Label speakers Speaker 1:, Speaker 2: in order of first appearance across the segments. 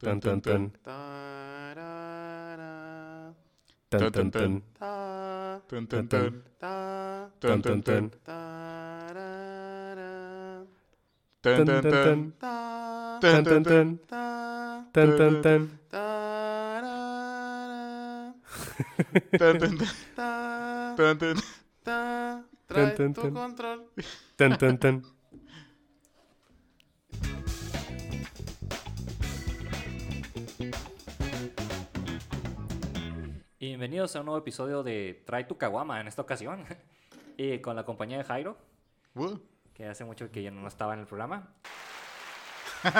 Speaker 1: Tan, tan, tan.
Speaker 2: Tarara,
Speaker 1: Tan, tan, tan.
Speaker 2: ta,
Speaker 3: Tan,
Speaker 1: Tan,
Speaker 3: tan,
Speaker 1: tan.
Speaker 3: tan.
Speaker 1: Tan, tan,
Speaker 2: ta,
Speaker 1: tan.
Speaker 2: tarara,
Speaker 3: Tan, tan, tan.
Speaker 2: ta,
Speaker 1: Tan, tan, tan.
Speaker 2: ta,
Speaker 1: Tan, tan, tan.
Speaker 2: tarara,
Speaker 3: Tan, tan, tan.
Speaker 2: ta,
Speaker 3: Tan, tan, tan.
Speaker 2: ta. Trae
Speaker 1: tan,
Speaker 2: tu
Speaker 1: tan.
Speaker 2: control.
Speaker 1: Tan, tan, tan.
Speaker 4: Y bienvenidos a un nuevo episodio de Trae tu Caguama en esta ocasión. y con la compañía de Jairo,
Speaker 3: Uh,
Speaker 4: que hace mucho que ya no estaba en el programa. sí,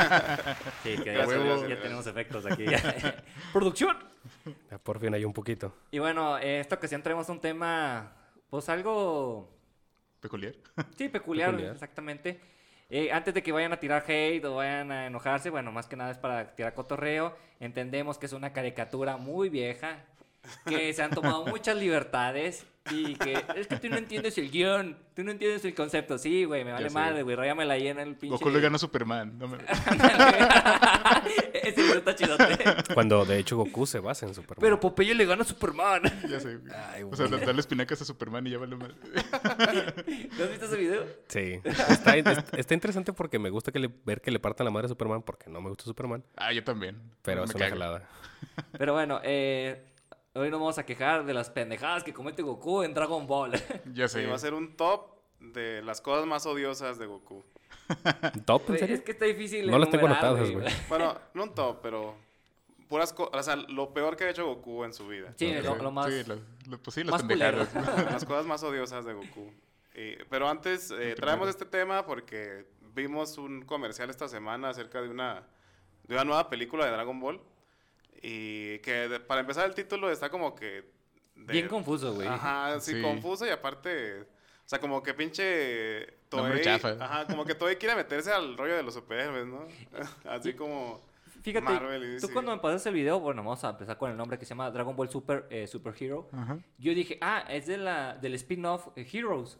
Speaker 4: que ya,
Speaker 2: Gracias,
Speaker 4: ya
Speaker 2: gracias.
Speaker 4: tenemos efectos aquí. ¡Producción!
Speaker 1: Ya por fin hay un poquito.
Speaker 4: Y bueno, en esta ocasión traemos un tema, pues algo,
Speaker 3: Peculiar.
Speaker 4: sí, peculiar,
Speaker 1: Peculiar.
Speaker 4: exactamente. Eh, antes de que vayan a tirar hate o vayan a enojarse, bueno, más que nada es para tirar cotorreo. Entendemos que es una caricatura muy vieja, que se han tomado muchas libertades y que es que tú no entiendes el guión, tú no entiendes el concepto. Sí, güey, me vale
Speaker 3: sé.
Speaker 4: madre, güey, ráyamela ahí en el pinche.
Speaker 3: Goku le gana a Superman. No me...
Speaker 4: Ese video está chidote.
Speaker 1: Cuando de hecho Goku se basa en Superman.
Speaker 4: Pero Popeye le gana a Superman.
Speaker 3: Ya sé. güey.
Speaker 1: Ay,
Speaker 3: o sea,
Speaker 1: güey.
Speaker 3: da- dale espinacas a Superman y ya vale madre.
Speaker 4: ¿No has visto ese video?
Speaker 1: Sí. Está, es- está interesante porque me gusta que le- ver que le partan la madre a Superman porque no me gusta Superman.
Speaker 3: Ah, yo también.
Speaker 1: Pero
Speaker 3: me
Speaker 1: es una
Speaker 3: cago.
Speaker 1: jalada.
Speaker 4: Pero bueno, eh, hoy nos vamos a quejar de las pendejadas que comete Goku en Dragon Ball.
Speaker 3: Ya
Speaker 2: Sí,
Speaker 3: sé.
Speaker 2: va a ser un top de las cosas más odiosas de Goku.
Speaker 1: ¿Top? ¿En
Speaker 4: Güey,
Speaker 1: serio?
Speaker 4: es que está difícil.
Speaker 1: No las tengo
Speaker 4: enumerar,
Speaker 1: anotadas, güey.
Speaker 2: Bueno, no un top, pero puras cosas, o sea, lo peor que ha hecho Goku en su vida.
Speaker 4: Sí,
Speaker 1: Ok.
Speaker 4: lo, lo más.
Speaker 3: Sí, las- lo- pues sí, las
Speaker 4: más culero.
Speaker 3: pendejadas.
Speaker 2: Las cosas más odiosas de Goku. Eh, pero antes, eh, traemos este tema porque vimos un comercial esta semana acerca de una, de una nueva película de Dragon Ball. Y que de- para empezar el título está como que... de-
Speaker 4: Bien confuso, güey.
Speaker 2: Ajá, sí,
Speaker 3: Sí.
Speaker 2: confuso y aparte... O sea, como que pinche...
Speaker 3: Nombre
Speaker 2: Toei,
Speaker 3: chafa.
Speaker 2: ajá, como que Toei quiere meterse al rollo de los superhéroes, ¿no? Así como...
Speaker 4: Fíjate,
Speaker 2: Marvel y
Speaker 4: tú
Speaker 2: DC.
Speaker 4: cuando me pasaste el video, bueno, vamos a empezar con el nombre que se llama Dragon Ball Super eh, Super Hero.
Speaker 3: Ajá.
Speaker 4: Yo dije, ah, es de la, del spin-off eh, Heroes.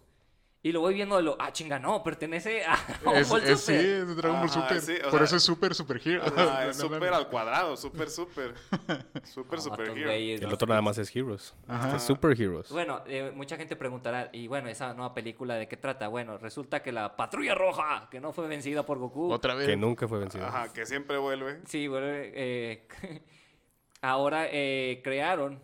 Speaker 4: Y lo voy viendo de lo, ah, chinga, no, pertenece a Dragon
Speaker 3: Es,
Speaker 4: Ball
Speaker 3: es- sí,
Speaker 4: Super.
Speaker 3: es de Dragon Ball
Speaker 2: Ajá,
Speaker 3: Super.
Speaker 2: sí, o
Speaker 3: Por
Speaker 2: sea-
Speaker 3: eso es Super Super Hero.
Speaker 2: Ajá, ah, es
Speaker 3: No, no,
Speaker 2: súper
Speaker 3: no.
Speaker 2: al cuadrado, súper, súper. Súper,
Speaker 4: No,
Speaker 2: súper
Speaker 4: estos
Speaker 2: hero.
Speaker 4: güeyes,
Speaker 1: El
Speaker 4: no
Speaker 1: otro
Speaker 4: sé
Speaker 1: nada
Speaker 4: qué-
Speaker 1: más es Heroes.
Speaker 3: Ajá.
Speaker 1: Este es Super Heroes.
Speaker 4: Bueno, eh, mucha gente preguntará, y bueno, esa nueva película de qué trata. Bueno, resulta que la Patrulla Roja, que no fue vencida por Goku,
Speaker 3: Otra vez.
Speaker 1: Que nunca fue vencido.
Speaker 2: Ajá, que siempre vuelve.
Speaker 4: Sí, bueno, eh, ahora eh, crearon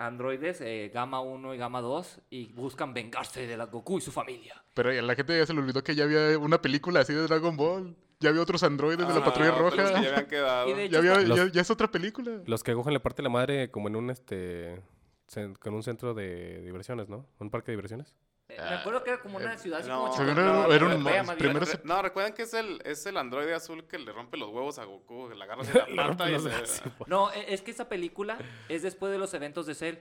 Speaker 4: androides eh, Gamma 1 y Gamma 2 y buscan vengarse de la Goku y su familia.
Speaker 3: Pero a la gente ya se le olvidó que ya había una película así de Dragon Ball. Ya había otros androides de la
Speaker 2: Ah,
Speaker 3: Patrulla
Speaker 2: otros que Ya
Speaker 3: Roja.
Speaker 2: habían quedado.
Speaker 4: Y de-
Speaker 3: Ya, había-
Speaker 1: Los-
Speaker 3: ya- ya es otra película.
Speaker 1: Los que Gohan le parte la madre como en un este cen- con un centro de diversiones, ¿no? Un parque de diversiones.
Speaker 4: Eh, Me acuerdo que era como una ciudad así
Speaker 2: no.
Speaker 4: como
Speaker 2: Se
Speaker 3: Según
Speaker 4: chica-
Speaker 3: era,
Speaker 4: no,
Speaker 3: era un
Speaker 4: europea,
Speaker 3: mon-
Speaker 4: más bien.
Speaker 3: primero
Speaker 2: Re-
Speaker 3: se-
Speaker 2: No, recuerden que es el, es el androide azul que le rompe los huevos a Goku, que le agarra así la plata y
Speaker 1: No
Speaker 2: se...
Speaker 1: sé, sí, po-
Speaker 4: No, e- es que esa película es después de los eventos de Cell.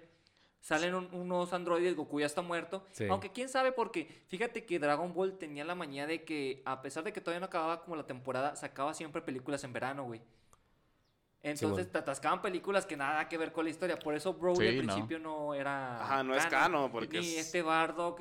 Speaker 4: Salen un- unos androides, Goku ya está muerto.
Speaker 1: Sí.
Speaker 4: Aunque quién sabe, porque fíjate que Dragon Ball tenía la manía de que, a pesar de que todavía no acababa como la temporada, sacaba siempre películas en verano, güey. Entonces
Speaker 1: bueno.
Speaker 4: te atascaban películas que nada que ver con la historia. Por eso Broly
Speaker 3: Sí,
Speaker 4: al
Speaker 3: no.
Speaker 4: principio no, era.
Speaker 2: Ajá, no es canon, porque
Speaker 4: Ni
Speaker 2: es-
Speaker 4: este Bardock,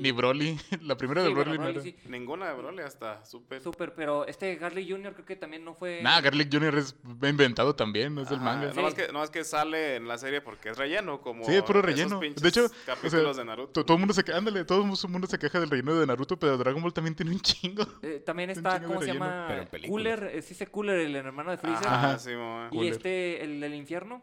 Speaker 3: Ni Broly. La primera
Speaker 4: Sí,
Speaker 3: de
Speaker 4: bueno,
Speaker 3: Broly no
Speaker 4: Broly
Speaker 3: era.
Speaker 4: sí,
Speaker 2: Ninguna de Broly hasta súper...
Speaker 4: súper, pero este Harley Jr. creo que también no fue.
Speaker 3: Nah, Garlic Jr. es inventado también, no es del
Speaker 2: Ajá,
Speaker 3: manga.
Speaker 2: No,
Speaker 4: Sí.
Speaker 2: es que, no es que sale en la serie porque es relleno, como...
Speaker 3: Sí, es puro
Speaker 2: esos
Speaker 3: relleno.
Speaker 2: pinches
Speaker 3: De hecho, o sea,
Speaker 2: capítulos de Naruto.
Speaker 3: To- Todo el mundo se queja, ándale, todo el mundo se queja del relleno de Naruto, pero Dragon Ball también tiene un chingo.
Speaker 4: Eh, también
Speaker 3: Un
Speaker 4: está,
Speaker 3: chingo de
Speaker 4: ¿cómo se
Speaker 3: relleno,
Speaker 1: pero
Speaker 4: llama?
Speaker 1: en películas.
Speaker 4: Cooler, eh, sí, ese Cooler, el hermano de Freezer.
Speaker 2: Ajá, sí, mamá.
Speaker 4: Y
Speaker 3: Cooler.
Speaker 4: este, el del infierno.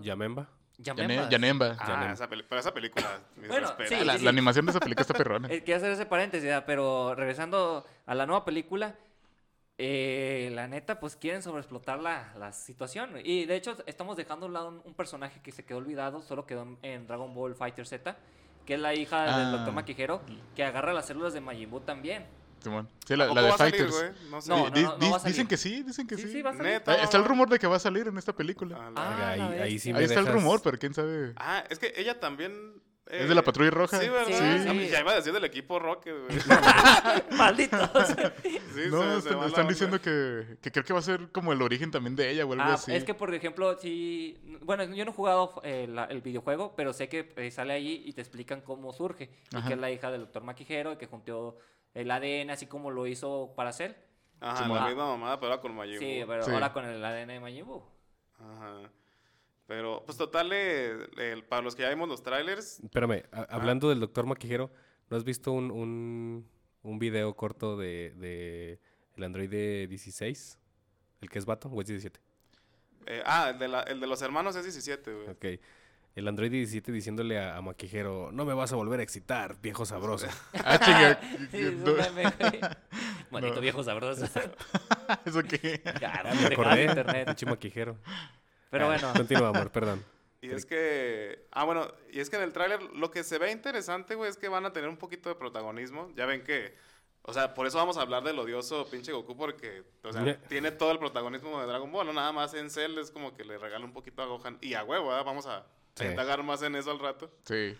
Speaker 1: Yamemba.
Speaker 4: Yamembas.
Speaker 3: Yane- Yanemba.
Speaker 2: Ah,
Speaker 1: Ya no.
Speaker 2: esa peli- pero esa película, mis
Speaker 4: Bueno,
Speaker 2: respetos.
Speaker 4: sí,
Speaker 3: La, la
Speaker 4: sí, sí.
Speaker 3: animación de esa película está perrona.
Speaker 4: Eh, Quería hacer ese paréntesis, ah, pero regresando a la nueva película, eh, la neta, pues quieren sobreexplotar la, la situación. Y de hecho, estamos dejando a un lado un, un personaje que se quedó olvidado, solo quedó en, en Dragon Ball Fighter Z, que es la hija del
Speaker 3: Ah.
Speaker 4: doctor Maquijero, que agarra las células de Majin Buu también.
Speaker 3: Simón. Sí, la,
Speaker 2: ¿A
Speaker 3: la
Speaker 2: poco
Speaker 3: de
Speaker 2: va a salir,
Speaker 3: Fighters.
Speaker 2: güey? No sé.
Speaker 3: Di-
Speaker 4: No, no,
Speaker 3: di-
Speaker 4: no, no va a
Speaker 3: di- dicen
Speaker 4: salir.
Speaker 3: que sí, dicen que sí.
Speaker 4: Sí, sí, va a salir.
Speaker 2: Neta.
Speaker 3: Ah, Está el rumor de que va a salir en esta película.
Speaker 2: Ah, la-
Speaker 4: Ah,
Speaker 1: ahí,
Speaker 4: la
Speaker 1: ahí sí
Speaker 4: bestia.
Speaker 1: me
Speaker 3: Ahí está el
Speaker 1: dejas-
Speaker 3: rumor, pero quién sabe.
Speaker 2: Ah, es que ella también...
Speaker 3: es
Speaker 2: eh,
Speaker 3: de la Patrulla Roja.
Speaker 2: Sí, ¿verdad?
Speaker 4: Sí.
Speaker 2: Ah, pues Ya iba a decir del equipo Rocket, güey.
Speaker 4: ¡Malditos!
Speaker 2: Sí,
Speaker 3: No,
Speaker 2: se- se
Speaker 3: están,
Speaker 2: va la
Speaker 3: están
Speaker 2: onda.
Speaker 3: diciendo que, que creo que va a ser como el origen también de ella o algo
Speaker 4: Ah,
Speaker 3: así.
Speaker 4: es que por ejemplo, si. Bueno, yo no he jugado eh, la- el videojuego, pero sé que eh, sale ahí y te explican cómo surge. Y
Speaker 3: Ajá.
Speaker 4: que es la hija del doctor Maquijero y que juntó el ADN, así como lo hizo para hacer.
Speaker 2: Ajá,
Speaker 3: Simón.
Speaker 2: la misma mamada, pero ahora con Majin
Speaker 4: Sí,
Speaker 2: Buu.
Speaker 4: pero
Speaker 3: Sí.
Speaker 4: ahora con el ADN de Majin Buu.
Speaker 2: Ajá. Pero, pues total, eh, el- para los que ya vimos los trailers,
Speaker 1: Espérame,
Speaker 4: Ah.
Speaker 1: a- hablando del doctor maquijero, ¿no has visto un, un, un video corto de, de el androide 16? ¿El que es vato o es 17?
Speaker 2: eh, ah, el de, la- el de los hermanos es 17, güey.
Speaker 1: Ok. El androide 17 diciéndole a, a maquijero, no me vas a volver a excitar, viejo sabroso.
Speaker 3: Ah, chinga.
Speaker 4: Sí, es un
Speaker 3: no,
Speaker 4: meme, güey. Maldito
Speaker 3: No.
Speaker 4: viejo sabroso.
Speaker 3: ¿Eso qué?
Speaker 4: Caramba,
Speaker 1: Me
Speaker 4: te
Speaker 1: acordé,
Speaker 4: Ah, internet.
Speaker 1: pinche maquijero.
Speaker 3: Ah,
Speaker 1: Ah,
Speaker 4: Pero bueno,
Speaker 1: Continúa, amor, perdón.
Speaker 2: Y es que, ah, bueno, y es que en el tráiler lo que se ve interesante, güey, es que van a tener un poquito de protagonismo. Ya ven que, o sea, por eso vamos a hablar del odioso pinche Goku, porque, o sea,
Speaker 1: Mira.
Speaker 2: tiene todo el protagonismo de Dragon Ball, no nada más en Cell, es como que le regala un poquito a Gohan. Y a huevo, ¿verdad? vamos a
Speaker 1: Sí.
Speaker 2: indagar más en eso al rato.
Speaker 3: Sí.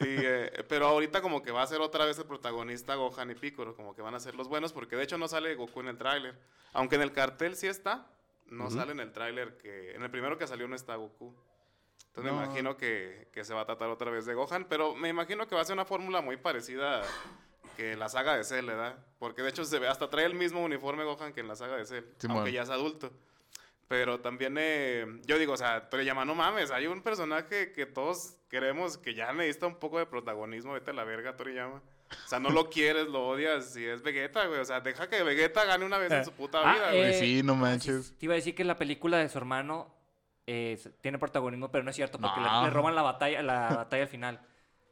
Speaker 2: Y, eh, pero ahorita como que va a ser otra vez el protagonista Gohan y Piccolo, como que van a ser los buenos, porque de hecho no sale Goku en el tráiler. Aunque en el cartel sí está, no
Speaker 1: Ujú.
Speaker 2: sale en el tráiler que... En el primero que salió no está Goku. Entonces
Speaker 3: No.
Speaker 2: me imagino que, que se va a tratar otra vez de Gohan, pero me imagino que va a ser una fórmula muy parecida que la saga de Cell, ¿verdad? Porque de hecho se ve, hasta trae el mismo uniforme Gohan que en la saga de Cell,
Speaker 3: Simón.
Speaker 2: aunque ya es adulto. Pero también, eh, yo digo, o sea, Toriyama, no mames, hay un personaje que todos queremos que ya necesita un poco de protagonismo, vete a la verga, Toriyama. O sea, no lo quieres, lo odias, y es Vegeta, güey. O sea, deja que Vegeta gane una vez en su puta
Speaker 4: Ah,
Speaker 2: vida,
Speaker 4: eh,
Speaker 2: güey.
Speaker 3: Ay, sí, no manches.
Speaker 4: te iba a decir que la película de su hermano eh, s- tiene protagonismo, pero no es cierto, porque le-
Speaker 3: No.
Speaker 4: le, roban la batalla, la batalla al final.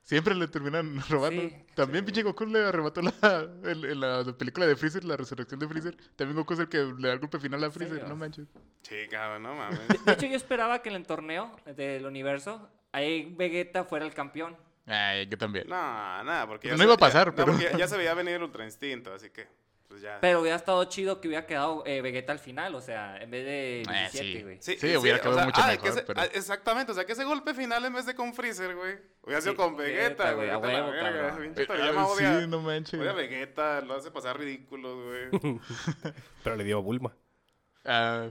Speaker 3: Siempre le terminan robando.
Speaker 4: Sí,
Speaker 3: También
Speaker 2: sí.
Speaker 3: pinche Goku le arrebató la, el- el- la película de Freezer, la resurrección de Freezer. También Goku es el que le da el golpe final a Freezer,
Speaker 4: Sí,
Speaker 3: no
Speaker 4: o-
Speaker 3: manches.
Speaker 2: Chica, güey, no mames.
Speaker 4: De hecho, yo esperaba que en el torneo del universo, ahí Vegeta fuera el campeón.
Speaker 3: Ay, yo también.
Speaker 2: No, nada, porque
Speaker 3: Pues No iba a pasar,
Speaker 2: no,
Speaker 3: pero-
Speaker 2: porque ya, ya se veía venir el Ultra Instinto, así que, pues
Speaker 3: Ah.
Speaker 2: ya.
Speaker 4: Pero hubiera estado chido que hubiera quedado eh, Vegeta al final, o sea, en vez de
Speaker 3: Ah, sí.
Speaker 4: 17, güey.
Speaker 3: Sí, hubiera quedado mucho
Speaker 2: que
Speaker 3: mejor,
Speaker 2: ese-
Speaker 3: pero-
Speaker 2: ah, exactamente, o sea, que ese golpe final en vez de con Freezer, güey, hubiera sido con Vegeta, güey.
Speaker 4: a
Speaker 2: vete la
Speaker 4: huevo,
Speaker 2: verga,
Speaker 4: cabrón.
Speaker 2: pinche
Speaker 3: Eh,
Speaker 2: Toriyama
Speaker 3: ah,
Speaker 2: odia-
Speaker 3: sí, no manches.
Speaker 2: odia a Vegeta, lo hace pasar ridículo, güey.
Speaker 1: Pero le dio a Bulma.
Speaker 3: Ah,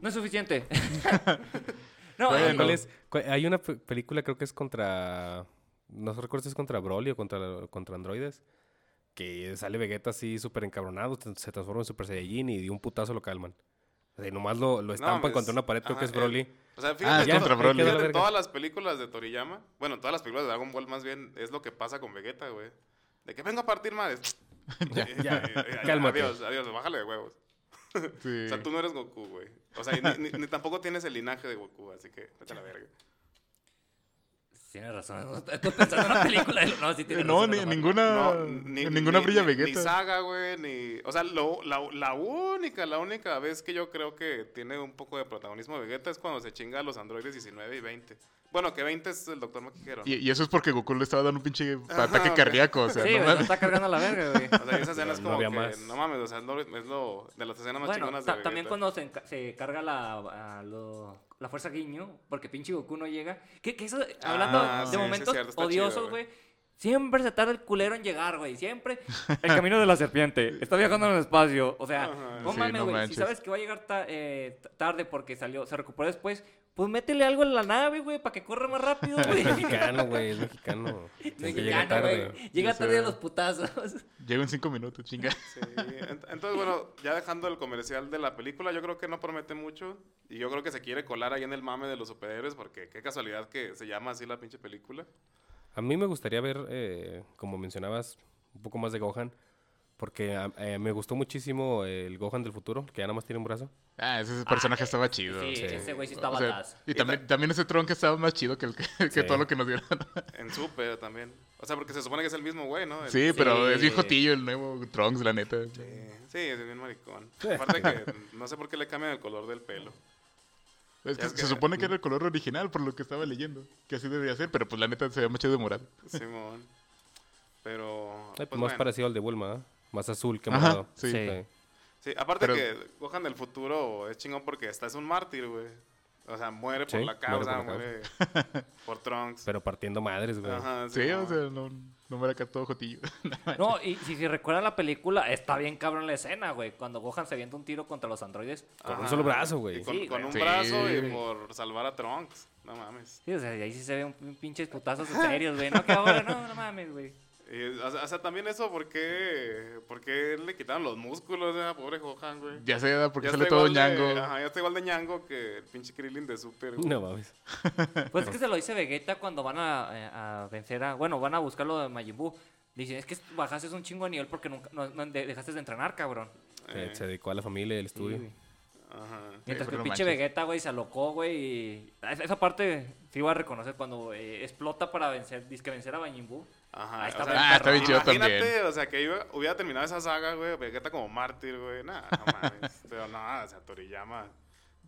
Speaker 4: No es suficiente. no,
Speaker 1: Ah,
Speaker 3: Bueno.
Speaker 1: ¿cuál es? Cu- Hay una pe- película, creo que es contra. No recuerdo si es contra Broly o contra, contra androides. Que sale Vegeta así súper encabronado, se- se transforma en Super Saiyajin y de un putazo lo calman. O sea, y nomás lo, lo estampan
Speaker 2: pues,
Speaker 1: contra una pared, creo que
Speaker 2: ajá,
Speaker 1: es Broly.
Speaker 2: eh, O sea,
Speaker 3: Ah,
Speaker 2: fíjate,
Speaker 3: es contra
Speaker 2: todo-
Speaker 3: Broly.
Speaker 2: fíjate,
Speaker 1: Queda la verga.
Speaker 2: todas las películas de Toriyama, bueno, todas las películas de Dragon Ball más bien, es lo que pasa con Vegeta, güey. De que vengo a partir madres.
Speaker 3: Ya,
Speaker 2: Eh, eh, eh,
Speaker 1: Cálmate.
Speaker 2: Adiós, adiós, bájale de huevos.
Speaker 3: sí. Eh,
Speaker 2: O sea, tú no eres Goku, güey. O sea, y ni, ni- ni tampoco tienes el linaje de Goku, así que vete a la verga.
Speaker 4: eh, Tienes razón. no, Estoy pensando en una película de... No, sí tienes
Speaker 3: No,
Speaker 4: razón,
Speaker 3: ni,
Speaker 4: no,
Speaker 3: ninguna,
Speaker 2: No,
Speaker 3: en ninguna brilla
Speaker 2: ni-
Speaker 3: Vegeta.
Speaker 2: Ni saga, güey, ni... O sea, lo- la, la única, la única vez que yo creo que tiene un poco de protagonismo Vegeta es cuando se chinga a los androides 19 y 20. Bueno, que 20 es el Doctor Maquijero.
Speaker 3: Y, y eso es porque Goku le estaba dando un pinche ataque
Speaker 2: güey.
Speaker 3: cardíaco, o
Speaker 4: Sí,
Speaker 3: sea,
Speaker 4: güey,
Speaker 3: no
Speaker 4: lo
Speaker 3: mames.
Speaker 4: está cargando a la verga, güey.
Speaker 2: O sea, y esa escena es
Speaker 1: No
Speaker 2: como
Speaker 1: había
Speaker 2: que,
Speaker 1: más.
Speaker 2: no mames, o sea, es lo, es lo- de las escenas más
Speaker 4: Bueno,
Speaker 2: chingonas de
Speaker 4: ta-
Speaker 2: Vegeta.
Speaker 4: también cuando se, enca- se carga la, a lo- la fuerza guiño, porque pinche Goku no llega. Que, que eso, hablando
Speaker 2: Ah,
Speaker 4: de
Speaker 2: sí, sí,
Speaker 4: momentos
Speaker 2: cierto, está chido,
Speaker 4: odiosos,
Speaker 2: güey.
Speaker 4: güey. Siempre se tarda el culero en llegar, güey. Siempre. El camino de la serpiente. Está viajando en el espacio. O sea,
Speaker 2: Ajá.
Speaker 4: no
Speaker 3: Sí,
Speaker 4: mames,
Speaker 3: no
Speaker 4: güey. si
Speaker 3: manches.
Speaker 4: sabes que va a llegar ta- eh, t- tarde porque salió, se recuperó después, pues métele algo en la nave, güey, para que corra más rápido, güey.
Speaker 1: Es mexicano, güey, es mexicano. Tiene que llegar
Speaker 4: Mexicano, güey.
Speaker 1: tarde.
Speaker 4: Llega
Speaker 3: Sí,
Speaker 4: tarde a
Speaker 3: sí.
Speaker 4: los putazos.
Speaker 3: Llega en cinco minutos, chinga.
Speaker 2: Sí, ent- entonces, bueno, ya dejando el comercial de la película, yo creo que no promete mucho. Y yo creo que se quiere colar ahí en el mame de los superhéroes, porque qué casualidad que se llama así la pinche película.
Speaker 1: A mí me gustaría ver, eh, como mencionabas, un poco más de Gohan. Porque a- eh, me gustó muchísimo el Gohan del futuro, que ya nada más tiene un brazo.
Speaker 3: Ah, ese personaje estaba chido.
Speaker 4: Sí,
Speaker 1: sí.
Speaker 4: ese güey sí está
Speaker 3: O sea,
Speaker 4: badass.
Speaker 3: y también, también ese tronco estaba más chido que, el que, que
Speaker 1: Sí.
Speaker 3: todo lo que nos dieron.
Speaker 2: En Super también. O sea, porque se supone que es el mismo güey, ¿no? El-
Speaker 3: Sí, pero
Speaker 4: Sí.
Speaker 3: es viejotillo el nuevo Trunks, la neta.
Speaker 2: eh, Sí, es bien maricón. Aparte que no sé por qué le cambian el color del pelo.
Speaker 3: Es que
Speaker 2: Ya es
Speaker 3: se
Speaker 2: que-
Speaker 3: supone que era el color original por lo que estaba leyendo, que así debería ser, pero pues la neta se ve más chido de morado.
Speaker 2: Simón. Pero.
Speaker 1: Ay,
Speaker 2: pues,
Speaker 1: más
Speaker 2: bueno.
Speaker 1: parecido al de Bulma, ¿eh? más azul que
Speaker 3: Ajá,
Speaker 1: morado.
Speaker 3: sí.
Speaker 4: Sí.
Speaker 2: Sí, aparte
Speaker 3: Pero-
Speaker 2: que Gohan del futuro es chingón porque está es un mártir, güey. O sea, muere por
Speaker 1: Sí,
Speaker 2: la causa, muere
Speaker 1: muere
Speaker 2: por, Trunks.
Speaker 1: Pero partiendo madres, güey.
Speaker 2: Ajá,
Speaker 3: Sí, o
Speaker 2: Simón.
Speaker 3: sea, no, no me era acá todo jotillo.
Speaker 4: No, y si, si recuerdan la película, está bien cabrón la escena, güey. Cuando Gohan se avienta un tiro contra los androides.
Speaker 1: Con un
Speaker 2: Ajá.
Speaker 1: solo brazo, güey.
Speaker 2: Y Con,
Speaker 4: Sí,
Speaker 2: con
Speaker 4: güey.
Speaker 2: un
Speaker 3: Sí.
Speaker 2: brazo y por salvar a Trunks. No mames.
Speaker 4: Sí, o sea, y ahí sí se ve un, un pinches putazos serios, güey. No, que ahora, no, no mames, güey.
Speaker 2: Eh, o, sea, o sea, también eso, ¿por qué, por qué le quitaron los músculos a esa pobre Gohan, güey?
Speaker 3: Ya se da porque
Speaker 2: Ya
Speaker 3: sale
Speaker 2: está
Speaker 3: todo
Speaker 2: igual de-
Speaker 3: ñango.
Speaker 2: Ajá, ya está igual de ñango que el pinche Krillin de Super. güey.
Speaker 1: No mames.
Speaker 4: Pues es que se lo dice Vegeta cuando van a, eh, a vencer a. Bueno, van a buscar lo de Majin Buu. Dice, es que bajaste un chingo de nivel porque nunca no- no de- dejaste de entrenar, cabrón.
Speaker 2: Eh,
Speaker 1: Se, se dedicó a la familia y al estudio.
Speaker 4: güey.
Speaker 2: Ajá.
Speaker 4: Mientras
Speaker 3: pero
Speaker 4: que el
Speaker 3: no
Speaker 4: pinche
Speaker 3: manches.
Speaker 4: Vegeta, güey, se alocó, güey. Y esa esa parte sí iba a reconocer cuando eh, explota para vencer, disque vencer a Majin Buu.
Speaker 2: Ajá.
Speaker 4: Ahí está
Speaker 2: o sea,
Speaker 4: bien
Speaker 3: Ah, está bien chido
Speaker 4: perrón.
Speaker 2: Imagínate,
Speaker 3: también.
Speaker 2: o sea, que iba- hubiera terminado esa saga, güey, Vegeta como mártir, güey, nada, no mames. Pero nada, o sea, Toriyama,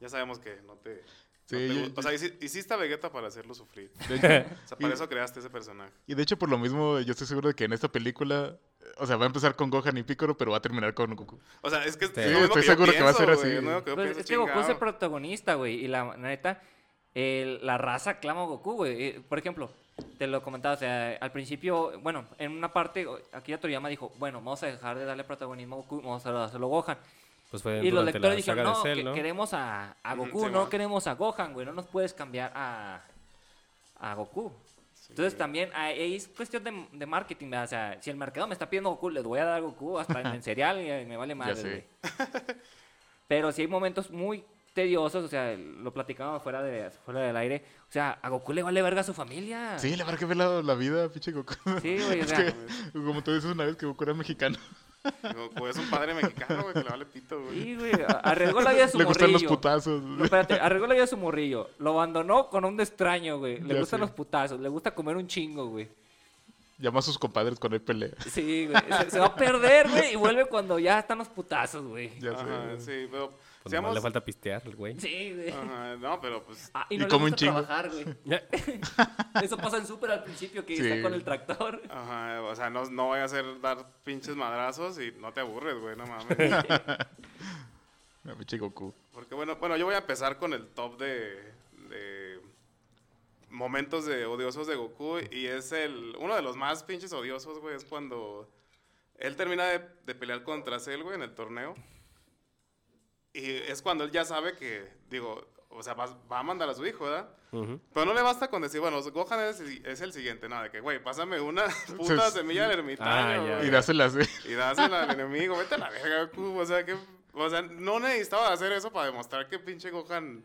Speaker 2: ya sabemos que no te...
Speaker 3: Sí,
Speaker 2: no te
Speaker 3: yo-
Speaker 2: gu- o sea, hici- hiciste a Vegeta para hacerlo sufrir.
Speaker 3: De hecho,
Speaker 2: O sea, para
Speaker 3: Y-
Speaker 2: eso creaste ese personaje.
Speaker 3: y de hecho, por lo mismo, yo estoy seguro de que en esta película, o sea, va a empezar con Gohan y Piccolo, pero va a terminar con Goku.
Speaker 2: O sea, es que es
Speaker 1: Sí,
Speaker 2: lo mismo
Speaker 3: estoy
Speaker 2: que yo
Speaker 3: seguro que va a ser
Speaker 2: pienso,
Speaker 3: así.
Speaker 2: güey, es lo mismo que yo
Speaker 4: Pues,
Speaker 2: pienso,
Speaker 4: es que Goku es el
Speaker 2: chingado.
Speaker 4: protagonista, güey. Y la neta, el- la raza clama a Goku, güey. Eh, Por ejemplo, te lo comentaba, o sea, al principio, bueno, en una parte, o- aquí ya Toriyama dijo, bueno, vamos a dejar de darle protagonismo a Goku, vamos a hacerlo a Gohan.
Speaker 1: Pues fue
Speaker 4: Y los
Speaker 1: durante
Speaker 4: lectores
Speaker 1: la
Speaker 4: dijeron,
Speaker 1: saga
Speaker 4: no,
Speaker 1: de Cell,
Speaker 4: que-
Speaker 1: ¿no?
Speaker 4: queremos a, a
Speaker 2: Ujú,
Speaker 4: Goku,
Speaker 2: sí,
Speaker 4: no
Speaker 2: va.
Speaker 4: queremos a Gohan, güey. No nos puedes cambiar a, a Goku. Entonces también ah, ahí es cuestión de, de marketing, ¿verdad? o sea, si el mercado me está pidiendo Goku, les voy a dar Goku hasta en el cereal y eh, me vale madre,
Speaker 3: sé.
Speaker 4: güey. Pero sí hay momentos muy tediosos, o sea, lo platicábamos fuera, de, fuera del aire, o sea, a Goku le vale verga a su familia.
Speaker 3: Sí, la verdad que ve la, la vida, pinche Goku.
Speaker 4: Ah. Sí, güey, o
Speaker 3: es
Speaker 4: sea,
Speaker 3: que, como tú dices una vez que Goku era mexicano,
Speaker 2: Goku pues, es un padre mexicano, güey, que le vale pito, güey.
Speaker 4: Sí, güey, a- arriesgó la vida de su
Speaker 3: le gustan los
Speaker 4: morrillo.
Speaker 3: putazos.
Speaker 4: No, espérate, arregló la vida de su morrillo. Lo abandonó con un extraño, güey. Le
Speaker 3: Ya
Speaker 4: gustan
Speaker 3: sé.
Speaker 4: los putazos, le gusta comer un chingo, güey.
Speaker 3: Llama a sus compadres cuando hay pelea.
Speaker 4: Sí, güey. Se, se va a perder, güey, y vuelve cuando ya están los putazos, güey.
Speaker 3: Ya sé.
Speaker 2: Ajá, sí, pero...
Speaker 1: Pues nomás
Speaker 2: seamos-
Speaker 1: le falta pistear al güey.
Speaker 4: Sí, güey.
Speaker 2: Ajá, no, pero pues...
Speaker 4: Ah,
Speaker 3: Ah. Y
Speaker 4: y no le
Speaker 3: come un
Speaker 4: gusta
Speaker 3: chingo.
Speaker 4: trabajar, güey. Eso pasa en súper al principio, que
Speaker 3: Sí.
Speaker 4: está con el tractor.
Speaker 2: Ajá, o sea, no, no voy a hacer dar pinches madrazos y no te aburres, güey, no mames.
Speaker 3: Ah, pinche Goku.
Speaker 2: Porque bueno, bueno, yo voy a empezar con el top de, de momentos de odiosos de Goku y es el uno de los más pinches odiosos, güey, es cuando él termina de, de pelear contra Cell, güey, en el torneo. Y es cuando él ya sabe que, digo, o sea, va, va a mandar a su hijo, ¿verdad?
Speaker 1: Ujú.
Speaker 2: Pero no le basta con decir, bueno, Gohan es, es el siguiente, nada, de que, güey, pásame una puta
Speaker 3: Se-
Speaker 2: semilla del ermitaño,
Speaker 1: Ah, ya.
Speaker 2: güey.
Speaker 3: Y dáselas, eh. güey.
Speaker 2: Y dásela al enemigo, vete a la verga, Goku. O sea, que, o sea, no necesitaba hacer eso para demostrar que pinche Gohan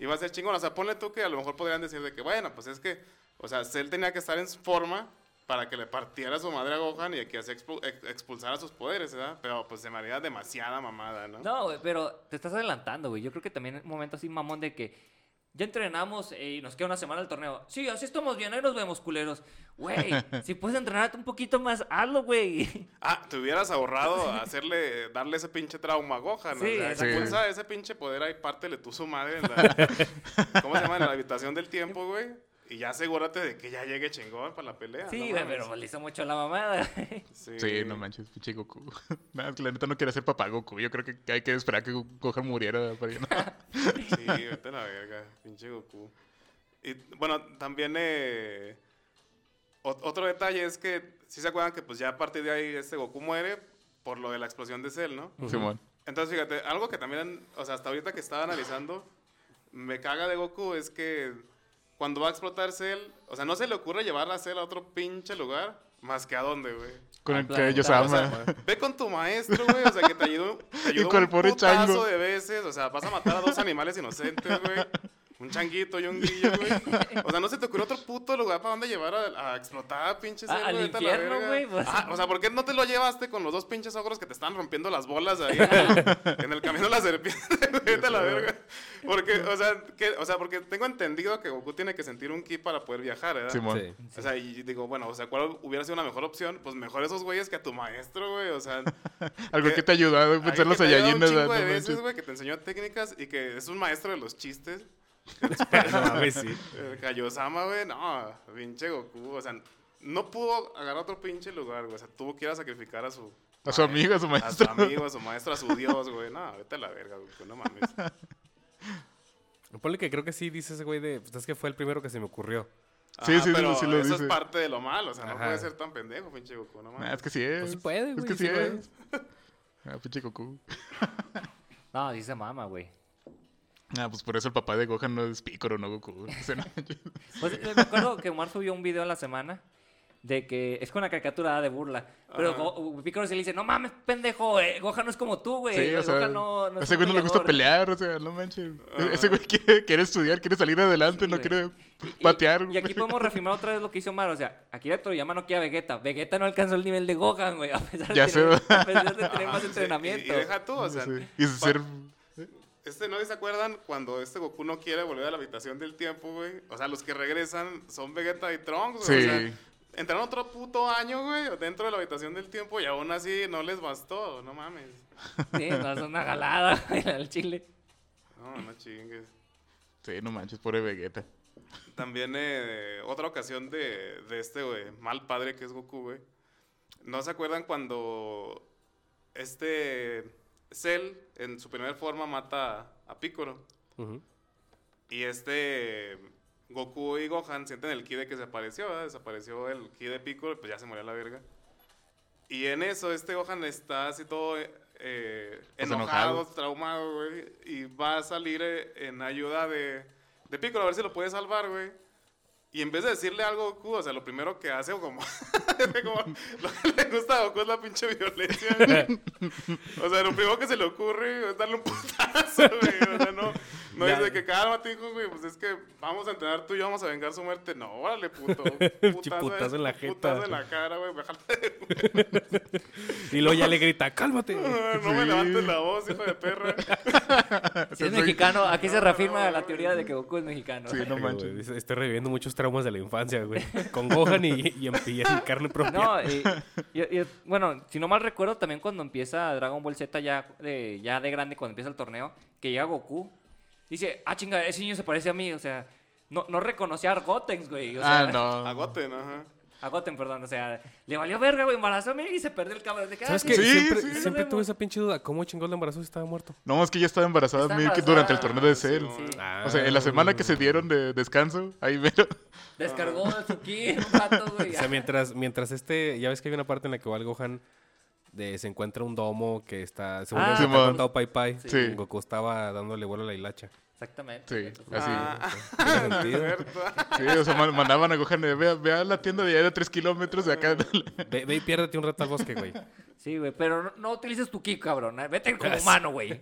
Speaker 2: iba a ser chingón. O sea, ponle tú que a lo mejor podrían decir de que, bueno, pues es que, o sea, Cell tenía que estar en su forma para que le partiera su madre a Gohan y que así expu- ex- expulsara sus poderes, ¿verdad? Pero pues se me haría demasiada mamada, ¿no?
Speaker 4: No, güey, pero te estás adelantando, güey. Yo creo que también es un momento así mamón de que ya entrenamos eh, y nos queda una semana el torneo. Sí, así estamos bien, ahí nos vemos, culeros. Güey, si puedes entrenarte un poquito más, hazlo, güey.
Speaker 2: Ah, te hubieras ahorrado hacerle, darle ese pinche trauma a Gohan, ¿no?
Speaker 4: Sí,
Speaker 2: o sea,
Speaker 4: exacto.
Speaker 2: expulsa ese pinche poder ahí, pártele tú su madre en la, ¿cómo se llama? En la habitación del tiempo, güey. Y ya asegúrate de que ya llegue chingón para la
Speaker 3: Ah,
Speaker 2: pelea.
Speaker 4: Sí,
Speaker 2: no
Speaker 4: güey,
Speaker 2: mames.
Speaker 4: pero le hizo mucho la mamada.
Speaker 2: Sí,
Speaker 1: Eh,
Speaker 3: Sí, no manches, pinche Goku. Nada, es que la neta no quiere ser papá Goku. Yo creo que hay que esperar que Go- Gohan muriera para que no.
Speaker 2: Sí, vete a la verga, pinche Goku. Y bueno, también eh, ot- otro detalle es que, si se acuerdan que pues ya a partir de ahí este Goku muere por lo de la explosión de Cell, ¿no?
Speaker 3: Simón.
Speaker 2: Entonces, fíjate, algo que también, o sea, hasta ahorita que estaba analizando, me caga de Goku es que cuando va a explotar Cell, o sea, no se le ocurre llevar a Cell a otro pinche lugar más que a dónde, güey.
Speaker 3: Con
Speaker 4: Ah,
Speaker 3: el
Speaker 4: claro,
Speaker 3: que ellos
Speaker 4: claro, o
Speaker 3: aman.
Speaker 2: Ve con tu maestro, güey, o sea, que te ayudó, te ayudó
Speaker 3: con el
Speaker 2: un
Speaker 3: pobre
Speaker 2: putazo
Speaker 3: chango.
Speaker 2: de veces, o sea, vas a matar a dos animales inocentes, güey. Un changuito y un guillo, güey. O sea, no se te ocurrió otro puto lugar para dónde llevar a, a explotar, pinche
Speaker 4: Ah,
Speaker 2: cerdo,
Speaker 4: al
Speaker 2: vete a la
Speaker 4: infierno,
Speaker 2: verga.
Speaker 4: güey, pues.
Speaker 2: Ah, o sea, ¿por qué no te lo llevaste con los dos pinches ogros que te están rompiendo las bolas ahí en el, en el camino de la serpiente? Vete a la verga. Porque, o sea, que, o sea, porque tengo entendido que Goku tiene que sentir un ki para poder viajar, ¿verdad?
Speaker 3: Simón.
Speaker 1: Sí.
Speaker 2: O sea, y digo, bueno, o sea, ¿cuál hubiera sido una mejor opción? Pues mejor esos güeyes que a tu maestro, güey. O sea,
Speaker 3: Algo que
Speaker 2: que-
Speaker 3: te ayuda a pensar
Speaker 2: alguien
Speaker 3: los
Speaker 2: que te ha ayudado
Speaker 3: Saiyajines.
Speaker 2: un chingo
Speaker 3: Pues ¿verdad?
Speaker 2: de
Speaker 3: No
Speaker 2: veces,
Speaker 3: manches.
Speaker 2: güey, que te enseñó técnicas y que es un maestro de los chistes.
Speaker 1: No mames, sí.
Speaker 3: Eh.
Speaker 2: El Kaiosama, güey, no, pinche Goku. O sea, no pudo agarrar otro pinche lugar, güey. O sea, tuvo que ir a sacrificar a su...
Speaker 3: A su amigo, a su maestro.
Speaker 2: A su amigo, a su maestro, a su dios, güey. No, vete a la verga, Goku, no mames.
Speaker 1: Ponle que creo que sí dice ese güey de. Pues es que fue el primero que se me ocurrió.
Speaker 3: Sí, sí,
Speaker 2: pero
Speaker 3: sí lo
Speaker 2: eso
Speaker 3: dice.
Speaker 2: es parte de lo malo. O sea, no
Speaker 1: Ajá.
Speaker 2: puede ser tan pendejo, pinche Goku, no mames.
Speaker 3: Nah, es que sí es.
Speaker 1: Pues sí puede,
Speaker 3: Es
Speaker 1: güey,
Speaker 3: que sí,
Speaker 1: sí lo
Speaker 3: es. Ah, pinche Goku.
Speaker 4: No, dice mama, güey.
Speaker 3: Ah, pues por eso el papá de Gohan no es Piccolo, no Goku. O sea, no-
Speaker 4: Pues eh, me acuerdo que Omar subió un video a la semana de que es una caricatura de burla. Pero
Speaker 2: Ajá.
Speaker 4: Go- Piccolo se le dice, no mames, pendejo, eh, Gohan no es como tú, güey.
Speaker 3: Sí, o
Speaker 4: Gohan
Speaker 3: sea,
Speaker 4: no, no
Speaker 3: a
Speaker 4: es
Speaker 3: ese
Speaker 4: un
Speaker 3: güey no le gusta
Speaker 4: peleador". Ah.
Speaker 3: pelear, o sea, no manches.
Speaker 2: Ajá.
Speaker 3: Ese güey quiere, quiere estudiar, quiere salir adelante, no
Speaker 4: güey.
Speaker 3: quiere
Speaker 4: Y-
Speaker 3: patear.
Speaker 4: Y, aquí podemos reafirmar otra vez lo que hizo Omar. O sea, Akira Toriyama no quiere a Vegeta. Vegeta no alcanzó el nivel de Gohan, güey. A pesar,
Speaker 3: Ya
Speaker 4: de,
Speaker 3: sé,
Speaker 4: tener,
Speaker 3: ¿verdad?
Speaker 4: a pesar de tener
Speaker 2: Ajá,
Speaker 4: más
Speaker 2: sí, y-
Speaker 4: entrenamiento.
Speaker 2: Y, deja tú, o sea,
Speaker 3: Sí, Y ser...
Speaker 2: este, ¿no se acuerdan cuando este Goku no quiere volver a la habitación del tiempo, güey? O sea, los que regresan son Vegeta y Trunks, güey. O sea,
Speaker 3: Sí.
Speaker 2: entraron otro puto año, güey, dentro de la habitación del tiempo y aún así no les bastó, no mames.
Speaker 4: Sí, no, es una galada, güey, al chile.
Speaker 2: No, no chingues.
Speaker 3: Sí, no manches, pobre Vegeta.
Speaker 2: También eh, otra ocasión de, de este, güey, mal padre que es Goku, güey. ¿No se acuerdan cuando este Cell en su primera forma mata a Piccolo?
Speaker 1: Ujú.
Speaker 2: Y este Goku y Gohan sienten el ki de que se apareció, ¿verdad? desapareció el ki de Piccolo, pues ya se murió la verga. Y en eso este Gohan está así todo eh,
Speaker 3: Pues
Speaker 2: enojado,
Speaker 3: enojado.
Speaker 2: traumado, güey. Y va a salir eh, en ayuda de, de Piccolo a ver si lo puede salvar, güey. Y en vez de decirle algo a Goku, o sea, lo primero que hace, o como, como lo que le gusta a Goku es la pinche violencia, güey. O sea, lo primero que se le ocurre es darle un putazo, güey. O sea, no, no
Speaker 1: Ya.
Speaker 2: dice que cálmate, hijo, güey. Pues es que vamos a entrenar tú y yo, vamos a vengar su muerte. No, órale, puto. Putazo,
Speaker 1: Putazo en la
Speaker 2: Putazo
Speaker 1: jeta.
Speaker 2: en la cara, güey. Bájate de-
Speaker 1: Y luego ya le grita, cálmate.
Speaker 2: No me levantes la voz, hijo de perra.
Speaker 4: Si es
Speaker 3: Soy-
Speaker 4: mexicano, aquí se
Speaker 2: No,
Speaker 4: reafirma
Speaker 2: no,
Speaker 4: la
Speaker 2: güey.
Speaker 4: teoría de que Goku es mexicano.
Speaker 3: Sí, no
Speaker 1: Güey,
Speaker 3: manches.
Speaker 1: dice, Estoy reviviendo muchos traumas de la infancia, güey. Con Gohan y, y en, y en carne propia.
Speaker 4: No, y- y- y- bueno, si no mal recuerdo, también cuando empieza Dragon Ball Z ya de, ya de grande, cuando empieza el torneo, que llega Goku, dice, ah, chinga, ese niño se parece a mí, o sea, no, no reconocía a Gotenks, güey. O sea,
Speaker 3: Ah, no.
Speaker 2: Agoten, ajá.
Speaker 4: A Goten, perdón, o sea, le valió verga, güey, embarazó a mí y se perdió el cabrón. De que, ah,
Speaker 1: ¿Sabes
Speaker 4: sí,
Speaker 1: qué?
Speaker 4: sí,
Speaker 3: Sí,
Speaker 1: siempre
Speaker 3: sí.
Speaker 1: siempre
Speaker 4: Lo
Speaker 1: tuve
Speaker 4: vemos.
Speaker 1: esa pinche duda. ¿Cómo chingón le embarazó si estaba muerto?
Speaker 3: No, es que ya estaba embarazada
Speaker 4: Está
Speaker 3: Milk
Speaker 4: embarazada.
Speaker 3: durante el torneo de
Speaker 2: Sí,
Speaker 3: Cell.
Speaker 2: no.
Speaker 1: Ah.
Speaker 3: O sea, en la semana que se dieron de descanso, ahí mero.
Speaker 4: Descargó su ki, un rato, güey.
Speaker 1: O sea, mientras, mientras este... Ya ves que hay una parte en la que va el Gohan... de- se encuentra un domo que está... Según
Speaker 4: Ah,
Speaker 1: yo, se
Speaker 3: Simón.
Speaker 1: está contado Pai Pai.
Speaker 3: Sí.
Speaker 1: Goku estaba dándole vuelo a la hilacha.
Speaker 4: Exactamente.
Speaker 3: Sí,
Speaker 4: Sí.
Speaker 3: así.
Speaker 2: Ah.
Speaker 1: Tiene
Speaker 2: Sí,
Speaker 1: sentido.
Speaker 2: ¿verdad?
Speaker 3: Sí, o sea, man- mandaban a Gohan de, ve, ve a la tienda de allá de 3 kilómetros de acá.
Speaker 1: Ve, ve y piérdete un rato al bosque, güey.
Speaker 4: güey, pero no, no utilices tu ki, cabrón. ¿eh? Vete como
Speaker 1: Ah, sí.
Speaker 4: humano, güey.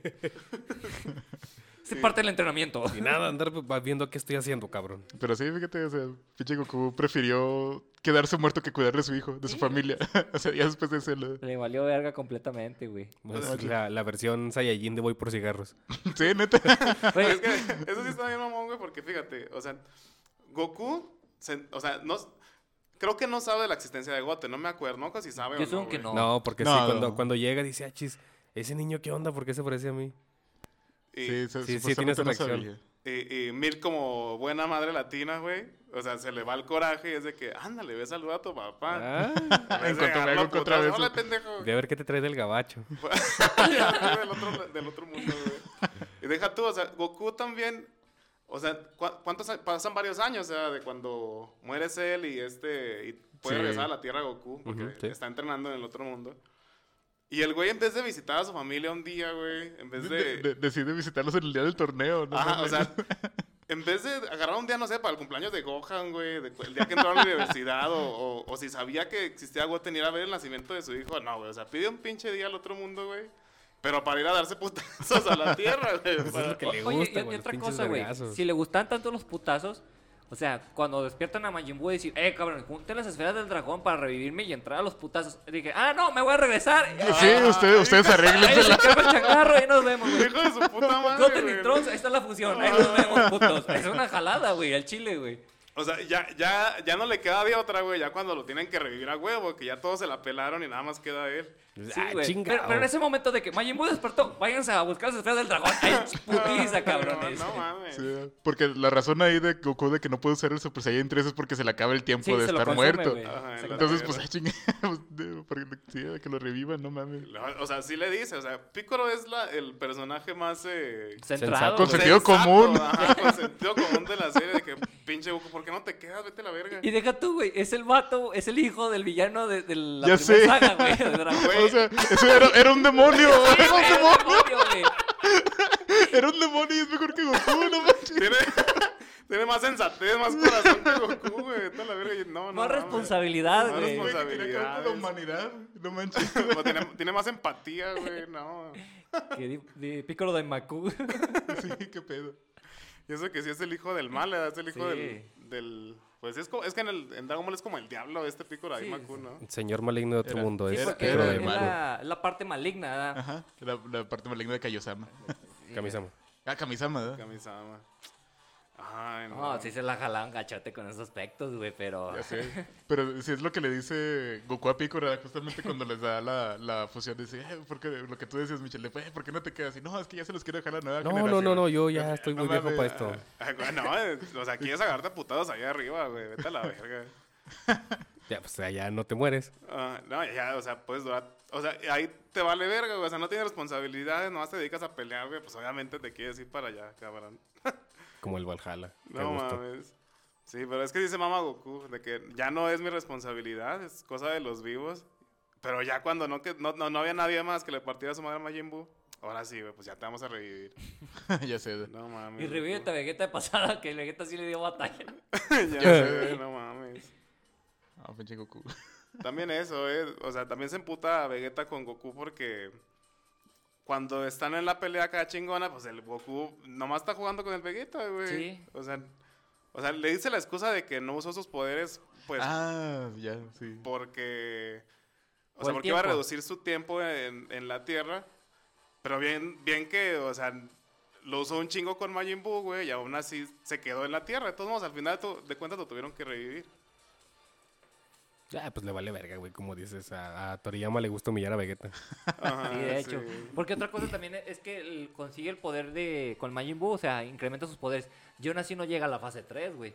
Speaker 4: Se parte del entrenamiento.
Speaker 1: Y nada, andar viendo qué estoy haciendo, cabrón.
Speaker 3: Pero sí, fíjate, o sea, pinche Goku prefirió quedarse muerto que cuidar de su hijo, de su familia. O sea, ya después de Cell.
Speaker 4: Le valió verga completamente, güey.
Speaker 1: Es la, la versión Saiyajin de Voy por cigarros.
Speaker 3: Sí, neta.
Speaker 4: Güey,
Speaker 2: Es que eso sí está bien mamón, güey, porque fíjate, o sea, Goku, se- o sea, no, creo que no sabe de la existencia de Goten, no me acuerdo, no casi sabe
Speaker 4: Yo
Speaker 2: o no,
Speaker 4: supongo que
Speaker 2: güey.
Speaker 4: no.
Speaker 1: No, porque
Speaker 3: No,
Speaker 1: sí,
Speaker 3: no.
Speaker 1: Cuando, cuando llega dice, ah, chis, ese niño, ¿qué onda? ¿Por qué se parece a mí?
Speaker 2: Y,
Speaker 3: se-
Speaker 1: sí, sí,
Speaker 3: supuestamente
Speaker 1: tiene esa
Speaker 3: no
Speaker 1: reacción.
Speaker 3: sabía.
Speaker 2: y- y eh, Mir como buena madre latina, güey, o sea, se le va el coraje y es de que, ándale, ve a saludar a tu papá.
Speaker 1: Ah,
Speaker 2: En
Speaker 3: En cuanto me hago otra vez.
Speaker 2: Hola, pendejo.
Speaker 1: ve a ver qué te trae del gabacho.
Speaker 2: del, otro, del otro mundo, güey. Y deja tú, o sea, Goku también. O sea, ¿cu- ¿cuántos a- pasan varios años? O sea, de cuando mueres él y este. Y puede
Speaker 3: Sí.
Speaker 2: regresar a la tierra Goku, porque
Speaker 1: Ujú, sí.
Speaker 2: está entrenando en el otro mundo. Y el güey, en vez de visitar a su familia un día, güey, en vez
Speaker 3: De- de- decide visitarlos en el día del torneo. ¿no?
Speaker 2: Ajá, o sea, en vez de agarrar un día, no sé, para el cumpleaños de Gohan, güey, de cu- el día que entró a la universidad, o, o- o si sabía que existía Goten, ir a ver el nacimiento de su hijo, no, güey, o sea, pide un pinche día al otro mundo, güey, pero para ir a darse putazos a la tierra, güey.
Speaker 1: Eso Pues es
Speaker 2: para-
Speaker 1: lo que le
Speaker 4: Oye,
Speaker 1: gusta,
Speaker 4: y- y,
Speaker 1: güey, los
Speaker 4: otra
Speaker 1: pinches
Speaker 4: cosa, güey.
Speaker 1: vergazos.
Speaker 4: Si le gustan tanto los putazos, o sea, cuando despiertan a Majin Buu y dicen, eh, cabrón, junten las esferas del dragón para revivirme y entrar a los putazos. Dije, ah, no, me voy a regresar.
Speaker 3: Sí,
Speaker 2: ah.
Speaker 3: ustedes, ustedes
Speaker 4: Ahí nos
Speaker 3: arréglense.
Speaker 4: sacamos el changarro, ahí nos vemos, güey.
Speaker 2: Hijo de su puta madre,
Speaker 4: Goten y
Speaker 2: güey.
Speaker 4: Trunks, ahí está la fusión, ahí nos vemos, putos. Es una jalada, güey, al chile, güey.
Speaker 2: O sea, ya, ya, ya no le queda de otra, güey, ya cuando lo tienen que revivir a huevo, que ya todos se la pelaron y nada más queda él.
Speaker 4: Sí,
Speaker 1: ah,
Speaker 4: güey.
Speaker 1: chingado.
Speaker 4: pero, pero en ese momento de que Majin Buu despertó, váyanse a buscar las esferas del dragón. Ay, putiza, cabrones.
Speaker 2: No, no mames.
Speaker 3: Sí, porque la razón ahí de Goku de que no puede usar el Super Saiyan 3 es porque se le acaba el tiempo
Speaker 4: Sí,
Speaker 3: de
Speaker 4: se lo
Speaker 3: estar
Speaker 4: consume,
Speaker 3: muerto.
Speaker 4: güey.
Speaker 2: Ajá, en Ah, la
Speaker 3: Entonces,
Speaker 2: verga.
Speaker 3: pues, ay, chinga, pues, de- porque- sí, de que lo revivan, no mames.
Speaker 2: O sea, sí le dice, o sea, Piccolo es la, el personaje más eh,
Speaker 4: Centrado.
Speaker 1: Con
Speaker 4: güey.
Speaker 3: sentido común.
Speaker 2: ajá, con sentido común de la serie de que pinche Goku, ¿por qué no te quedas? Vete a la verga.
Speaker 4: Y deja tú, güey, es el vato, es el hijo del villano de, de la
Speaker 3: Ya
Speaker 4: primera
Speaker 3: sé.
Speaker 4: saga, güey. de Dragon Ball.
Speaker 2: Güey.
Speaker 3: O sea, eso era, era un demonio, era un
Speaker 4: Era el
Speaker 3: demonio,
Speaker 4: demonio, güey.
Speaker 3: era un demonio y es mejor que Goku, no manches.
Speaker 2: Tiene, tiene más sensatez, más corazón que Goku, güey. Vete a la verga. Y No, no.
Speaker 4: Más
Speaker 2: mames.
Speaker 4: responsabilidad,
Speaker 2: No
Speaker 4: güey.
Speaker 2: respons-
Speaker 3: Güey, que tiene que ver con la
Speaker 2: Responsabilidades.
Speaker 3: humanidad. No manches.
Speaker 2: Pero Pues tiene, tiene más empatía, güey, no.
Speaker 4: Que di- di- Pícoro de Macu.
Speaker 3: Sí, qué pedo.
Speaker 2: Y eso que sí es el hijo del mal, ¿verdad? es el hijo
Speaker 4: Sí.
Speaker 2: del, del... Pues es, como, es que en, el, en Dragon Ball es como el diablo este pícoro ahí,
Speaker 4: Sí,
Speaker 2: Macu,
Speaker 4: sí.
Speaker 2: ¿no?
Speaker 1: El señor maligno de otro
Speaker 3: Era-
Speaker 1: mundo
Speaker 4: Sí,
Speaker 1: es
Speaker 4: porque
Speaker 1: Pícoro
Speaker 3: era-
Speaker 1: de
Speaker 4: es
Speaker 3: Macu.
Speaker 4: la, la parte maligna. ¿verdad?
Speaker 3: Ajá. La, la parte maligna de Kaiosama.
Speaker 1: Kamisama.
Speaker 3: Ah, Kamisama, ¿verdad?
Speaker 2: Kamisama. Ay, no.
Speaker 4: No, Ah, sí se la jalaban gachote con esos aspectos, güey, pero...
Speaker 3: Ya sé. Pero si es lo que le dice Goku a Picora, justamente cuando les da la, la fusión, dice, eh, porque lo que tú decías, Michelle, de, "Eh, ¿por qué no te quedas? Y no, es que ya se los quiero dejar a la nueva
Speaker 1: No, no,
Speaker 3: generación".
Speaker 1: no, no, yo ya estoy muy
Speaker 3: No
Speaker 1: viejo
Speaker 3: mames.
Speaker 1: para esto.
Speaker 2: Ay, güey, no, eh, o sea, quieres agarrarte a putados allá arriba, güey, vete a la verga.
Speaker 1: Ya, pues allá no te mueres.
Speaker 2: Ah, no, ya, o sea, puedes durar... O sea, ahí te vale verga, güey, o sea, no tienes responsabilidades, nomás te dedicas a pelear, güey, pues obviamente te quieres ir para allá, cabrón.
Speaker 1: Como el Valhalla. Qué
Speaker 2: No
Speaker 1: gusto.
Speaker 2: mames. Sí, pero es que dice mamá Goku, de que ya no es mi responsabilidad, es cosa de los vivos. Pero ya cuando no, que, no, no, no había nadie más que le partiera su madre a Majin Buu, ahora sí, güey, pues ya te vamos a revivir.
Speaker 3: ya sé.
Speaker 2: No mames.
Speaker 4: Y
Speaker 2: Goku.
Speaker 4: revívete a Vegeta de pasada, que el Vegeta sí le dio batalla.
Speaker 2: ya sé, güey, no mames.
Speaker 3: Ah, pinche Goku.
Speaker 4: Pues,
Speaker 2: También eso, eh, o sea, también se emputa a Vegeta con Goku porque cuando están en la pelea acá chingona, pues el Goku nomás está jugando con el Vegeta, güey.
Speaker 4: Sí.
Speaker 2: O sea, o sea, le dice la excusa de que no usó sus poderes, pues
Speaker 3: ah, ya, sí.
Speaker 2: porque o
Speaker 4: O
Speaker 2: sea,
Speaker 4: el
Speaker 2: porque iba a
Speaker 4: tiempo.
Speaker 2: reducir su tiempo en, en la Tierra, pero bien bien que, o sea, lo usó un chingo con Majin Buu, güey, y aún así se quedó en la Tierra. De todos modos, al final tu- de cuentas lo tuvieron que revivir.
Speaker 1: Ya, pues le vale verga, güey. Como dices, a, a Toriyama le gusta humillar a Vegeta.
Speaker 2: Ajá,
Speaker 4: Sí, de hecho.
Speaker 2: Ah, sí.
Speaker 4: Porque otra cosa también es que él consigue el poder de... Con Majin Buu, o sea, incrementa sus poderes. Yo así no llega a la fase 3, güey.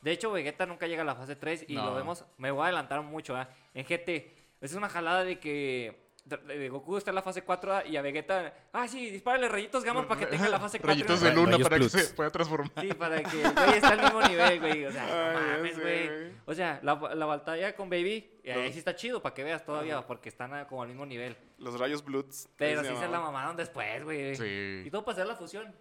Speaker 4: De hecho, Vegeta nunca llega a la fase 3 y
Speaker 3: No.
Speaker 4: lo vemos... Me voy a adelantar mucho, ¿ah? En GT, es una jalada de que... de- de Goku está en la fase 4 y a Vegeta... Ah, sí, dispárale rayitos gamma para que tenga la fase 4.
Speaker 3: Rayitos de
Speaker 1: Rayos
Speaker 3: luna para que
Speaker 1: Pluts.
Speaker 3: se pueda transformar.
Speaker 4: Sí, para que el güey esté al mismo nivel, güey. O sea, no
Speaker 2: Ay, ya
Speaker 4: mames,
Speaker 2: sé,
Speaker 4: güey.
Speaker 2: güey.
Speaker 4: O sea, la, la batalla con Baby, eh, ahí
Speaker 2: Los-
Speaker 4: sí está chido para que veas todavía, porque están a- como al mismo nivel.
Speaker 2: Los rayos Bloods.
Speaker 4: Pero
Speaker 2: así
Speaker 4: sí se la
Speaker 2: llamaban.
Speaker 4: mamaron después, güey.
Speaker 3: Pues, Sí.
Speaker 4: Y todo para hacer la fusión.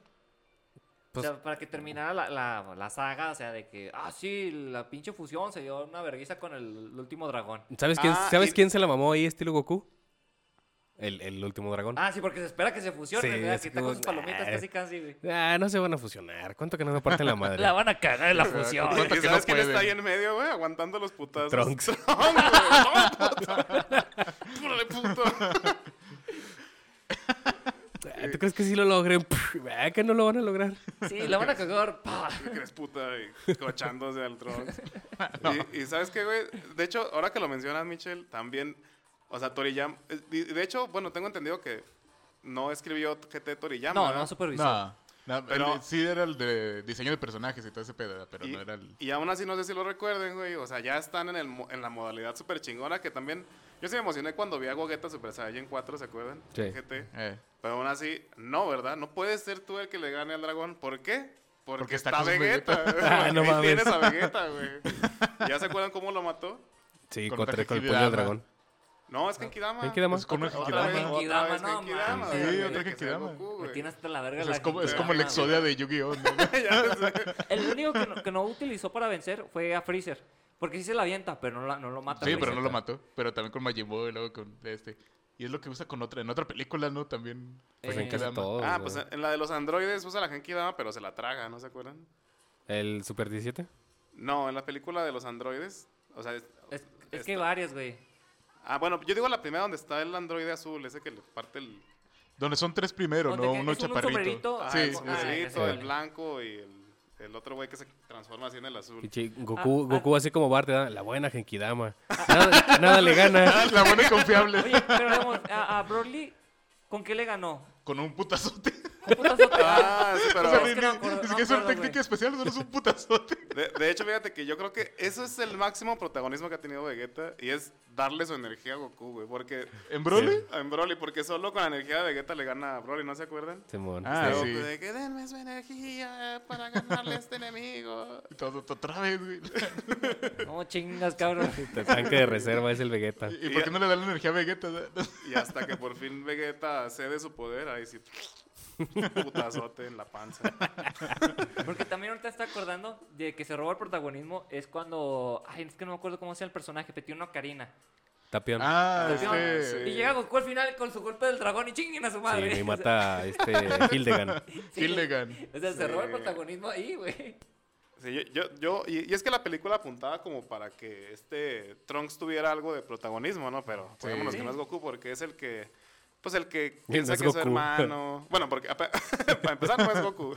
Speaker 1: Pues-
Speaker 4: o sea, para que terminara la, la- la saga, o sea, de que, ah, sí, la pinche fusión se dio una vergüenza con el, el último dragón.
Speaker 1: ¿Sabes quién,
Speaker 2: Ah,
Speaker 1: ¿sabes
Speaker 2: y-
Speaker 1: quién se la mamó ahí, estilo Goku? El, el último dragón. Ah.
Speaker 4: Ah, sí, porque se espera que se fusione,
Speaker 1: Sí,
Speaker 4: ¿verdad?
Speaker 1: es
Speaker 4: Que está con
Speaker 1: como-
Speaker 4: sus palomitas
Speaker 3: eh,
Speaker 1: Ah.
Speaker 4: casi, casi, güey.
Speaker 1: no se van a fusionar. ¿Cuánto que no me parten la madre?
Speaker 4: La van a cagar en la fusión.
Speaker 3: Cuenta
Speaker 2: ¿Y
Speaker 3: que
Speaker 2: sabes
Speaker 3: no
Speaker 2: quién
Speaker 3: pueden.
Speaker 2: está ahí en medio, güey? Aguantando los putazos.
Speaker 1: Trunks.
Speaker 2: Trunks, güey. Trunks. Púrale, puto.
Speaker 1: Ah, ¿Tú crees que sí lo logren? Pff, ah, que no lo van a lograr?
Speaker 4: sí, la van a cagar. pa.
Speaker 2: ¿Qué crees, puta? Y cochándose al Trunks. Y, y ¿sabes qué, güey? De hecho, ahora que lo mencionas, Michelle, también... O sea, Toriyama... eh, y- y De hecho, bueno, tengo entendido que no escribió GT Toriyama.
Speaker 4: No,
Speaker 2: ¿verdad?
Speaker 4: no, supervisor.
Speaker 3: No, no
Speaker 2: Pero-
Speaker 3: el- sí era el de diseño de personajes y todo ese pedo, pero
Speaker 2: y,
Speaker 3: no era el...
Speaker 2: y aún así, no sé si lo recuerden, güey. O sea, ya están en, el, mo- en la modalidad super chingona que también... Yo sí me emocioné cuando vi a Gogeta Super Saiyan 4, ¿se acuerdan?
Speaker 1: Sí.
Speaker 2: En GT.
Speaker 3: eh,
Speaker 2: Pero aún así, no, ¿verdad? No puedes ser tú el que le gane al dragón. ¿Por qué? Porque,
Speaker 3: Porque está
Speaker 2: está,
Speaker 3: con su
Speaker 2: Vegeta. güey.
Speaker 1: Ah, no
Speaker 2: Ahí
Speaker 1: mames.
Speaker 2: tienes a Vegeta, güey. ¿Ya se acuerdan cómo lo mató?
Speaker 1: Sí,
Speaker 3: Con
Speaker 1: con,
Speaker 3: otra
Speaker 1: tre- con el
Speaker 3: Genkidama.
Speaker 1: puño del dragón.
Speaker 2: No, es Kenkidama.
Speaker 1: ¿Ven qué dama?
Speaker 3: es como una
Speaker 2: Otra vez,
Speaker 3: Genkidama.
Speaker 4: Genkidama.
Speaker 2: otra vez
Speaker 4: no
Speaker 2: Genkidama,
Speaker 4: mames.
Speaker 2: güey,
Speaker 4: Sí,
Speaker 2: tiene
Speaker 4: otra
Speaker 2: que ser
Speaker 3: Genkidama.
Speaker 2: Goku,
Speaker 4: Me
Speaker 2: güey.
Speaker 4: tiene hasta la verga
Speaker 3: o sea,
Speaker 4: la
Speaker 3: es como, es
Speaker 4: gente,
Speaker 3: como el
Speaker 4: no mames.
Speaker 3: Exodia de Yu-Gi-Oh! ¿no?
Speaker 2: Ya sé.
Speaker 4: El único que no, que no utilizó para vencer fue a Freezer. Porque sí se la avienta, pero no, la- no lo mata.
Speaker 3: Sí,
Speaker 4: Freezer.
Speaker 3: pero no lo mató. Pero también con Majin Buu y luego con este. Y es lo que usa con otra, en otra película, ¿no? También.
Speaker 1: Pues
Speaker 4: Eh,
Speaker 1: en casi
Speaker 3: Genkidama.
Speaker 1: todos.
Speaker 2: Ah,
Speaker 1: güey.
Speaker 2: pues en la de los androides usa la Genkidama, pero se la traga, ¿no se acuerdan?
Speaker 1: ¿El Super 17?
Speaker 2: No, en la película de los androides. O sea, es-
Speaker 4: Es, es que varias, güey.
Speaker 2: ah, bueno, yo digo la primera donde está el androide azul, ese que le parte el,
Speaker 3: Donde son tres primero,
Speaker 4: Donde
Speaker 3: ¿no?
Speaker 4: que
Speaker 3: Uno
Speaker 4: es un
Speaker 3: chaparrito.
Speaker 4: sombrerito,
Speaker 2: ah,
Speaker 3: sí,
Speaker 2: el,
Speaker 3: sí,
Speaker 4: con- ah,
Speaker 3: sí.
Speaker 2: sombrerito,
Speaker 4: ese,
Speaker 2: el
Speaker 4: vale.
Speaker 2: blanco y el, el otro güey que se transforma así en el azul.
Speaker 1: Pinche Goku,
Speaker 4: Ah, ah.
Speaker 1: Goku así como Bart, te da la buena Genkidama. Nada, nada le gana.
Speaker 3: Ah, La buena y confiable.
Speaker 4: Oye, pero vemos, a, a Broly, ¿con qué le ganó?
Speaker 3: Con un putazote.
Speaker 4: Con putazote.
Speaker 2: Ah, sí, pero...
Speaker 3: o sea,
Speaker 4: es
Speaker 3: ni-
Speaker 4: que no
Speaker 3: ni-
Speaker 4: acuerdo-
Speaker 3: ni
Speaker 4: no
Speaker 3: siquiera es una
Speaker 4: acuerdo,
Speaker 3: técnica
Speaker 4: güey.
Speaker 3: especial, solo es un putazote.
Speaker 2: De, de hecho, fíjate que yo creo que eso es el máximo protagonismo que ha tenido Vegeta y es darle su energía a Goku, güey, porque
Speaker 3: ¿En Broly?
Speaker 2: a Broly, porque solo con la energía de Vegeta le gana a Broly, ¿no se acuerdan?
Speaker 1: Simón.
Speaker 3: Ah,
Speaker 2: De Goku,
Speaker 3: sí.
Speaker 2: de que denme su energía para ganarle a este enemigo.
Speaker 3: Y todo, todo otra vez, güey.
Speaker 4: No chingas, cabrón.
Speaker 1: El Este tanque de reserva es el Vegeta.
Speaker 3: ¿Y por qué no le da la energía a Vegeta?
Speaker 2: Y hasta que por fin Vegeta cede su poder, ahí sí. putazote en la panza.
Speaker 4: Porque también ahorita está acordando de que se robó el protagonismo es cuando. Ay, es que no me acuerdo cómo se llama el personaje, pero tiene una carina.
Speaker 1: Tapión.
Speaker 3: Ah,
Speaker 4: Tapión.
Speaker 3: este.
Speaker 4: Y llega Goku al final con su golpe del dragón y chinguen a su
Speaker 1: sí,
Speaker 4: madre.
Speaker 1: me mata a este Hildegard.
Speaker 4: Sí.
Speaker 3: Gilligan.
Speaker 4: O sea, se
Speaker 2: Sí.
Speaker 4: robó el protagonismo ahí, güey.
Speaker 2: Sí, yo, yo, yo- y, y es que la película apuntaba como para que este Trunks tuviera algo de protagonismo, ¿no? Pero pongámonos que no es Goku porque es el que, pues el que piensa
Speaker 1: es
Speaker 2: que es su
Speaker 1: Goku.
Speaker 2: hermano. Bueno, porque apa- para empezar no es Goku.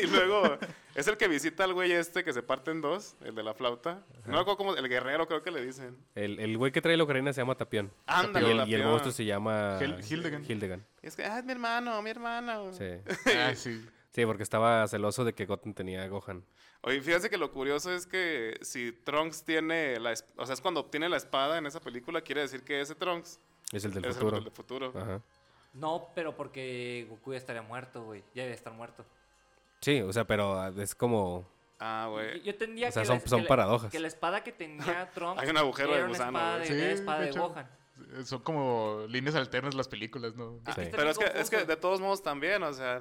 Speaker 2: y luego es el que visita al güey este que se parte en dos, el de la flauta. No me acuerdo cómo, el guerrero creo que le dicen.
Speaker 1: El, el güey que trae la ocarina se llama Tapión.
Speaker 2: Ándale,
Speaker 1: y, el, y el
Speaker 2: Tapión.
Speaker 1: monstruo se llama
Speaker 3: Hil- Hildegard.
Speaker 2: Y es que, ah, es mi hermano, mi hermano.
Speaker 1: Sí.
Speaker 3: Ah, sí.
Speaker 1: Sí, porque estaba celoso de que Goten tenía a Gohan.
Speaker 2: Oye, fíjense que lo curioso es que si Trunks tiene la... es- O sea, es cuando obtiene la espada en esa película, quiere decir que ese Trunks
Speaker 1: Es el del
Speaker 2: es
Speaker 1: futuro.
Speaker 2: el del futuro.
Speaker 1: Ajá.
Speaker 4: No, pero porque Goku ya estaría muerto, güey. Ya debe estar muerto.
Speaker 1: Sí, o sea, pero ah, es como.
Speaker 2: Ah,
Speaker 4: Yo-
Speaker 2: güey.
Speaker 4: Yo tendría
Speaker 1: O sea,
Speaker 4: que
Speaker 1: son-
Speaker 4: la- que
Speaker 1: son
Speaker 4: la-
Speaker 1: paradojas.
Speaker 4: Que la espada que tenía Trump.
Speaker 2: Hay un agujero de
Speaker 4: era una
Speaker 2: gusano,
Speaker 4: espada
Speaker 2: güey.
Speaker 4: de-
Speaker 3: Sí,
Speaker 4: era espada
Speaker 3: de
Speaker 4: de
Speaker 3: hecho.
Speaker 4: Gohan.
Speaker 3: Son como líneas alternas las películas, ¿no?
Speaker 1: Ah, Sí.
Speaker 4: está
Speaker 2: Pero es que,
Speaker 4: bien
Speaker 2: es que
Speaker 4: confuso.
Speaker 2: de todos modos también, o sea...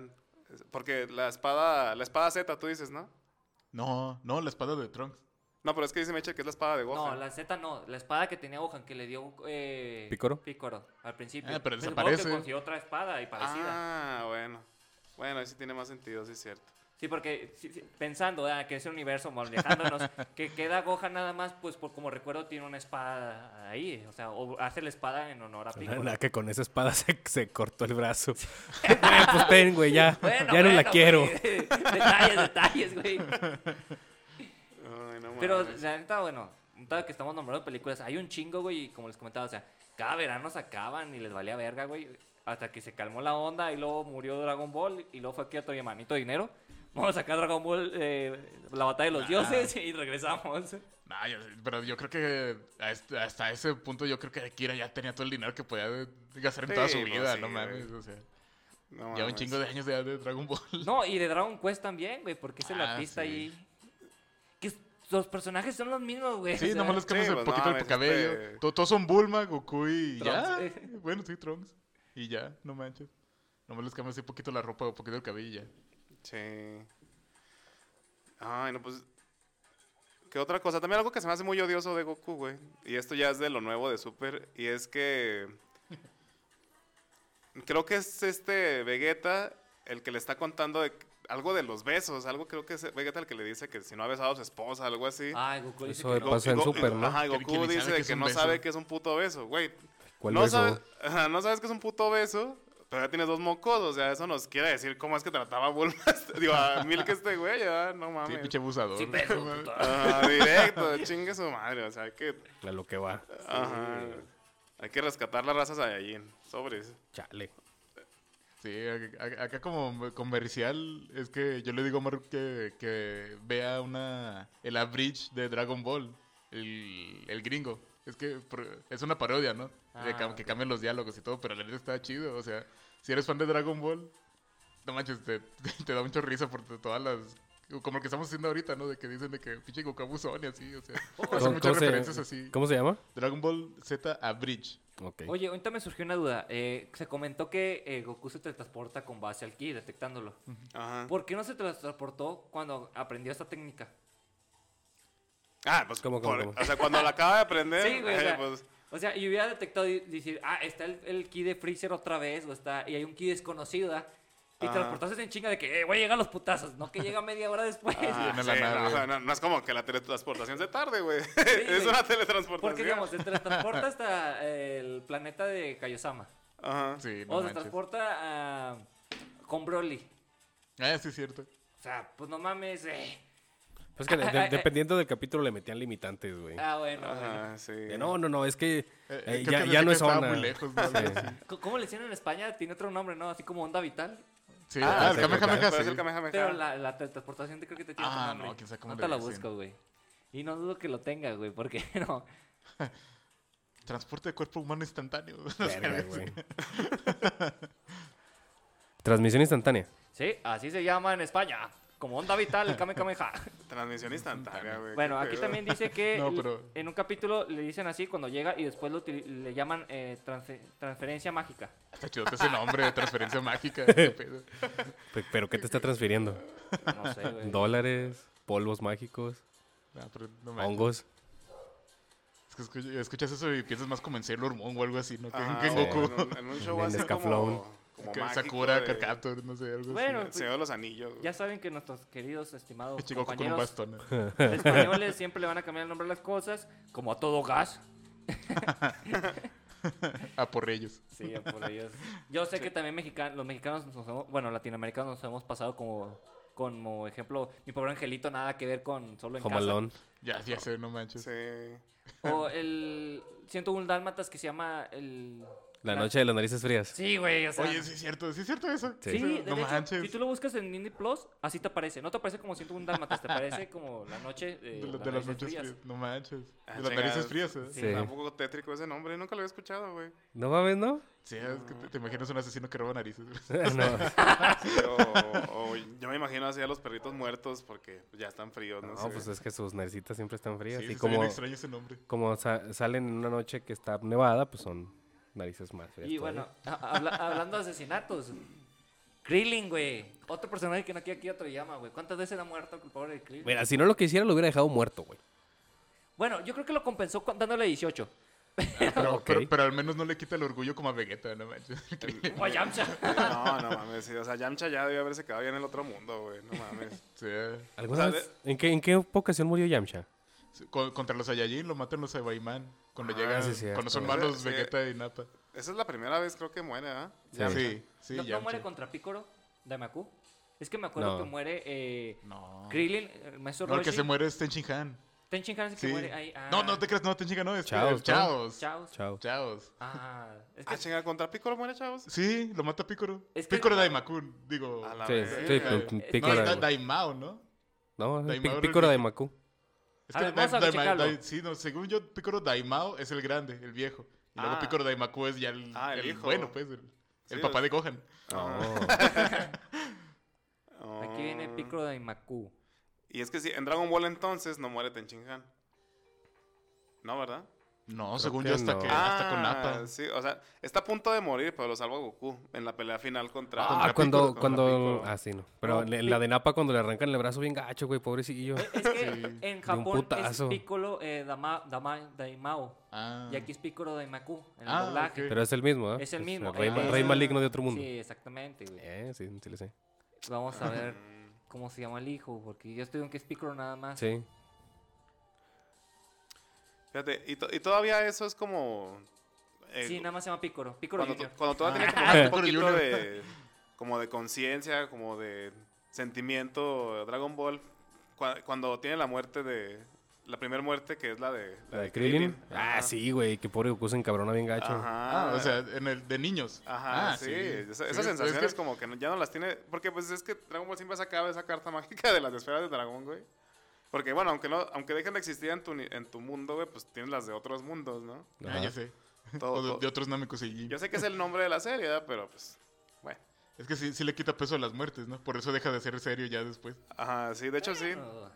Speaker 2: es- Porque la espada... La espada Z, tú dices, ¿no?
Speaker 3: No, no, la espada de Trunks.
Speaker 2: No, pero es que dice Meche que es la espada de Gohan.
Speaker 4: No, la Z no, la espada que tenía Gohan que le dio eh,
Speaker 1: ¿Pícoro?
Speaker 4: al principio.
Speaker 3: Ah, pero
Speaker 4: Se supone
Speaker 3: desaparece.
Speaker 4: que consiguió otra espada y parecida.
Speaker 2: Ah, bueno. Bueno, ahí sí tiene más sentido, sí es cierto.
Speaker 4: Sí, porque sí, sí, pensando ah, que ese universo, manejándonos, que queda Gohan nada más, pues por como recuerdo tiene una espada ahí, o sea, o hace la espada en honor a Piccolo.
Speaker 1: Nada, que con esa espada se, se cortó el brazo. Güey, pues ten, güey, ya.
Speaker 4: Bueno,
Speaker 1: ya no la
Speaker 4: bueno, pues.
Speaker 1: quiero.
Speaker 4: güey. detalles, detalles, güey.
Speaker 2: Ay, no
Speaker 4: Pero
Speaker 2: mames.
Speaker 4: la neta, bueno, ahorita que estamos nombrando películas, hay un chingo, güey, y como les comentaba, o sea, cada verano sacaban y les valía verga, güey, hasta que se calmó la onda y luego murió Dragon Ball y luego fue aquí a Toya Manito Dinero. Vamos a sacar Dragon Ball, eh, la batalla de
Speaker 3: Ah.
Speaker 4: los dioses y regresamos.
Speaker 3: Nah, yo- pero yo creo que a este- hasta ese punto yo creo que Akira ya tenía todo el dinero que podía de- gastar en
Speaker 2: Sí,
Speaker 3: toda su
Speaker 2: pues
Speaker 3: vida,
Speaker 2: sí,
Speaker 3: no
Speaker 2: güey.
Speaker 3: mames. O sea,
Speaker 2: No
Speaker 3: ya un
Speaker 2: mames.
Speaker 3: chingo de años de, de Dragon Ball.
Speaker 4: No, y de Dragon Quest también, güey, porque es el
Speaker 3: Ah,
Speaker 4: artista
Speaker 3: sí.
Speaker 4: ahí. Que es- los personajes son los mismos, güey.
Speaker 3: Sí,
Speaker 4: o sea,
Speaker 3: nomás les cambias
Speaker 2: sí,
Speaker 3: un
Speaker 2: pues, no
Speaker 3: poquito
Speaker 2: mames,
Speaker 3: el cabello.
Speaker 2: este-
Speaker 3: To- Todos son Bulma, Goku y
Speaker 4: Trunks. eh.
Speaker 3: ya. Bueno, sí, Trunks. Y ya, no manches. Nomás les cambias un poquito la ropa, un poquito el cabello y ya.
Speaker 2: Sí. Ay, no, pues. ¿Qué otra cosa? También algo que se me hace muy odioso de Goku, güey. Y esto ya es de lo nuevo de Super. Y es que. Creo que es este Vegeta el que le está contando de- algo de los besos. Algo creo que es Vegeta el que le dice que si no ha besado a su esposa, algo así.
Speaker 4: Ay, Goku dice
Speaker 1: Eso
Speaker 4: que
Speaker 1: de
Speaker 4: no.
Speaker 1: paso- pasa en
Speaker 2: Go-
Speaker 1: Super, ¿no?
Speaker 2: Ajá, y
Speaker 3: Que- que
Speaker 2: Goku
Speaker 3: ni sabe
Speaker 2: dice
Speaker 3: que
Speaker 2: que,
Speaker 3: es un
Speaker 2: no
Speaker 3: beso.
Speaker 2: sabe que es un puto beso, güey.
Speaker 1: ¿Cuál
Speaker 2: no
Speaker 1: beso?
Speaker 2: sabes, ajá, no sabes que es un puto beso, pero ya tienes dos mocos, o sea, eso nos quiere decir cómo es que trataba a Bulma, este- digo, a Milk este güey, ya, no
Speaker 3: Sí,
Speaker 2: mames.
Speaker 3: pinche abusador.
Speaker 4: Sí,
Speaker 3: ¿no?
Speaker 4: pero,
Speaker 3: No mames.
Speaker 4: puto.
Speaker 2: Ajá, directo, chingue su madre, o sea, hay que,
Speaker 1: A lo que va.
Speaker 2: ajá, hay que rescatar las razas Saiyajin, sobres.
Speaker 1: Chale.
Speaker 3: Sí, a- a- acá como comercial es que yo le digo a Maru que, que vea una el abridge de Dragon Ball, el, el gringo. Es que por- es una parodia, ¿no? De
Speaker 4: Ah,
Speaker 3: cam- que cambian los diálogos y todo, pero la neta está chido. O sea, si eres fan de Dragon Ball, no manches, te, te- te da mucho risa por todas las... Como lo que estamos haciendo ahorita, ¿no? De que dicen de que pinche Goku abusón y así, o sea. Hacen muchas referencias así.
Speaker 1: eh, ¿Cómo se llama?
Speaker 3: Dragon Ball Z Abridge.
Speaker 1: Ok.
Speaker 4: Oye, ahorita me surgió una duda. Eh, se comentó que eh, Goku se teletransporta con base al ki, detectándolo.
Speaker 2: Ajá.
Speaker 4: ¿Por qué no se teletransportó cuando aprendió esta técnica?
Speaker 2: Ah, pues,
Speaker 1: ¿Cómo, cómo,
Speaker 2: por-
Speaker 1: cómo?
Speaker 2: o sea, cuando la acaba de aprender,
Speaker 4: Sí, güey. O
Speaker 2: eh,
Speaker 4: sea,
Speaker 2: pues,
Speaker 4: o sea, y hubiera detectado y decir, ah, está el, el ki de Freezer otra vez, o está, y hay un ki desconocido. ¿ah? Y
Speaker 2: Ajá.
Speaker 4: transportarse en chinga de que, eh, voy a llegar a los putazos, no que llega media hora después.
Speaker 2: ah,
Speaker 3: en la
Speaker 2: sí,
Speaker 3: nave.
Speaker 2: no, o sea, no, no es como que la teletransportación se tarde, güey, es
Speaker 4: güey.
Speaker 2: una teletransportación.
Speaker 4: Porque, digamos, se transporta hasta el planeta de Kaiosama.
Speaker 2: Ajá.
Speaker 3: Sí, no
Speaker 4: o se
Speaker 3: manches.
Speaker 4: transporta a- con Broly.
Speaker 3: Ah, sí, es cierto.
Speaker 4: O sea, pues no mames. eh.
Speaker 1: Pues que de- de- dependiendo del capítulo le metían limitantes, güey.
Speaker 4: Ah, bueno. bueno.
Speaker 2: Ajá, sí.
Speaker 1: De, no, no, no, es que
Speaker 3: Eh,
Speaker 1: eh,
Speaker 3: creo
Speaker 1: ya,
Speaker 3: que desde
Speaker 1: ya no
Speaker 3: que
Speaker 1: es
Speaker 3: estaba
Speaker 1: onda.
Speaker 3: muy lejos, ¿no? Algo así.
Speaker 4: C- ¿Cómo le hicieron en España? Tiene otro nombre, ¿no? Así como onda vital.
Speaker 3: Sí,
Speaker 2: Ah,
Speaker 3: ah, el
Speaker 1: sí,
Speaker 3: Kamehameha,
Speaker 2: Puede
Speaker 3: sí.
Speaker 2: ser Kamehameha.
Speaker 4: Pero la, la teletransportación creo que te tiene otro
Speaker 3: Ah,
Speaker 4: nombre.
Speaker 3: no, quién sabe cómo
Speaker 4: te
Speaker 3: le
Speaker 4: la
Speaker 3: dicen.
Speaker 4: busco, güey. Y no dudo que lo tenga, güey, porque no.
Speaker 3: Transporte de cuerpo humano instantáneo.
Speaker 1: Verga, güey. Transmisión instantánea.
Speaker 4: Sí, así se llama en España. Como onda vital, el Kame Kame Ha.
Speaker 2: Transmisión instantánea, güey.
Speaker 4: Bueno,
Speaker 2: qué
Speaker 4: aquí
Speaker 2: pedo.
Speaker 4: Mm, también dice que
Speaker 3: No,
Speaker 4: l-
Speaker 3: pero-
Speaker 4: en un capítulo le dicen así cuando llega y después lo util- le llaman eh, transfe- transferencia mágica.
Speaker 3: Está chido ese nombre de transferencia mágica. qué pedo.
Speaker 1: Pe- ¿Pero qué te está transfiriendo?
Speaker 4: No sé, güey.
Speaker 1: ¿Dólares? ¿Polvos mágicos?
Speaker 3: No, pero no me-
Speaker 1: ¿Hongos?
Speaker 3: Es que escuch- escuchas eso y piensas más como en Sailor Moon o algo así, ¿no? Que en-
Speaker 2: Ajá,
Speaker 3: que en
Speaker 2: o
Speaker 3: Goku.
Speaker 2: En un, en un show
Speaker 1: En
Speaker 2: así
Speaker 1: Escaflón.
Speaker 2: como, como
Speaker 3: Que
Speaker 2: Ah, mágico
Speaker 3: Sakura,
Speaker 2: de-
Speaker 3: Carcator, no sé, algo
Speaker 4: Bueno,
Speaker 3: así.
Speaker 2: Se ve los anillos. güey.
Speaker 4: Ya saben que nuestros queridos, estimados
Speaker 3: Este Goku con un
Speaker 4: compañeros
Speaker 3: bastón.
Speaker 4: españoles siempre le van a cambiar el nombre a las cosas, como a todo gas.
Speaker 3: A por ellos.
Speaker 4: Sí, a por ellos. Yo sé que también mexican- los mexicanos nos hemos, bueno, latinoamericanos nos hemos pasado como, como ejemplo, mi pobre angelito, nada que ver con solo en casa.
Speaker 1: ¿Jomalón?
Speaker 3: Ya, ya sé, no manches.
Speaker 2: Sí.
Speaker 4: O el 101 dálmatas que se llama el...
Speaker 3: Ah.
Speaker 1: ¿La noche de las narices frías?
Speaker 4: Sí, güey, o sea...
Speaker 3: Oye, sí es cierto, sí es cierto eso.
Speaker 1: Sí.
Speaker 4: Sí,
Speaker 1: Eso,
Speaker 4: de
Speaker 3: no
Speaker 4: hecho,
Speaker 3: manches.
Speaker 4: si tú lo buscas en Indie Plus, así te aparece. No te aparece como 101 dálmatas, te aparece como la noche de,
Speaker 3: De, la-
Speaker 4: las
Speaker 3: de las
Speaker 4: narices
Speaker 3: noches
Speaker 4: frías.
Speaker 3: frías. No manches.
Speaker 2: Ah,
Speaker 3: de las
Speaker 2: chinga,
Speaker 3: narices frías, ¿eh?
Speaker 1: Sí.
Speaker 3: Sí,
Speaker 2: Está un poco tétrico ese nombre, nunca lo había escuchado, güey.
Speaker 1: ¿No mames, no?
Speaker 3: es que te, te imaginas un asesino que roba narices.
Speaker 1: no.
Speaker 2: Sí, o, o yo me imagino así a los perritos muertos porque ya están fríos, no,
Speaker 1: No,
Speaker 2: sé.
Speaker 1: pues es que sus naricitas siempre están
Speaker 3: Sí,
Speaker 1: frías.
Speaker 3: sí,
Speaker 1: y
Speaker 3: está bien
Speaker 1: como,
Speaker 3: extraño ese nombre.
Speaker 1: como sa- salen en una noche que está nevada, pues son narices más frías.
Speaker 4: Y bueno, a- habla- hablando de asesinatos. Krillin, güey. Otro personaje que no quiere aquí otro llama, güey. ¿Cuántas veces ha muerto el culpable de Krillin?
Speaker 1: Mira, si no lo quisiera, lo hubiera dejado muerto, güey.
Speaker 4: Bueno, yo creo que lo compensó con- dándole 18.
Speaker 3: Pero,
Speaker 1: Ok.
Speaker 3: pero, pero al menos no le quita el orgullo como a Vegeta, no manches.
Speaker 4: O a Yamcha.
Speaker 2: No, no mames. sí, o sea, Yamcha ya debió haberse quedado ya en el otro mundo, güey. No mames.
Speaker 3: Sí.
Speaker 1: ¿Alguna
Speaker 2: O sea,
Speaker 1: vez- ¿En, qué, ¿En qué ocasión murió Yamcha?
Speaker 3: Sí, con- Contra los Saiyajin lo matan los Saibaiman. Cuando
Speaker 1: Ah,
Speaker 3: llegan,
Speaker 1: sí, cierto.
Speaker 3: cuando son
Speaker 2: Ese-
Speaker 3: malos
Speaker 2: sí.
Speaker 3: Vegeta y Nappa.
Speaker 2: Esa es la primera vez creo que muere, ¿ah?
Speaker 1: Ya,
Speaker 3: Sí, sí,
Speaker 4: ¿No, no
Speaker 3: Yamcha.
Speaker 4: muere contra Picoro de Maku? Es que me acuerdo
Speaker 1: No.
Speaker 4: que muere eh,
Speaker 3: No.
Speaker 4: Krillin, el maestro
Speaker 3: No, el que
Speaker 4: Roshi.
Speaker 3: se muere es Tenchin Han.
Speaker 4: Tenchin Han es el que
Speaker 3: Sí.
Speaker 4: muere ahí. Ah,
Speaker 3: No, no te creas, no, Tenchin Han no. Este,
Speaker 1: Chaos,
Speaker 3: Chaos.
Speaker 1: ¿no?
Speaker 3: Chaos.
Speaker 4: Chao.
Speaker 1: Chao.
Speaker 3: Chaos.
Speaker 4: Ah, es que
Speaker 2: Ah, chinga, contra Piccolo muere, chavos.
Speaker 3: Sí, lo mata Picoro.
Speaker 4: Es que-
Speaker 3: Picoro Daimakun, digo.
Speaker 2: A la
Speaker 1: Sí,
Speaker 2: verga.
Speaker 1: sí,
Speaker 3: eh,
Speaker 1: con-
Speaker 4: eh,
Speaker 1: Picoro
Speaker 3: No, es Da-
Speaker 1: de-
Speaker 3: Daimao, ¿no?
Speaker 1: No,
Speaker 3: Daimao era
Speaker 1: Pi-
Speaker 3: el
Speaker 1: Picoro
Speaker 3: que-
Speaker 1: de Maku.
Speaker 3: Es
Speaker 4: A
Speaker 3: que
Speaker 4: ver,
Speaker 3: Dai-
Speaker 4: vamos a
Speaker 3: Daima-
Speaker 4: checarlo.
Speaker 3: Dai- sí, no, según yo, Picoro Daimao es el grande, el viejo. Y luego
Speaker 2: Ah.
Speaker 3: Picoro Daimaku es ya el,
Speaker 2: Ah, el
Speaker 3: el
Speaker 2: hijo.
Speaker 3: bueno, pues. El, el
Speaker 2: Sí,
Speaker 3: papá
Speaker 2: es-
Speaker 3: de Gohan. Ah.
Speaker 2: Oh.
Speaker 4: aquí viene Picoro de Maku.
Speaker 2: Y es que sí, en Dragon Ball entonces no muere Tenchin Han. No, ¿verdad? Ah,
Speaker 3: No, según yo,
Speaker 1: que
Speaker 3: hasta
Speaker 1: no.
Speaker 3: que hasta con Nappa.
Speaker 2: Sí, o sea, está a punto de morir, pero lo salva Goku en la pelea final contra.
Speaker 1: Ah,
Speaker 3: Contra
Speaker 1: cuando,
Speaker 2: Piccolo,
Speaker 1: cuando...
Speaker 2: Piccolo.
Speaker 1: Ah, sí, no. Pero en la de Napa cuando le arrancan el brazo bien gacho, güey, pobrecillo.
Speaker 4: Es que
Speaker 3: Sí.
Speaker 4: en
Speaker 1: De un
Speaker 4: Japón es
Speaker 1: putazo.
Speaker 4: Piccolo eh, Dama- Dama- Daimao.
Speaker 3: Ah.
Speaker 4: Y aquí es Piccolo Daimaku. En el
Speaker 3: Ah,
Speaker 4: doblaje.
Speaker 3: ok.
Speaker 1: Pero es el mismo, ¿eh?
Speaker 4: Es el mismo.
Speaker 1: Rey,
Speaker 4: eh,
Speaker 1: ma-
Speaker 4: es-
Speaker 1: rey maligno de otro mundo.
Speaker 4: Sí, exactamente, güey. Pues
Speaker 1: Eh, sí, sí le sé.
Speaker 4: Vamos a ver cómo se llama el hijo, porque yo estoy en que es Piccolo nada más.
Speaker 1: Sí.
Speaker 2: Fíjate, y, to- y todavía eso es como. eh,
Speaker 4: Sí, nada más se llama Piccolo. Piccolo
Speaker 2: cuando, to-
Speaker 4: Junior.
Speaker 2: cuando todavía tenía
Speaker 3: Ah,
Speaker 2: como un
Speaker 3: Piccolo
Speaker 2: poquito
Speaker 3: Junior.
Speaker 2: de. Como de conciencia, como de sentimiento. Dragon Ball. cua- Cuando tiene la muerte de. La primera muerte que es la de.
Speaker 1: La de Krillin. Ah,
Speaker 2: Ajá.
Speaker 1: sí, güey, que pobre Goku se encabrona bien gacho.
Speaker 2: Ajá.
Speaker 3: Ah, o sea, en el de niños.
Speaker 2: Ajá,
Speaker 3: Ah,
Speaker 2: sí. Esa,
Speaker 3: Sí,
Speaker 2: esas
Speaker 3: es
Speaker 2: sensaciones
Speaker 3: que-
Speaker 2: como que no- ya no las tiene. Porque pues es que Dragon Ball siempre sacaba esa carta mágica de las esferas de dragón, güey. Porque bueno, aunque no, aunque dejen de existir en tu, ni- en tu mundo, güey, pues tienes las de otros mundos, ¿no?
Speaker 3: Ah,
Speaker 1: Ajá.
Speaker 3: ya sé.
Speaker 2: Todo-
Speaker 3: o de,
Speaker 2: todo-
Speaker 3: de otros Namekus y
Speaker 2: Yo sé que es el nombre de la serie, ¿verdad? pero pues. Bueno.
Speaker 3: Es que sí, sí le quita peso a las muertes, ¿no? Por eso deja de ser serio ya después.
Speaker 2: Ajá, sí, de hecho sí.
Speaker 4: Bueno,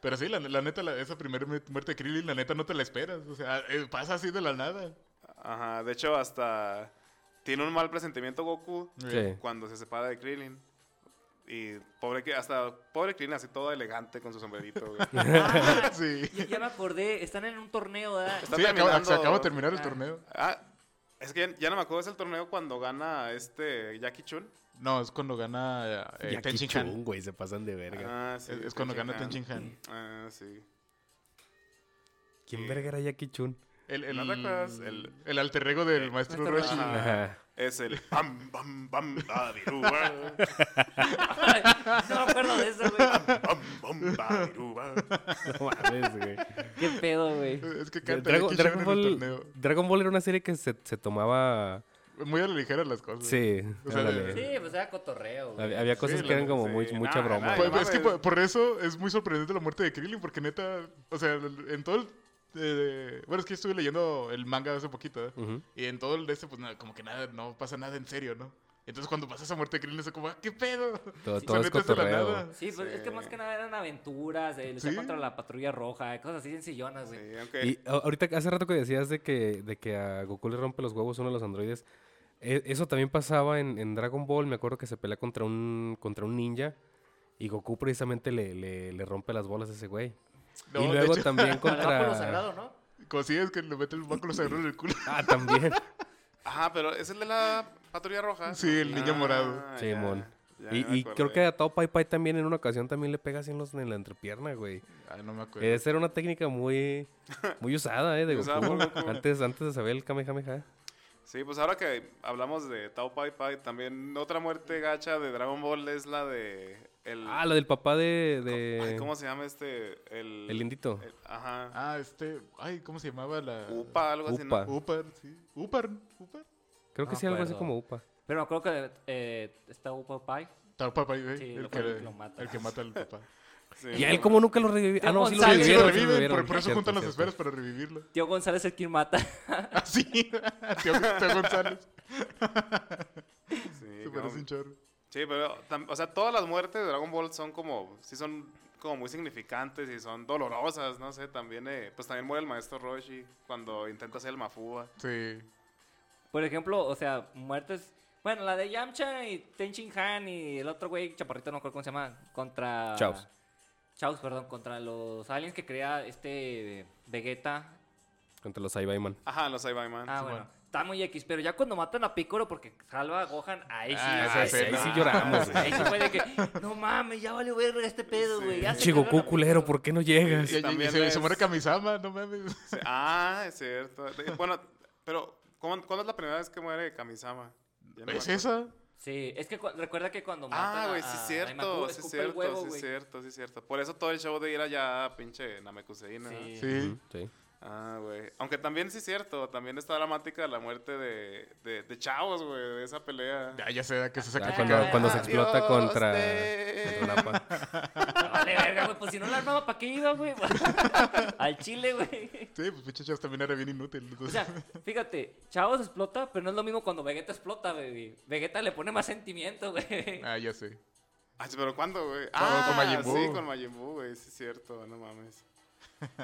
Speaker 3: Pero sí, la, la neta, la- esa primera mu- muerte de Krillin, la neta no te la esperas. O sea, eh, pasa así de la nada.
Speaker 2: Ajá, de hecho hasta tiene un mal presentimiento Goku
Speaker 1: Sí.
Speaker 2: cuando se separa de Krillin. Y pobre que hasta pobre Krillin así todo elegante con su sombrerito, güey.
Speaker 3: Ah, sí.
Speaker 4: Ya, ya me acordé, están en un torneo, ¿verdad?
Speaker 2: Está
Speaker 3: Sí, acaba, se
Speaker 2: terminando-
Speaker 3: acaba de terminar el
Speaker 4: Ah.
Speaker 3: torneo.
Speaker 2: Ah, es que ya, ya no me acuerdo, es el torneo cuando gana este Jackie Chun.
Speaker 3: No, es cuando gana eh,
Speaker 1: Y aquí
Speaker 3: Tenchin Han.
Speaker 1: chun, güey, se pasan de verga.
Speaker 2: Ah,
Speaker 3: Es, es cuando gana Tenchin Han.
Speaker 2: Ah, sí.
Speaker 1: ¿Quién verga era Jackie Chun?
Speaker 3: El, el,
Speaker 2: ¿No te acuerdas? El-
Speaker 3: el alter ego del maestro Roshi.
Speaker 4: maestro
Speaker 2: Roshi.
Speaker 1: Ajá.
Speaker 2: Es el bam, bam, bam, badiru, ba,
Speaker 4: no me acuerdo de eso, güey.
Speaker 2: bam, bam, badiru, ba.
Speaker 1: No mames, güey.
Speaker 4: Qué pedo, güey.
Speaker 3: Es que canta
Speaker 1: Dragon,
Speaker 3: Jackie Chan
Speaker 1: Dragon
Speaker 3: en el
Speaker 1: Ball,
Speaker 3: torneo.
Speaker 1: Dragon Ball era una serie que se, se tomaba...
Speaker 3: Muy a la ligera las cosas.
Speaker 1: Sí,
Speaker 3: O sea,
Speaker 1: ándale.
Speaker 4: Sí, pues era cotorreo, güey.
Speaker 1: Había, había cosas
Speaker 3: Sí,
Speaker 1: que eran
Speaker 3: la-
Speaker 1: como muy-
Speaker 2: sí,
Speaker 1: mucha
Speaker 2: nah,
Speaker 1: broma.
Speaker 2: nah,
Speaker 1: güey.
Speaker 3: Pues, pues, es que
Speaker 2: mames.
Speaker 3: por, por eso es muy sorprendente la muerte de Krillin, porque neta, o sea, en todo el... eh, bueno, es que estuve leyendo el manga hace poquito, ¿eh?
Speaker 1: Ujú.
Speaker 3: Y en todo el de este, pues nada, como que nada, no pasa nada en serio, ¿no? Entonces cuando pasa esa muerte de Krillin es como, "Ah, ¿qué pedo?
Speaker 1: Todo,
Speaker 3: Se
Speaker 1: todo es
Speaker 3: mete hasta la
Speaker 1: cotorreo.
Speaker 3: nada.
Speaker 1: güey.
Speaker 4: Sí, pues es que más
Speaker 2: Sí.
Speaker 4: que nada eran aventuras, de luchar
Speaker 3: Sí.
Speaker 4: contra la patrulla roja, cosas así sencillonas, güey.
Speaker 2: Sí, aunque-
Speaker 1: Y a- ahorita, hace rato que decías de que, de que a Goku le rompe los huevos uno de los androides. e- Eso también pasaba en, en Dragon Ball. Me acuerdo que se pelea contra un, contra un ninja. Y Goku precisamente le, le- le rompe las bolas a ese güey.
Speaker 3: No,
Speaker 1: y
Speaker 3: de
Speaker 1: luego
Speaker 3: hecho-
Speaker 1: también
Speaker 5: Con el báculo
Speaker 1: contra...
Speaker 5: sagrado, ¿no?
Speaker 3: Consigues que le mete el báculo sagrado en el culo.
Speaker 1: Ah, también.
Speaker 2: Ajá, pero es el de la patrulla roja. Ah,
Speaker 3: Sí, el niño morado.
Speaker 2: ya,
Speaker 1: Simón.
Speaker 2: ya
Speaker 1: y
Speaker 2: me
Speaker 1: y creo que
Speaker 2: acordé.
Speaker 1: a Tao Pai Pai también en una ocasión también le pega así en, los, en la entrepierna, güey. Eh,
Speaker 3: Ay, Ah, no me acuerdo.
Speaker 1: Esa era una técnica muy, muy usada, ¿eh? De
Speaker 2: Muy
Speaker 1: Goku.
Speaker 2: usada por Goku.
Speaker 1: Antes, antes de saber el Kamehameha.
Speaker 2: Sí, pues ahora que hablamos de Tao Pai Pai, también otra muerte gacha de Dragon Ball es la de... El,
Speaker 1: Ah, la del papá de... de-
Speaker 2: Ay, ¿Cómo se llama este? El,
Speaker 1: El lindito.
Speaker 2: el- ajá.
Speaker 3: Ah, este, ay, ¿cómo se llamaba la?
Speaker 2: Upa, algo así.
Speaker 1: Upa.
Speaker 2: ¿no?
Speaker 3: Upar, sí. Upar, Upar.
Speaker 1: Creo que
Speaker 4: No
Speaker 1: sí, algo así
Speaker 4: acuerdo.
Speaker 1: como UPA.
Speaker 4: Pero creo que eh, está Upo Pai.
Speaker 3: Tal papá, güey,
Speaker 4: Sí,
Speaker 3: ¿eh? el,
Speaker 4: lo
Speaker 3: que,
Speaker 4: que lo mata.
Speaker 3: el que mata al papá.
Speaker 2: Sí.
Speaker 1: Y a él como nunca lo revivió. Ah, no, sí lo
Speaker 4: González.
Speaker 3: Sí, sí lo
Speaker 1: revivieron. sí lo
Speaker 3: reviven,
Speaker 1: revivieron.
Speaker 3: por, por eso
Speaker 1: Cierto,
Speaker 3: juntan las
Speaker 1: cierto.
Speaker 3: esferas para revivirlo. Ah,
Speaker 4: Tío González es quien mata.
Speaker 3: Así, tío, tío González.
Speaker 2: Sí,
Speaker 3: Se
Speaker 2: como-
Speaker 3: parece un chorro.
Speaker 2: Sí, pero, tam- o sea, todas las muertes de Dragon Ball son como, sí son como muy significantes y son dolorosas, no sé, también, eh, pues también muere el maestro Roshi cuando intenta hacer el Mafúa.
Speaker 3: Sí.
Speaker 4: Por ejemplo, o sea, muertes. Bueno, la de Yamcha y Tenchin Han y el otro güey, Chaparrito, no recuerdo cómo se llama, contra.
Speaker 1: Chaos.
Speaker 4: Chaos, perdón, contra los aliens que crea este Vegeta.
Speaker 1: Contra los Saibaiman.
Speaker 2: Ajá, los Saibaiman.
Speaker 4: Ah,
Speaker 2: Sí,
Speaker 4: bueno.
Speaker 3: bueno.
Speaker 4: Está muy X, pero ya cuando matan a Piccolo porque salva a Gohan, ahí sí.
Speaker 3: Ah,
Speaker 1: Ahí
Speaker 4: ahí,
Speaker 1: sí
Speaker 3: esa escena.
Speaker 4: sí.
Speaker 1: lloramos, güey.
Speaker 4: Ahí sí fue de que, no mames, ya valió verga este pedo, güey. ya se
Speaker 1: Chico
Speaker 4: cagaron a
Speaker 1: culero,
Speaker 4: Piccolo".
Speaker 1: ¿por qué no llegas?
Speaker 3: Y- y- y
Speaker 2: también
Speaker 3: se,
Speaker 2: es-
Speaker 3: se muere Kamisama, no mames.
Speaker 2: sí. Ah, es cierto. De- Bueno, pero, ¿cuándo, cuándo es la primera vez que muere Kamisama? Ya no me
Speaker 3: ¿Es
Speaker 2: acuerdo.
Speaker 3: esa?
Speaker 4: Sí, es que cu- recuerda que cuando matan
Speaker 2: Ah,
Speaker 4: a-
Speaker 2: güey, sí es
Speaker 4: a
Speaker 2: cierto,
Speaker 4: Daimaku,
Speaker 2: sí es
Speaker 4: escupe el
Speaker 2: cierto,
Speaker 4: huevo,
Speaker 2: sí es
Speaker 4: güey.
Speaker 2: cierto, sí es cierto. Por eso todo el show de ir allá a pinche Namekuseina.
Speaker 4: Sí.
Speaker 3: Sí.
Speaker 1: Sí.
Speaker 2: Ah, güey. Aunque también sí es cierto, también está dramática la muerte de, de, de Chavos, güey, de esa pelea.
Speaker 3: Ah, Ya, ya se da que se
Speaker 1: Ya,
Speaker 3: sacrifica.
Speaker 1: cuando, cuando se
Speaker 2: Adiós,
Speaker 1: explota contra...
Speaker 2: te-
Speaker 1: contra Napa.
Speaker 4: Vale, verga, güey. Pues si no la armaba, ¿para qué iba, güey? Al chile, güey.
Speaker 3: Sí, pues muchachos también era bien inútil.
Speaker 4: O
Speaker 3: entonces-
Speaker 4: sea, fíjate, Chavos explota, pero no es lo mismo cuando Vegeta explota, güey. Vegeta le pone más sentimiento, güey.
Speaker 3: ah, ya sé.
Speaker 2: Ay, pero ¿cuándo, güey?
Speaker 1: Ah,
Speaker 2: Ah,
Speaker 3: Cuando con Majin Buu.
Speaker 2: sí, con Majin Buu, güey, sí es cierto, no mames.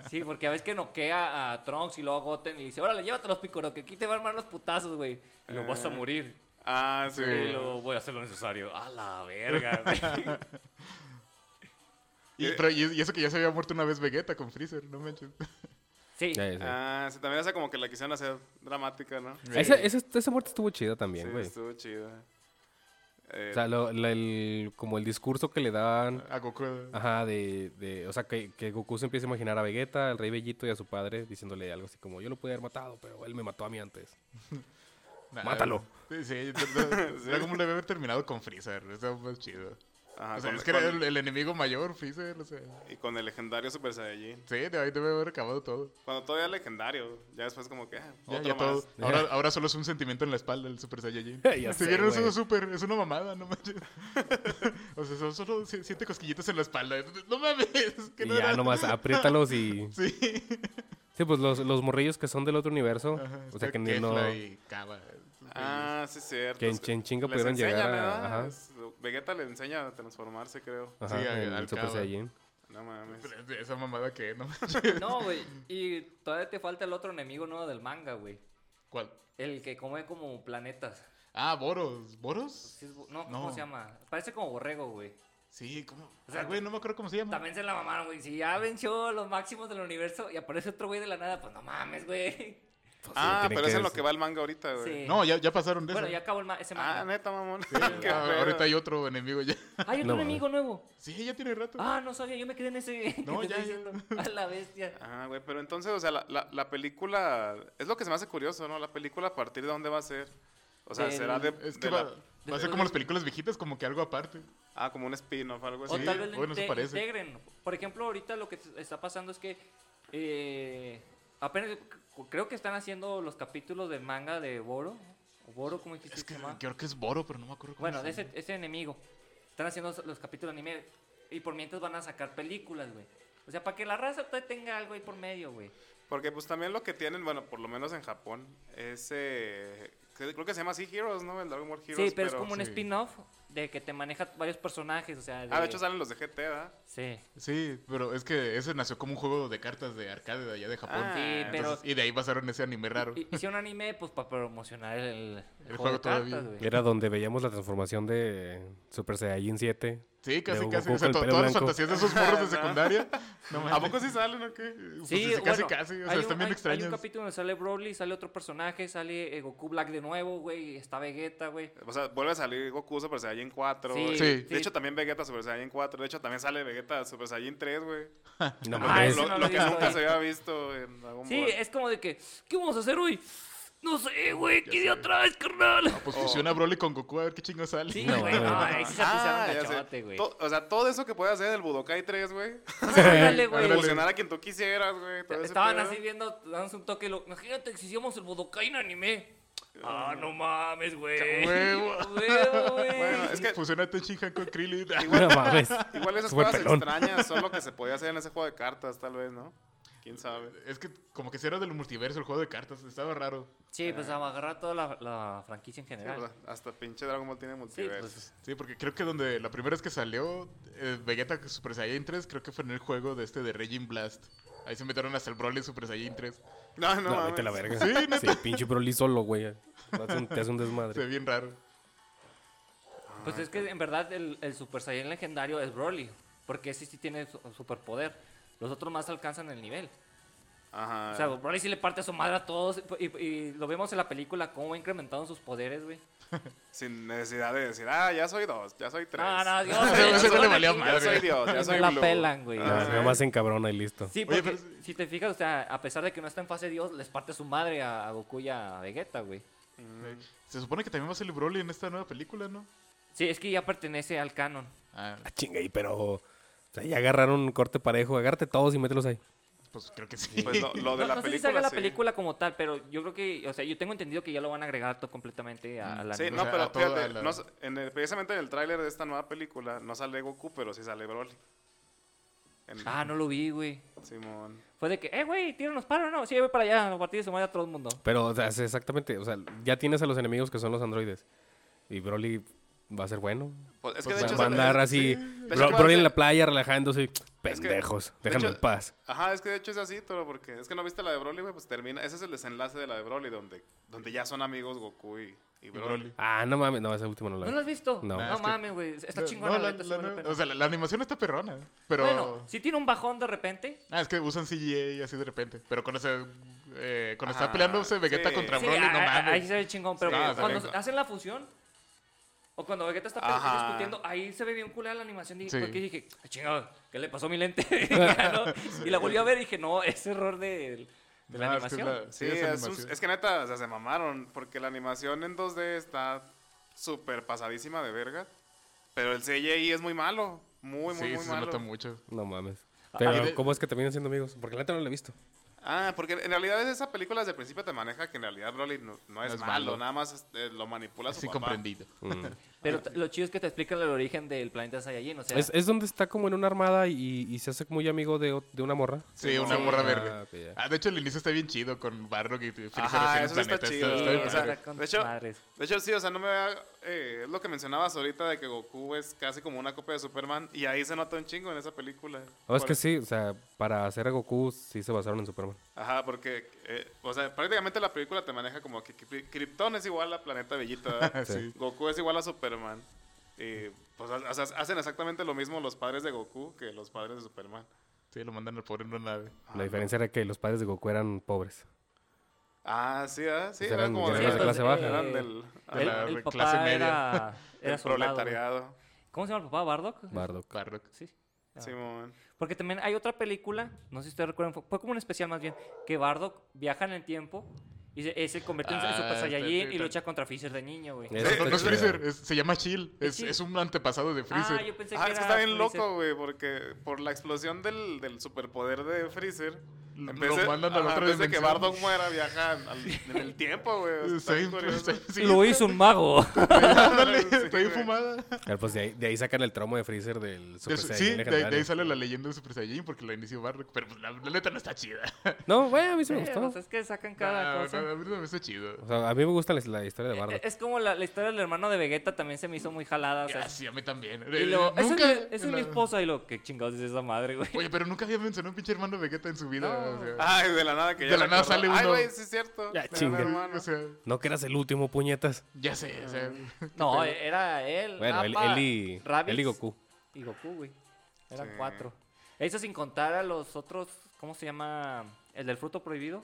Speaker 4: Sí, porque a veces que noquea a Trunks y luego a Goten y dice, órale, llévate los picoros, que aquí te va a armar los putazos, güey. Y lo vas a morir.
Speaker 2: Ah, Eh, sí.
Speaker 4: Y lo voy a hacer lo necesario. A la verga, güey.
Speaker 3: Y, pero, y, y eso que ya se había muerto una vez Vegeta con Freezer, no manches.
Speaker 4: Sí.
Speaker 1: Ya, ya sé.
Speaker 2: Ah, sí, también hace como que la quisieron hacer dramática, ¿no?
Speaker 1: Esa, esa, esa muerte estuvo chida también,
Speaker 2: sí,
Speaker 1: güey.
Speaker 2: estuvo chida. Eh,
Speaker 3: Este,
Speaker 1: O sea, lo- la- el- como el discurso que le dan...
Speaker 3: A Goku.
Speaker 1: Ajá, de, de- O sea, que, que Goku se empieza a imaginar a Vegeta, al rey Bellito y a su padre, diciéndole algo así como, yo lo pude haber matado, pero él me mató a mí antes.
Speaker 3: Nah,
Speaker 1: mátalo.
Speaker 3: Sí, sí. Dragon Ball debe haber terminado con Freezer. Está más chido.
Speaker 2: ajá,
Speaker 3: o sea,
Speaker 2: Ah, con-
Speaker 3: es que era
Speaker 2: con-
Speaker 3: el, el enemigo mayor, Freezer. O sea,
Speaker 2: Y con el legendario Super Saiyajin.
Speaker 3: sí, de ahí debe haber acabado todo.
Speaker 2: Cuando todavía era legendario, ya después como que... ah,
Speaker 3: Ya,
Speaker 2: otro
Speaker 3: ya todo.
Speaker 2: más.
Speaker 3: Ahora, ahora solo es un sentimiento en la espalda el Super Saiyajin.
Speaker 1: Ya
Speaker 3: Si
Speaker 1: sé,
Speaker 3: vieron eso
Speaker 1: güey.
Speaker 3: de Super, es una mamada, no manches. o sea, son solo si- siete cosquillitas en la espalda. No mames. Que
Speaker 1: Y
Speaker 3: no
Speaker 1: ya
Speaker 3: era-
Speaker 1: nomás ah. apriétalos y...
Speaker 3: Sí.
Speaker 1: Sí, pues los, los morrillos que son del otro universo.
Speaker 3: Ajá,
Speaker 1: o sea,
Speaker 3: está
Speaker 1: que ni-
Speaker 3: Kefla
Speaker 1: no...
Speaker 3: y Kaba.
Speaker 2: Ah, sí es cierto.
Speaker 1: Que en
Speaker 2: Es
Speaker 1: chin- chinga
Speaker 2: les
Speaker 1: pudieron
Speaker 2: enseña,
Speaker 1: llegar a-
Speaker 2: ¿verdad?
Speaker 1: ajá.
Speaker 2: Es- Vegeta le enseña a transformarse, creo.
Speaker 1: Ajá,
Speaker 3: Sí, a-
Speaker 1: en
Speaker 3: al
Speaker 1: el Super
Speaker 3: cabo.
Speaker 1: Saiyajin. Pues,
Speaker 2: No mames.
Speaker 3: Esa mamada que, no
Speaker 4: No, güey. Y todavía te falta el otro enemigo nuevo del manga, güey.
Speaker 3: ¿Cuál?
Speaker 4: El que come como planetas.
Speaker 3: Ah, Boros. ¿Boros?
Speaker 4: Sí es bo- No,
Speaker 3: No.
Speaker 4: ¿cómo se llama? Parece como borrego, güey.
Speaker 3: Sí, ¿cómo?
Speaker 4: O sea,
Speaker 3: Ah, güey, no me acuerdo cómo se llama.
Speaker 4: También se la mamaron, güey. Si ya venció los máximos del universo y aparece otro güey de la nada, pues no mames, güey.
Speaker 1: Pues sí,
Speaker 2: Ah,
Speaker 1: tienen
Speaker 2: pero es en lo
Speaker 1: des-
Speaker 2: que va el manga ahorita, güey.
Speaker 4: Sí.
Speaker 3: No, ya, ya pasaron de
Speaker 4: Bueno, ya
Speaker 3: esa.
Speaker 4: acabó el ma- ese
Speaker 2: Ah,
Speaker 4: manga.
Speaker 2: neta, mamón. Qué
Speaker 3: Ah,
Speaker 2: pedo.
Speaker 3: ahorita hay otro enemigo ya.
Speaker 4: Hay
Speaker 1: No
Speaker 4: otro
Speaker 1: mames.
Speaker 4: enemigo nuevo.
Speaker 3: Sí, ya tiene rato.
Speaker 4: Ah, no sabía, yo me quedé en ese. que
Speaker 3: No,
Speaker 4: te
Speaker 3: ya,
Speaker 4: estoy
Speaker 3: ya.
Speaker 4: diciendo. A la bestia.
Speaker 2: Ah, güey, pero entonces, o sea, la, la, la película, es lo que se me hace curioso, ¿no? La película a partir de dónde va a ser. O sea,
Speaker 4: Del-
Speaker 2: será de...
Speaker 3: es que
Speaker 2: de
Speaker 3: va,
Speaker 2: la-
Speaker 3: va a ser como las películas viejitas, como que algo aparte.
Speaker 2: Ah, como un spin-off, algo
Speaker 4: O
Speaker 2: así.
Speaker 4: tal vez lo
Speaker 3: bueno, eso
Speaker 4: inte-
Speaker 3: parece.
Speaker 4: integren. Por ejemplo, ahorita lo que está pasando es que eh, apenas creo que están haciendo los capítulos del manga de Boro. O Boro, ¿cómo dijiste?
Speaker 3: Es que
Speaker 4: que se llama?
Speaker 3: creo que es Boro, pero no me acuerdo cómo
Speaker 4: Bueno,
Speaker 3: se
Speaker 4: de ese,
Speaker 3: llama.
Speaker 4: ese enemigo. Están haciendo los- los capítulos de anime. Y por mientras van a sacar películas, güey. O sea, para que la raza todavía tenga algo ahí por medio, güey.
Speaker 2: Porque pues también lo que tienen, bueno, por lo menos en Japón, es eh, que- creo que se llama así Heroes, ¿no? El Dragon Ball Heroes.
Speaker 4: Sí, pero es como un
Speaker 3: sí.
Speaker 4: spin-off de que te maneja varios personajes, o sea...
Speaker 2: Ah, de hecho salen los de GT, ¿verdad?
Speaker 4: Sí.
Speaker 3: Sí, pero es que ese nació como un juego de cartas de arcade de allá de Japón.
Speaker 2: Ah,
Speaker 4: Sí, pero-
Speaker 3: Entonces- y de ahí pasaron ese anime raro.
Speaker 4: Y- Hicieron anime, pues, para promocionar el, el
Speaker 3: El
Speaker 4: juego de
Speaker 3: juego todavía.
Speaker 4: cartas, güey.
Speaker 1: Era donde veíamos la transformación de Super Saiyajin 7.
Speaker 3: Sí, casi,
Speaker 1: Goku
Speaker 3: casi.
Speaker 1: con
Speaker 3: O sea,
Speaker 1: el
Speaker 3: to-
Speaker 1: pelo
Speaker 3: todas las
Speaker 1: blanco.
Speaker 3: fantasías de esos morros de
Speaker 2: No.
Speaker 3: secundaria. No
Speaker 2: ¿A
Speaker 3: mames.
Speaker 2: poco sí salen o qué?
Speaker 3: Pues
Speaker 4: Sí,
Speaker 3: casi,
Speaker 4: bueno,
Speaker 3: casi. O
Speaker 4: hay
Speaker 3: sea,
Speaker 4: un-
Speaker 3: están bien
Speaker 4: hay-
Speaker 3: extraños.
Speaker 4: Hay un capítulo donde sale Broly, sale otro personaje, sale eh, Goku Black de nuevo, güey, está Vegeta, güey.
Speaker 2: O sea, vuelve a salir Goku Super Saiyan 4.
Speaker 4: Sí,
Speaker 2: güey.
Speaker 3: sí.
Speaker 2: de
Speaker 4: sí.
Speaker 2: hecho, también Vegeta Super Saiyan 4. De hecho, también sale Vegeta Super Saiyan 3, güey.
Speaker 1: No
Speaker 4: Ah,
Speaker 1: mames.
Speaker 4: ese
Speaker 2: lo
Speaker 4: no lo
Speaker 2: lo
Speaker 4: he
Speaker 2: que
Speaker 4: visto,
Speaker 2: nunca
Speaker 4: eh.
Speaker 2: se había visto en Dragon
Speaker 4: Sí,
Speaker 2: Ball.
Speaker 4: es como de que, ¿qué vamos a hacer hoy? No sé, güey, ¿qué
Speaker 3: Ya
Speaker 4: día
Speaker 3: sé.
Speaker 4: traes, carnal?
Speaker 3: Pues
Speaker 2: Oh.
Speaker 3: fusiona Broly con Goku a ver qué chingo sale.
Speaker 4: Sí,
Speaker 1: No,
Speaker 4: güey,
Speaker 1: no,
Speaker 4: no,
Speaker 1: no.
Speaker 4: ahí sí se
Speaker 2: Ah,
Speaker 4: pisaron
Speaker 2: ya sé.
Speaker 4: cachote, güey.
Speaker 2: To- o sea, todo eso que puede hacer el Budokai 3, güey.
Speaker 4: Ándale, güey.
Speaker 3: Ándale.
Speaker 2: Evolucionar a quien tú quisieras, güey. todo ese
Speaker 4: Estaban
Speaker 2: pedo.
Speaker 4: así viendo, dándose un toque. Lo... Imagínate que si hiciéramos el Budokai en anime. Ah, no mames, güey.
Speaker 3: ¡Qué huevo!
Speaker 4: Huevo, güey.
Speaker 2: Bueno, es que
Speaker 3: Fusionate Shinhan con Krillin.
Speaker 1: No mames.
Speaker 2: igual esas
Speaker 1: Fue
Speaker 2: cosas
Speaker 1: pelón.
Speaker 2: extrañas son lo que se podía hacer en ese juego de cartas, tal vez, ¿no? ¿Quién sabe?
Speaker 3: Es que como que si era del multiverso el juego de cartas, estaba raro.
Speaker 4: Sí, pues agarrar toda la, la franquicia en
Speaker 2: Sí,
Speaker 4: general.
Speaker 2: pues, hasta pinche Dragon Ball tiene
Speaker 4: Sí,
Speaker 2: multiverso.
Speaker 4: pues.
Speaker 3: Sí, porque creo que donde la primera vez que salió eh, Vegeta Super Saiyan 3, creo que fue en el juego de este de Raging Blast. Ahí se metieron hasta el Broly Super Saiyan 3.
Speaker 2: No, no,
Speaker 1: No,
Speaker 2: mames.
Speaker 1: vete a la verga.
Speaker 3: Sí,
Speaker 1: Sí,
Speaker 3: neta.
Speaker 1: pinche Broly solo, güey. Te hace un- Te hace un
Speaker 3: Se ve
Speaker 1: desmadre.
Speaker 3: bien raro.
Speaker 4: Pues es que en verdad el, el Super Saiyan legendario es Broly. Porque ese sí tiene su- superpoder. Los otros más alcanzan el nivel.
Speaker 2: Ajá.
Speaker 4: O sea, Broly sí le parte a su madre a todos. Y, y lo vemos en la película cómo ha incrementado sus poderes, güey.
Speaker 2: sin necesidad de decir, ah, ya soy dos, ya soy tres.
Speaker 4: No, no, Dios.
Speaker 3: Ese- ese güey le valía
Speaker 4: aquí.
Speaker 2: Ya
Speaker 3: madre.
Speaker 2: soy Dios, ya
Speaker 4: No
Speaker 2: soy
Speaker 4: la
Speaker 2: Blue. Ah.
Speaker 4: pelan, güey.
Speaker 1: Nada nada más en cabrona y listo.
Speaker 4: Sí, porque
Speaker 3: Oye, pero-
Speaker 4: si te fijas, o sea, a pesar de que no está en fase Dios, les parte su madre a, a Goku y a Vegeta, güey. Mm.
Speaker 3: Se supone que también va a ser el Broly en esta nueva película, ¿no?
Speaker 4: Sí, es que ya pertenece al canon.
Speaker 3: Ah,
Speaker 1: Ah, chinga, y pero. O sea, ya agarraron un corte parejo. Agárrate todos y mételos ahí.
Speaker 3: pues creo que sí.
Speaker 2: Pues lo, lo de
Speaker 4: no
Speaker 2: la
Speaker 4: no sé si
Speaker 2: película.
Speaker 4: salga la
Speaker 2: sí.
Speaker 4: película como tal, pero yo creo que, o sea, yo tengo entendido que ya lo van a agregar to- completamente a, a la
Speaker 2: Sí,
Speaker 3: O
Speaker 2: no,
Speaker 3: sea, a
Speaker 2: pero
Speaker 3: todo, a
Speaker 2: fíjate,
Speaker 3: la-
Speaker 2: no s- en el- precisamente en el tráiler de esta nueva película no sale Goku, pero sí sale Broly. En-
Speaker 4: Ah, no lo vi, güey.
Speaker 2: Simón.
Speaker 4: Fue de que, eh, güey, tíranos paro, no. Sí, voy para allá, a partir de su madre a todo el mundo.
Speaker 1: Pero, o sea, es exactamente. O sea, ya tienes a los enemigos que son los androides. Y Broly va a ser bueno.
Speaker 2: Pues, es que
Speaker 3: Pues
Speaker 2: de
Speaker 1: Va
Speaker 2: hecho.
Speaker 1: va a
Speaker 2: es-
Speaker 1: andar
Speaker 2: es-
Speaker 1: así.
Speaker 2: sí. De
Speaker 1: Bro-
Speaker 2: hecho, creo
Speaker 1: Broly en
Speaker 2: que-
Speaker 1: la playa relajándose.
Speaker 2: Es que-
Speaker 1: Pendejos.
Speaker 2: de
Speaker 1: Déjame
Speaker 2: hecho-
Speaker 1: en paz.
Speaker 2: Ajá, es que de hecho es así, todo porque es que no viste la de Broly, güey, pues termina. Ese es el desenlace de la de Broly, donde, donde ya son amigos Goku y, y
Speaker 3: Y
Speaker 2: Broly.
Speaker 3: Broly.
Speaker 1: Ah, no mames. No, ese último no lo
Speaker 4: ¿No lo
Speaker 1: vi.
Speaker 4: has visto?
Speaker 1: No.
Speaker 3: Nah, es que-
Speaker 4: mames, güey. Está
Speaker 3: No,
Speaker 4: chingona,
Speaker 3: no,
Speaker 4: la
Speaker 3: la-
Speaker 4: neta, sí
Speaker 3: la
Speaker 4: vale la
Speaker 3: nue-
Speaker 4: pena.
Speaker 3: O sea, la, la animación está perrona, pero...
Speaker 4: Bueno, si tiene un bajón de repente.
Speaker 3: Ah, es que usan CGI así de repente. Pero cuando se... eh, cuando está
Speaker 2: Ah,
Speaker 3: peleándose Vegeta
Speaker 2: sí.
Speaker 3: contra
Speaker 4: Sí,
Speaker 3: Broly,
Speaker 4: a-
Speaker 3: no
Speaker 4: a- ahí
Speaker 3: mames.
Speaker 4: se ve chingón, pero
Speaker 2: Sí,
Speaker 4: cuando-
Speaker 3: se
Speaker 4: cuando
Speaker 2: ve-
Speaker 4: se- hacen la fusión o cuando Vegeta está pe-
Speaker 2: Ajá.
Speaker 4: discutiendo, ahí se ve bien culada la animación. Y
Speaker 3: Sí.
Speaker 4: porque dije, "Ah, chingado, ¿qué le pasó a mi lente? Y ya no, y la volví a ver y dije, no, es error de, de la
Speaker 3: No, es que es
Speaker 4: animación.
Speaker 3: la-
Speaker 2: Sí,
Speaker 3: sí, esa
Speaker 2: es, un-
Speaker 3: animación.
Speaker 2: es que neta, o sea, se mamaron, porque la animación en 2D está súper pasadísima de verga, pero el CGI es muy malo, muy, muy,
Speaker 3: sí,
Speaker 2: muy
Speaker 3: sí se
Speaker 2: malo.
Speaker 3: nota mucho.
Speaker 1: No mames.
Speaker 3: y
Speaker 1: Pero,
Speaker 3: de-
Speaker 1: ¿cómo es que terminan siendo amigos? Porque la neta no lo he visto.
Speaker 2: Ah, porque en realidad es esa película desde el principio te maneja que en realidad Broly no, no es,
Speaker 3: es
Speaker 2: malo,
Speaker 3: malo.
Speaker 2: nada más este, lo manipula su
Speaker 3: Así
Speaker 2: papá.
Speaker 3: comprendido.
Speaker 1: Mm.
Speaker 4: Pero t- lo chido es que te explican el origen del planeta Saiyajin. O sea, eh,
Speaker 1: Es, es donde está como en una armada y, y se hace muy amigo de, ot- de una morra.
Speaker 3: Sí, una morra
Speaker 1: Ah,
Speaker 3: verde.
Speaker 1: ok, ya.
Speaker 3: Ah, de hecho, el inicio está bien chido con Barrock y Freezer
Speaker 2: Ajá,
Speaker 3: en el
Speaker 2: eso sí está
Speaker 3: planeta.
Speaker 2: chido,
Speaker 3: bien
Speaker 2: o
Speaker 4: o
Speaker 2: sea,
Speaker 3: padre.
Speaker 2: de hecho- De hecho, sí, o sea, no me da... eh, es lo que mencionabas ahorita de que Goku es casi como una copia de Superman, y ahí se nota un chingo en esa película.
Speaker 1: No, es
Speaker 2: Por-
Speaker 1: que sí, o sea, para hacer a Goku sí se basaron en Superman.
Speaker 2: Ajá, porque, eh, o sea, prácticamente la película te maneja como que Kri- Krypton es igual a Planeta Bellita, ¿verdad?
Speaker 3: Ah, Sí.
Speaker 2: Goku es igual a Superman. Y, pues, ha- o sea, hacen exactamente lo mismo los padres de Goku que los padres de Superman.
Speaker 3: Sí, lo mandan al pobre en una nave.
Speaker 1: La diferencia era que los padres de Goku eran pobres.
Speaker 2: Ah, sí, ¿verdad? Sí,
Speaker 1: Pues
Speaker 2: eran
Speaker 1: eran-
Speaker 2: como
Speaker 1: eran
Speaker 2: de,
Speaker 1: de
Speaker 2: eran-
Speaker 1: clase baja.
Speaker 2: eran
Speaker 4: eh,
Speaker 2: del,
Speaker 3: de
Speaker 4: el,
Speaker 3: la
Speaker 4: el
Speaker 3: re-
Speaker 4: papá
Speaker 3: clase media.
Speaker 4: era,
Speaker 2: del
Speaker 4: era soldado, güey.
Speaker 2: proletariado.
Speaker 4: ¿Cómo se llama el papá? ¿Bardock?
Speaker 1: Bardock.
Speaker 3: Barrock.
Speaker 4: Sí. Ah.
Speaker 2: Simón.
Speaker 4: Porque también hay otra película, no sé si ustedes recuerdan, fue, fue como un especial más bien, que Bardock viaja en el tiempo y se, eh, se convierte en
Speaker 3: Ah,
Speaker 4: Super
Speaker 3: está-
Speaker 4: Saiyajin y
Speaker 3: está-
Speaker 4: lucha contra Freezer de niño, güey.
Speaker 1: Eh,
Speaker 3: No,
Speaker 1: Eso
Speaker 3: no,
Speaker 1: está
Speaker 3: no es
Speaker 1: chido.
Speaker 3: Freezer, es- se llama Chill. Es,
Speaker 4: Chill.
Speaker 3: es un antepasado de Freezer.
Speaker 4: Ah, yo pensé
Speaker 2: Ah,
Speaker 4: que
Speaker 2: es
Speaker 4: era
Speaker 2: que está bien
Speaker 4: Freezer.
Speaker 2: loco, güey, porque por la explosión del, del superpoder de Freezer,
Speaker 3: lo
Speaker 2: En vez de-
Speaker 3: mandan a la
Speaker 2: ajá,
Speaker 3: otra
Speaker 2: en vez de que
Speaker 3: dimensión.
Speaker 2: Bardock muera, viaja al- en el tiempo, güey. Está
Speaker 3: Estoy-
Speaker 2: bien curioso.
Speaker 3: estoy- sí,
Speaker 4: Lo hizo un mago.
Speaker 3: ándale,
Speaker 2: Sí,
Speaker 3: estoy
Speaker 2: güey.
Speaker 3: fumada.
Speaker 1: Claro, pues de ahí, de ahí sacan el trauma de Freezer del
Speaker 3: De
Speaker 1: Super
Speaker 3: su-
Speaker 1: Saiyajin
Speaker 3: sí, de, de
Speaker 1: legendario.
Speaker 3: ahí sale la leyenda de Super Saiyajin porque la inició Bardock. Pero pues, la, la neta no está chida.
Speaker 1: No, güey, a mí sí me
Speaker 4: Eh,
Speaker 1: gustó.
Speaker 4: o sea, es que sacan cada
Speaker 3: No,
Speaker 4: cosa.
Speaker 3: no, Ah, a mí no me está chido.
Speaker 1: O sea, a mí me gusta la, la historia de
Speaker 4: Eh,
Speaker 1: Bardock.
Speaker 4: Es como la, la historia del hermano de Vegeta también se me hizo muy jalada. o sea,
Speaker 3: Ah, sí, a mí también.
Speaker 4: y luego, "Ese
Speaker 3: Nunca-
Speaker 4: es, mi, ese es mi
Speaker 3: la-
Speaker 4: esposa. Y lo que chingados es esa madre, güey.
Speaker 3: Oye, pero nunca había mencionado un pinche hermano Vegeta en su vida. o sea.
Speaker 2: Ay, de la nada que ya
Speaker 3: De la
Speaker 2: me
Speaker 3: nada
Speaker 2: acordé.
Speaker 3: sale
Speaker 2: Ay,
Speaker 3: uno.
Speaker 2: güey, sí es cierto.
Speaker 1: Ya,
Speaker 2: Era
Speaker 1: chinga.
Speaker 2: un hermano.
Speaker 3: O sea,
Speaker 1: No que eras el último, puñetas.
Speaker 3: ya sé, o sea,
Speaker 4: No, era él.
Speaker 1: Bueno, él,
Speaker 4: Nappa,
Speaker 1: él y,
Speaker 4: Ah, Raditz
Speaker 1: él y Goku.
Speaker 4: Y Goku, güey. Eran
Speaker 2: Sí.
Speaker 4: cuatro. Eso sin contar a los otros. ¿Cómo se llama? El del fruto prohibido.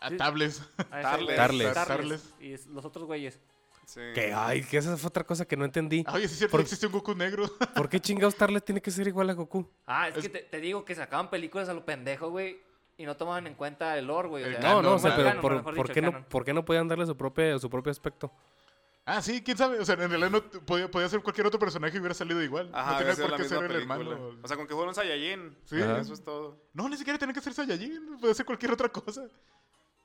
Speaker 3: a tables.
Speaker 4: A ese
Speaker 2: Tarles.
Speaker 4: güey.
Speaker 1: Tarles.
Speaker 3: Tarles.
Speaker 4: Y es- los otros güeyes.
Speaker 2: Sí.
Speaker 1: Que, ay, que esa fue otra cosa que no entendí.
Speaker 3: Ah, Oye, sí es cierto,
Speaker 1: Por-
Speaker 3: existe un Goku negro.
Speaker 1: ¿Por qué chingados Tarles tiene que ser igual a Goku?
Speaker 4: Ah, es,
Speaker 3: Es-
Speaker 4: que te, te digo que sacaban películas a lo pendejo, güey. Y no tomaban en cuenta el lore, güey. o
Speaker 3: El
Speaker 4: sea,
Speaker 1: No,
Speaker 3: Canon,
Speaker 1: no, o sea,
Speaker 3: ¿no?
Speaker 1: pero
Speaker 4: Ah, canon,
Speaker 1: por,
Speaker 4: mejor
Speaker 1: por
Speaker 4: dicho,
Speaker 1: qué
Speaker 4: el
Speaker 1: no,
Speaker 4: canon.
Speaker 1: ¿por qué no podían darle su, propia, su propio aspecto?
Speaker 3: Ah, sí, quién sabe. O sea, en realidad no t- podía, podía ser cualquier otro personaje y hubiera salido igual.
Speaker 2: Ajá,
Speaker 3: no tenía
Speaker 2: había sido
Speaker 3: por
Speaker 2: la
Speaker 3: qué
Speaker 2: misma
Speaker 3: ser el
Speaker 2: película.
Speaker 3: hermano.
Speaker 2: O sea, con que fuera un Saiyajin. pues,
Speaker 3: Sí.
Speaker 1: Ajá.
Speaker 2: Eso es todo.
Speaker 3: No, ni siquiera tenía que ser Saiyajin. Podía ser cualquier otra cosa.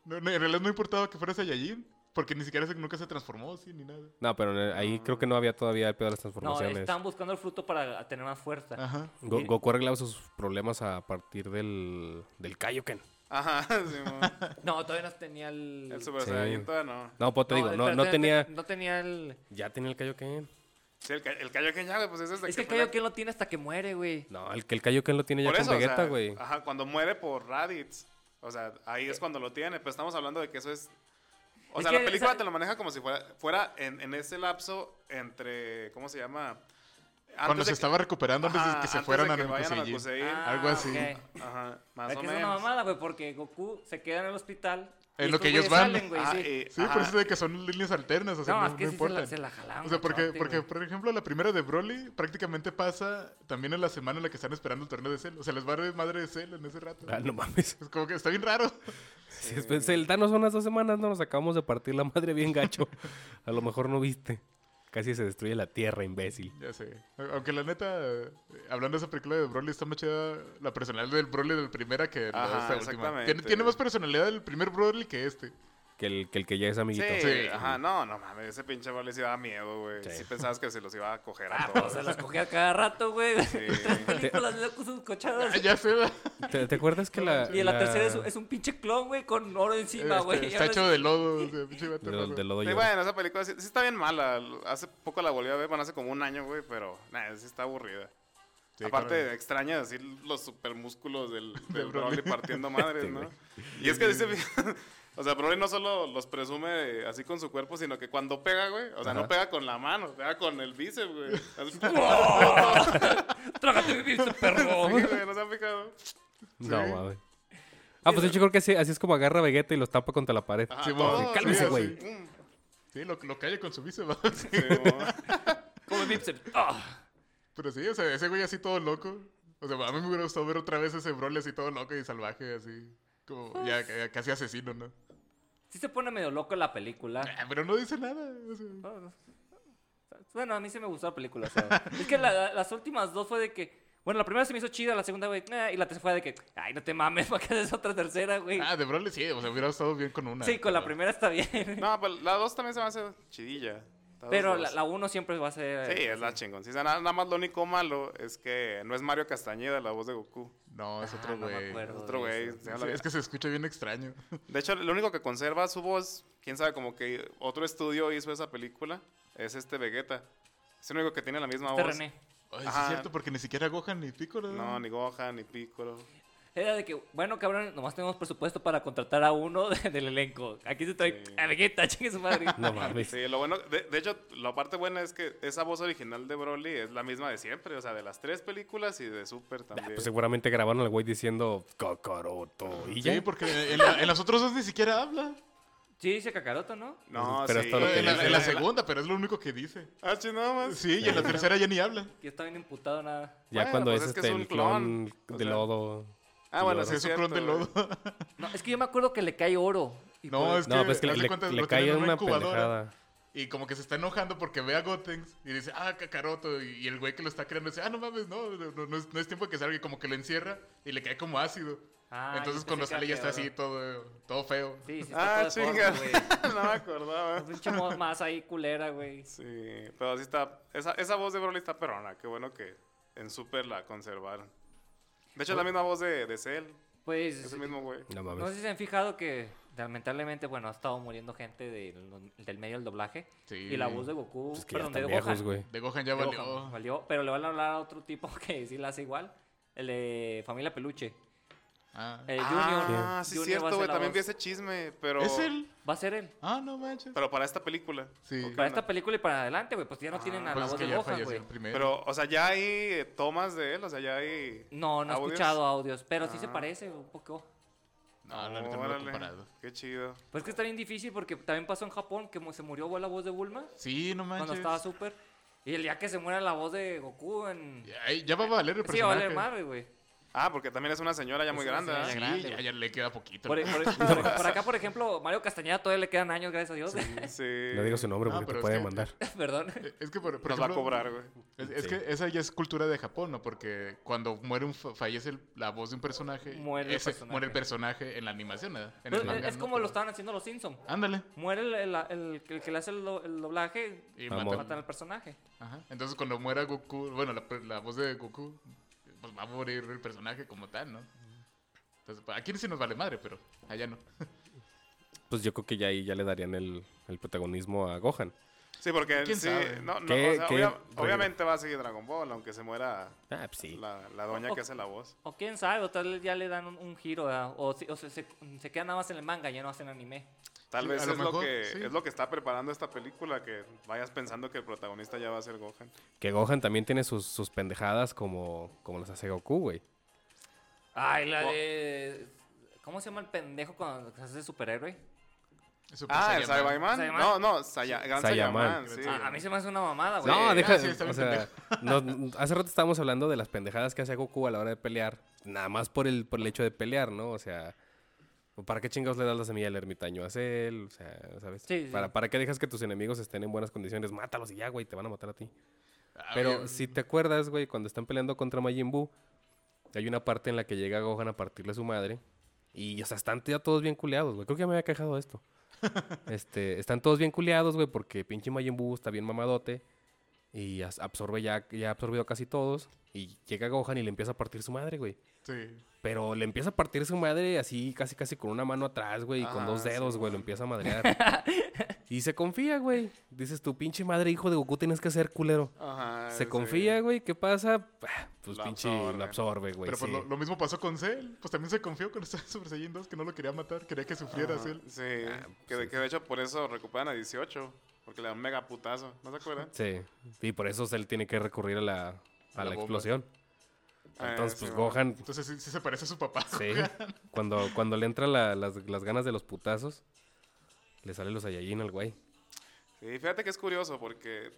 Speaker 3: No, no, en realidad no importaba que fuera Saiyajin. Porque ni siquiera se- nunca se transformó, sí, ni nada.
Speaker 1: No, pero en- ahí creo que no había todavía el pedo de las
Speaker 4: No,
Speaker 1: transformaciones.
Speaker 4: estaban buscando el fruto para tener más fuerza.
Speaker 3: Ajá.
Speaker 1: Go-
Speaker 2: Eh.
Speaker 4: Sí.
Speaker 1: Goku arreglaba sus problemas a partir del, del Kaioken.
Speaker 2: Ajá, sí, mo.
Speaker 4: No, todavía no tenía el.
Speaker 2: El Super
Speaker 1: Sí.
Speaker 2: Saiyajin todavía no.
Speaker 1: No, pues te digo, no,
Speaker 4: espérate,
Speaker 1: no tenía...
Speaker 4: No tenía el.
Speaker 1: Ya tenía el Kaioken.
Speaker 2: Sí, el, ca- el Kaioken ya, güey, pues ese es de
Speaker 4: Es que el
Speaker 2: fue la-
Speaker 4: Kaioken lo tiene hasta que muere, güey.
Speaker 1: No, el que el Kaioken lo tiene ya
Speaker 2: Por
Speaker 1: con
Speaker 2: eso, o sea, ah.
Speaker 1: Vegeta, güey.
Speaker 2: Ajá, cuando muere por Raditz. O sea, ahí es cuando lo tiene. Pero estamos hablando de que eso es. O
Speaker 4: Es
Speaker 2: sea,
Speaker 4: que
Speaker 2: la película
Speaker 4: esa-
Speaker 2: te lo maneja como si fuera, fuera en, en ese lapso entre. ¿Cómo se llama?
Speaker 3: Cuando
Speaker 2: Antes de
Speaker 3: se
Speaker 2: que-
Speaker 3: estaba recuperando antes
Speaker 2: Ajá,
Speaker 3: de que se
Speaker 2: antes
Speaker 3: fueran
Speaker 2: de
Speaker 3: a
Speaker 2: que vayan
Speaker 3: Namekusei.
Speaker 2: Namekusei.
Speaker 4: Ah,
Speaker 3: algo así.
Speaker 4: ok.
Speaker 2: Ajá, más
Speaker 4: Es
Speaker 2: o
Speaker 4: que
Speaker 2: menos.
Speaker 4: es una mamada, güey, porque Goku se queda en el hospital.
Speaker 3: En
Speaker 4: y
Speaker 3: lo
Speaker 4: estos
Speaker 3: que ellos
Speaker 4: güeyes
Speaker 3: van.
Speaker 4: salen, güey,
Speaker 2: Ah,
Speaker 4: sí.
Speaker 2: eh,
Speaker 3: Sí,
Speaker 2: ajá.
Speaker 3: por eso de que son líneas alternas, o sea,
Speaker 4: No,
Speaker 3: no,
Speaker 4: es que
Speaker 3: no
Speaker 4: sí se la,
Speaker 3: importan.
Speaker 4: se la jalaron.
Speaker 3: O sea, porque,
Speaker 4: machote,
Speaker 3: porque
Speaker 4: güey.
Speaker 3: por ejemplo, la primera de Broly prácticamente pasa también en la semana en la que están esperando el torneo de Cell. O sea, les va de madre de Cell en ese rato.
Speaker 1: Ah, no mames.
Speaker 3: Es Pues como que está bien raro.
Speaker 1: Si después el Thanos son las dos semanas, no nos acabamos de partir la madre bien gacho. A lo mejor no viste. Casi se destruye la tierra, imbécil.
Speaker 3: Ya sé. Aunque la neta, eh, hablando de esa película de Broly, está más chida la personalidad del Broly del primera que la de
Speaker 2: Ajá,
Speaker 3: esta última. Tiene,
Speaker 2: exactamente.
Speaker 3: tiene más personalidad el primer Broly que este.
Speaker 1: Que el que, el que ya es amiguito.
Speaker 2: Sí,
Speaker 3: Sí.
Speaker 2: ajá, no, no mames, ese pinche vale sí daba miedo, güey.
Speaker 1: Sí.
Speaker 2: Sí. pensabas que se los iba a coger
Speaker 4: Ah,
Speaker 2: a
Speaker 4: pero
Speaker 3: pues,
Speaker 2: todos.
Speaker 4: se los cogía cada rato, güey. Tres películas de sus cochadas.
Speaker 3: Ah, ya sé. ¿verdad?
Speaker 1: ¿Te, te acuerdas que la.
Speaker 4: Y en la tercera es, es un pinche clon, güey, con oro encima,
Speaker 3: Este,
Speaker 4: güey. Y
Speaker 3: está
Speaker 4: ahora
Speaker 3: hecho
Speaker 4: sí-
Speaker 3: de lodo. o sea, pinche vato
Speaker 1: De, lo-
Speaker 3: raro.
Speaker 1: de lodo
Speaker 2: Sí,
Speaker 1: llora.
Speaker 2: bueno, esa película sí, sí está bien mala. Hace poco la volví a ver, bueno, hace como un año, güey, pero nada, sí está aburrida.
Speaker 3: Sí,
Speaker 2: Aparte,
Speaker 3: claro.
Speaker 2: extraña decir los supermúsculos del, del
Speaker 3: Del Broly.
Speaker 2: Broly partiendo madres, ¿no? Y es que dice, o sea, Broly no solo los presume así con su cuerpo, sino que cuando pega, güey, o sea,
Speaker 1: Ajá.
Speaker 2: no pega con la mano, pega con el bíceps, güey. Así,
Speaker 4: Trágate mi pinche perro.
Speaker 2: Sí, güey, ¿no se han fijado?
Speaker 1: No, mames. Ah, pues de hecho creo que así, así es como agarra a Vegeta y los tapa contra la pared.
Speaker 2: Ajá,
Speaker 3: Sí,
Speaker 2: todo,
Speaker 3: bueno,
Speaker 1: cálmese,
Speaker 2: sí, así, mm,
Speaker 1: güey.
Speaker 2: pum,
Speaker 3: Sí, lo, lo calla con su vice, va.
Speaker 2: sí, mo.
Speaker 4: Come bíceps. Ah.
Speaker 3: Pero sí, o sea, ese güey así todo loco. O sea, a mí me hubiera gustado ver otra vez ese Broly así todo loco y salvaje, así. Como ya, ca- casi asesino, ¿no?
Speaker 4: Sí se pone medio loco la película.
Speaker 3: Ah, Pero no dice nada. o sea.
Speaker 4: Bueno, a mí sí me gustó la película. o sea, es que la- las últimas dos fue de que... Bueno, la primera se me hizo chida, la segunda, güey, eh, y la tercera fue de que... Ay, no te mames, ¿para qué haces otra tercera, güey?
Speaker 3: Ah, de Broly sí, o sea, hubiera estado bien con una. Ah,
Speaker 4: Sí, con la
Speaker 3: pero-
Speaker 4: primera está bien.
Speaker 2: No, pero la 2 también se me hace chidilla. Las
Speaker 4: Pero
Speaker 2: dos.
Speaker 4: la, la uno siempre va a ser... este,
Speaker 2: Sí, es la chingoncita. Nada, nada más lo único malo es que no es Mario Castañeda la voz de Goku.
Speaker 3: No, es
Speaker 4: Ah,
Speaker 3: otro
Speaker 4: no me
Speaker 3: güey.
Speaker 4: acuerdo de
Speaker 2: otro güey,
Speaker 4: eso.
Speaker 2: se habla
Speaker 3: Sí,
Speaker 2: bien.
Speaker 3: es que se escucha bien extraño.
Speaker 2: De hecho, lo único que conserva su voz, quién sabe, como que otro estudio hizo esa película, es este Vegeta. Es el único que tiene la misma
Speaker 4: Este
Speaker 2: voz.
Speaker 4: René.
Speaker 3: Ay, sí es
Speaker 2: Ajá.
Speaker 3: cierto, porque ni siquiera Gohan ni Piccolo.
Speaker 2: No, ni Gohan, ni Piccolo.
Speaker 4: Era de que, bueno, cabrón, nomás tenemos presupuesto para contratar a uno de- del elenco. Aquí se trae
Speaker 2: Sí.
Speaker 4: a Vegeta, chingue su madre.
Speaker 1: No mames.
Speaker 2: Sí, lo bueno, de, de hecho, la parte buena es que esa voz original de Broly es la misma de siempre, o sea, de las tres películas y de Super
Speaker 1: Ah,
Speaker 2: también.
Speaker 1: pues seguramente grabaron al güey diciendo Kakaroto. Y ya.
Speaker 3: Sí, porque en, la- en las otras dos ni siera habla.
Speaker 4: Sí, dice Kakaroto, ¿no?
Speaker 2: no,
Speaker 1: Pero
Speaker 2: sí.
Speaker 1: esto lo que
Speaker 3: en, la,
Speaker 1: dice.
Speaker 3: en la segunda, pero es lo único que dice.
Speaker 2: Ah, chis, nada más.
Speaker 3: Sí, y en la tercera ya ni habla.
Speaker 4: Yo estaba bien imputado nada.
Speaker 1: ya
Speaker 2: bueno,
Speaker 1: cuando
Speaker 2: pues
Speaker 1: es,
Speaker 2: es que
Speaker 1: este,
Speaker 2: es un
Speaker 1: el clon,
Speaker 2: clon, o
Speaker 1: de
Speaker 2: sea.
Speaker 1: lodo.
Speaker 2: Ah, bueno,
Speaker 1: Lodo.
Speaker 2: sí,
Speaker 3: Se
Speaker 2: es
Speaker 3: hace un
Speaker 2: clon
Speaker 3: clon de lodo.
Speaker 4: No, es que yo me acuerdo que le cae oro. Y
Speaker 3: No,
Speaker 4: por-
Speaker 3: es que,
Speaker 1: No, pues es que
Speaker 3: haz de
Speaker 1: le,
Speaker 3: cuenta,
Speaker 1: le
Speaker 3: lo tienen
Speaker 1: cae
Speaker 3: en
Speaker 1: una
Speaker 3: incubadora.
Speaker 1: pendejada.
Speaker 3: Y como que se está enojando porque ve a Gotenks y dice, ah, Kakaroto. Y, y el güey que lo está creando dice, ah, no mames, no, no, no- no es, no es tiempo de que salga. Y como que lo encierra y le cae como ácido.
Speaker 4: Ah,
Speaker 3: Entonces
Speaker 4: yo pensé
Speaker 3: cuando sale
Speaker 4: que era
Speaker 3: ya está
Speaker 4: peor.
Speaker 3: así todo, todo feo.
Speaker 4: Sí, sí, está
Speaker 2: Ah,
Speaker 4: todo deforme,
Speaker 2: chinga.
Speaker 4: güey.
Speaker 2: no me acordaba.
Speaker 4: Pinche mo- masa ahí culera, güey.
Speaker 2: Sí, pero así está. Esa, esa voz de Broly está perrona. Qué bueno que en Super la conservaron. De hecho, es la misma voz de, de Cell.
Speaker 4: Pues,
Speaker 2: Es el mismo güey.
Speaker 1: No
Speaker 4: no sé
Speaker 1: mames.
Speaker 4: si se han fijado que lamentablemente, bueno, ha estado muriendo gente del, del medio del doblaje.
Speaker 3: Sí. Pues
Speaker 4: Y la voz de Goku,
Speaker 1: Es que ya
Speaker 4: perdón, de
Speaker 1: están
Speaker 4: Gohan.
Speaker 1: viejos, güey.
Speaker 3: De Gohan ya
Speaker 4: de
Speaker 3: valió.
Speaker 4: Gohan, valió, Pero le van a hablar a otro tipo que sí la hace igual. El de Familia Peluche.
Speaker 3: Ah.
Speaker 4: El
Speaker 2: Ah,
Speaker 4: Junior.
Speaker 2: sí, es
Speaker 4: Junior va a
Speaker 2: cierto,
Speaker 4: ser
Speaker 2: güey.
Speaker 4: la
Speaker 2: También vi
Speaker 4: voz.
Speaker 2: ese chisme, pero.
Speaker 3: ¿Es él?
Speaker 4: Va a ser él.
Speaker 3: Ah, no manches.
Speaker 2: Pero para esta película.
Speaker 3: Sí.
Speaker 2: ¿O qué
Speaker 4: Para
Speaker 2: onda?
Speaker 4: esta película y para adelante, güey. Pues ya no tienen a la
Speaker 3: Pues es
Speaker 4: voz
Speaker 3: que
Speaker 4: de
Speaker 3: ya
Speaker 4: Gohan,
Speaker 3: falleció
Speaker 4: güey.
Speaker 3: el primero.
Speaker 2: Pero, o sea, ya hay eh, tomas de él, o sea, ya hay.
Speaker 4: No, no he
Speaker 2: audios.
Speaker 4: escuchado audios, pero sí se
Speaker 2: Ah.
Speaker 4: parece un poco.
Speaker 3: no, la neta no lo he
Speaker 2: Órale,
Speaker 3: comparado.
Speaker 2: Qué chido.
Speaker 4: Pues es que está bien difícil porque también pasó en Japón que mu- se murió la voz de Bulma
Speaker 3: Sí, no manches.
Speaker 4: cuando estaba Super. Y el día que se muera la voz de Goku en...
Speaker 3: Ay, ya va a valer el
Speaker 4: Sí, va a
Speaker 3: personaje.
Speaker 4: valer madre, güey.
Speaker 2: Ah, porque también es una señora ya
Speaker 4: Es
Speaker 2: muy
Speaker 4: una
Speaker 2: grande.
Speaker 4: señora
Speaker 2: ¿ah?
Speaker 4: ya
Speaker 3: Sí,
Speaker 4: grande,
Speaker 3: ya,
Speaker 4: güey.
Speaker 3: ya le queda poquito.
Speaker 4: Por, e-
Speaker 3: ¿no?
Speaker 4: por- por- por acá, por ejemplo, Mario Castañeda todavía le quedan años, gracias a Dios.
Speaker 2: Sí.
Speaker 1: No digo su nombre
Speaker 3: Ah,
Speaker 1: porque
Speaker 3: pero
Speaker 1: te
Speaker 3: es
Speaker 1: puede
Speaker 3: que-
Speaker 1: mandar.
Speaker 4: Perdón.
Speaker 3: Es que por, por
Speaker 2: Nos va a
Speaker 3: ejemplo,
Speaker 2: cobrar, güey.
Speaker 3: Es, es
Speaker 1: Sí.
Speaker 3: que esa ya es cultura de Japón, ¿no? Porque cuando muere un fa- fallece el- la voz de un personaje,
Speaker 4: Muere el
Speaker 3: ese-
Speaker 4: personaje.
Speaker 3: muere el personaje en la animación, ¿verdad? En
Speaker 4: Pues,
Speaker 3: el manga,
Speaker 4: es
Speaker 3: ¿no?
Speaker 4: como lo estaban haciendo los Simpsons.
Speaker 3: Ándale.
Speaker 4: Muere el, el- el- el que le hace el, do- el doblaje,
Speaker 3: Y
Speaker 1: Vamos.
Speaker 3: matan-
Speaker 4: matan al personaje.
Speaker 3: Ajá. Entonces cuando muera Goku, bueno, la, la voz de Goku, pues va a morir el personaje como tal, ¿no? Entonces, pues, aquí sí nos vale madre, pero allá no.
Speaker 1: Pues yo creo que ya ahí ya le darían el, el protagonismo a Gohan.
Speaker 2: Sí, porque
Speaker 3: ¿Quién
Speaker 2: sí,
Speaker 3: sabe?
Speaker 2: no, no,
Speaker 1: ¿Qué-
Speaker 2: o sea,
Speaker 1: qué
Speaker 2: obvia-
Speaker 1: rollo?
Speaker 2: obviamente va a seguir Dragon Ball, aunque se muera
Speaker 1: Ah, pues sí.
Speaker 2: la, la doña que hace la voz.
Speaker 4: O quién sabe, o tal vez ya le dan un, un giro, ¿verdad? o, si- o se, se, se quedan nada más en el manga, ya no hacen anime.
Speaker 2: Tal
Speaker 3: Sí,
Speaker 2: vez
Speaker 3: a
Speaker 2: es
Speaker 3: lo
Speaker 2: lo,
Speaker 3: mejor,
Speaker 2: que,
Speaker 3: sí.
Speaker 2: es lo que está preparando esta película, que vayas pensando que el protagonista ya va a ser
Speaker 3: Pues,
Speaker 2: Gohan.
Speaker 1: Que Gohan también tiene sus, sus pendejadas como, como las hace Goku, güey.
Speaker 4: Ay, la
Speaker 2: O-
Speaker 4: de... ¿Cómo se llama el pendejo cuando se hace superhéroe?
Speaker 3: Super
Speaker 2: Ah, el
Speaker 3: Saiyaman.
Speaker 2: Saiyaman.
Speaker 4: Saiyaman.
Speaker 2: No, no, Saya, Gran
Speaker 1: Saiyaman.
Speaker 2: Saiyaman, sí.
Speaker 4: A, a mí se me hace una mamada, güey.
Speaker 1: No, deja.
Speaker 3: ah, sí, está
Speaker 1: o
Speaker 3: bien
Speaker 1: sea, no- no- hace rato estábamos hablando de las pendejadas que hace Goku a la hora de pelear. Nada más por el, por el hecho de pelear, ¿no? O sea, ¿para qué chingados le das la semilla al ermitaño a él? O sea, ¿sabes?
Speaker 4: Sí, sí.
Speaker 1: ¿Para, ¿Para qué dejas que tus enemigos estén en buenas condiciones? Mátalos y ya, güey, te van a matar a ti.
Speaker 3: Ah,
Speaker 1: Pero
Speaker 3: bien.
Speaker 1: si te acuerdas, güey, cuando están peleando contra Majin Buu, hay una parte en la que llega Gohan a partirle a su madre. Y, o sea, están ya todos bien culeados, güey. Creo que ya me había quejado de esto. este, están todos bien culeados, güey, porque pinche Majin Buu está bien mamadote. Y as- absorbe ya, ya ha absorbido casi todos. Y llega Gohan y le empieza a partir su madre, güey.
Speaker 3: Sí.
Speaker 1: Pero le empieza a partir su madre así, casi, casi con una mano atrás, güey, y con
Speaker 2: Ajá,
Speaker 1: dos
Speaker 2: sí,
Speaker 1: dedos, güey, lo empieza a madrear. y se confía, güey. Dices, tu pinche madre, hijo de Goku, tienes que ser culero.
Speaker 2: Ajá,
Speaker 1: Se
Speaker 2: sí.
Speaker 1: confía, güey. ¿Qué pasa? Ah, Pues
Speaker 2: Ah, Lo
Speaker 1: pinche
Speaker 2: absorbe.
Speaker 1: lo absorbe, güey.
Speaker 3: Pero pues
Speaker 1: sí.
Speaker 3: lo, lo mismo pasó con Cell. Pues también se confió con este Super Saiyan 2 que no lo quería matar, quería que sufriera
Speaker 2: Ajá,
Speaker 3: Cell.
Speaker 2: Sí,
Speaker 1: Ah,
Speaker 2: que, de- que de hecho por eso recuperan a 18, porque le dan un mega putazo, ¿no se acuerdan?
Speaker 1: Sí. Y por eso él tiene que recurrir a la, a
Speaker 3: la
Speaker 1: la,
Speaker 3: bomba.
Speaker 1: explosión.
Speaker 2: Ah,
Speaker 1: Entonces,
Speaker 2: sí,
Speaker 1: pues
Speaker 2: bueno.
Speaker 1: Gohan,
Speaker 3: Entonces sí, sí se parece a su papá.
Speaker 1: sí. cuando, cuando le entran las, las ganas de los putazos, le salen los Saiyajin al güey.
Speaker 2: Sí, fíjate que es curioso porque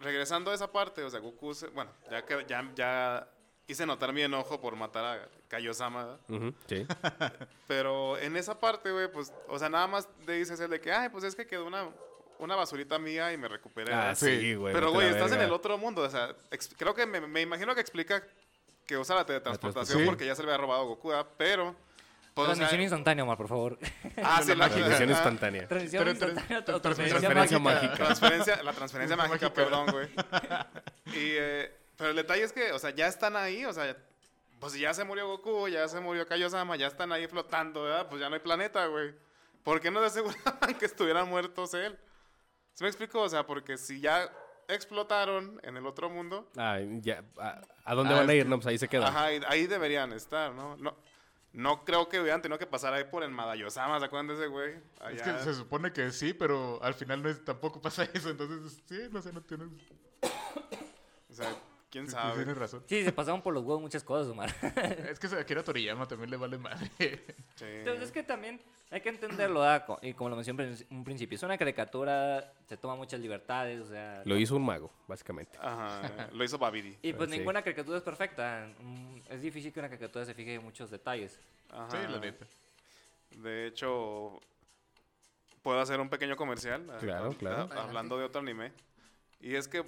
Speaker 2: regresando a esa parte, o sea, Goku, se- bueno, ya que ya, ya hice notar mi enojo por matar a Kaiosama, ¿verdad?
Speaker 1: Ujú, Sí.
Speaker 2: pero en esa parte, güey, pues, o sea, nada más le dices el de que, ay, pues es que quedó una, una basurita mía y me recuperé.
Speaker 1: ah,
Speaker 2: ¿verdad?
Speaker 1: sí,
Speaker 3: sí.
Speaker 1: güey. vete
Speaker 2: pero,
Speaker 1: a
Speaker 2: güey,
Speaker 1: la
Speaker 2: estás en
Speaker 1: verga.
Speaker 2: el otro mundo, o sea, ex- creo que me, me imagino que explica que usa la teletransportación
Speaker 1: Sí.
Speaker 2: porque ya se le había robado Goku, ¿verdad? pero... Pues, o sea,
Speaker 4: Transmisión instantánea, Omar, por favor.
Speaker 2: ah, sí, la
Speaker 1: Transmisión
Speaker 2: ah,
Speaker 1: instantánea.
Speaker 4: Transmisión
Speaker 3: Tra- tra-
Speaker 4: instantánea
Speaker 3: tra-
Speaker 4: o transferencia
Speaker 1: transferencia
Speaker 4: mágica.
Speaker 1: mágica.
Speaker 2: transferencia, la transferencia mágica,
Speaker 3: Mágica.
Speaker 2: perdón, güey. Y, eh, pero el detalle es que, o sea, ya están ahí, o sea, pues ya se murió Goku, ya se murió Kaiosama, ya están ahí flotando, ¿verdad? Pues ya no hay planeta, güey. ¿Por qué no se aseguraban que estuvieran muertos él? ¿Se me explico? O sea, porque si ya explotaron en el otro mundo,
Speaker 1: Ah, ya. ¿A, a dónde
Speaker 3: Ah,
Speaker 1: van a
Speaker 3: es
Speaker 1: ir?
Speaker 3: que-
Speaker 1: No, pues ahí se quedan.
Speaker 2: ajá, ahí- ahí deberían estar, ¿no? No, no creo que hubieran tenido que pasar ahí por el Madayosama, ¿se acuerdan de ese güey?
Speaker 3: Es
Speaker 2: Allá.
Speaker 3: que se supone que sí, pero al final no es, tampoco pasa eso. Entonces, sí, no sé, no tienes, sí,
Speaker 2: O sea, quién
Speaker 3: sí,
Speaker 2: sabe.
Speaker 3: tienes razón.
Speaker 4: Sí, se pasaron por los huevos muchas cosas, Omar.
Speaker 3: Es que a Akira Toriyama también le vale madre.
Speaker 2: Sí.
Speaker 4: Entonces es que también hay que entenderlo, ¿verdad? Co- y como lo mencioné en un principio, es una caricatura, se toma muchas libertades, o sea...
Speaker 1: Lo hizo un mago, básicamente.
Speaker 2: Ajá, lo hizo Babidi.
Speaker 4: Y pues
Speaker 1: Sí.
Speaker 4: ninguna caricatura es perfecta. Mm, Es difícil que una caricatura se
Speaker 2: Ah.
Speaker 4: fije en muchos detalles.
Speaker 2: Ajá.
Speaker 3: Sí, la neta.
Speaker 2: De hecho, puedo hacer un pequeño comercial. a-
Speaker 1: Claro,
Speaker 2: ahorita,
Speaker 1: claro.
Speaker 2: Hablando de otro anime. Y es que,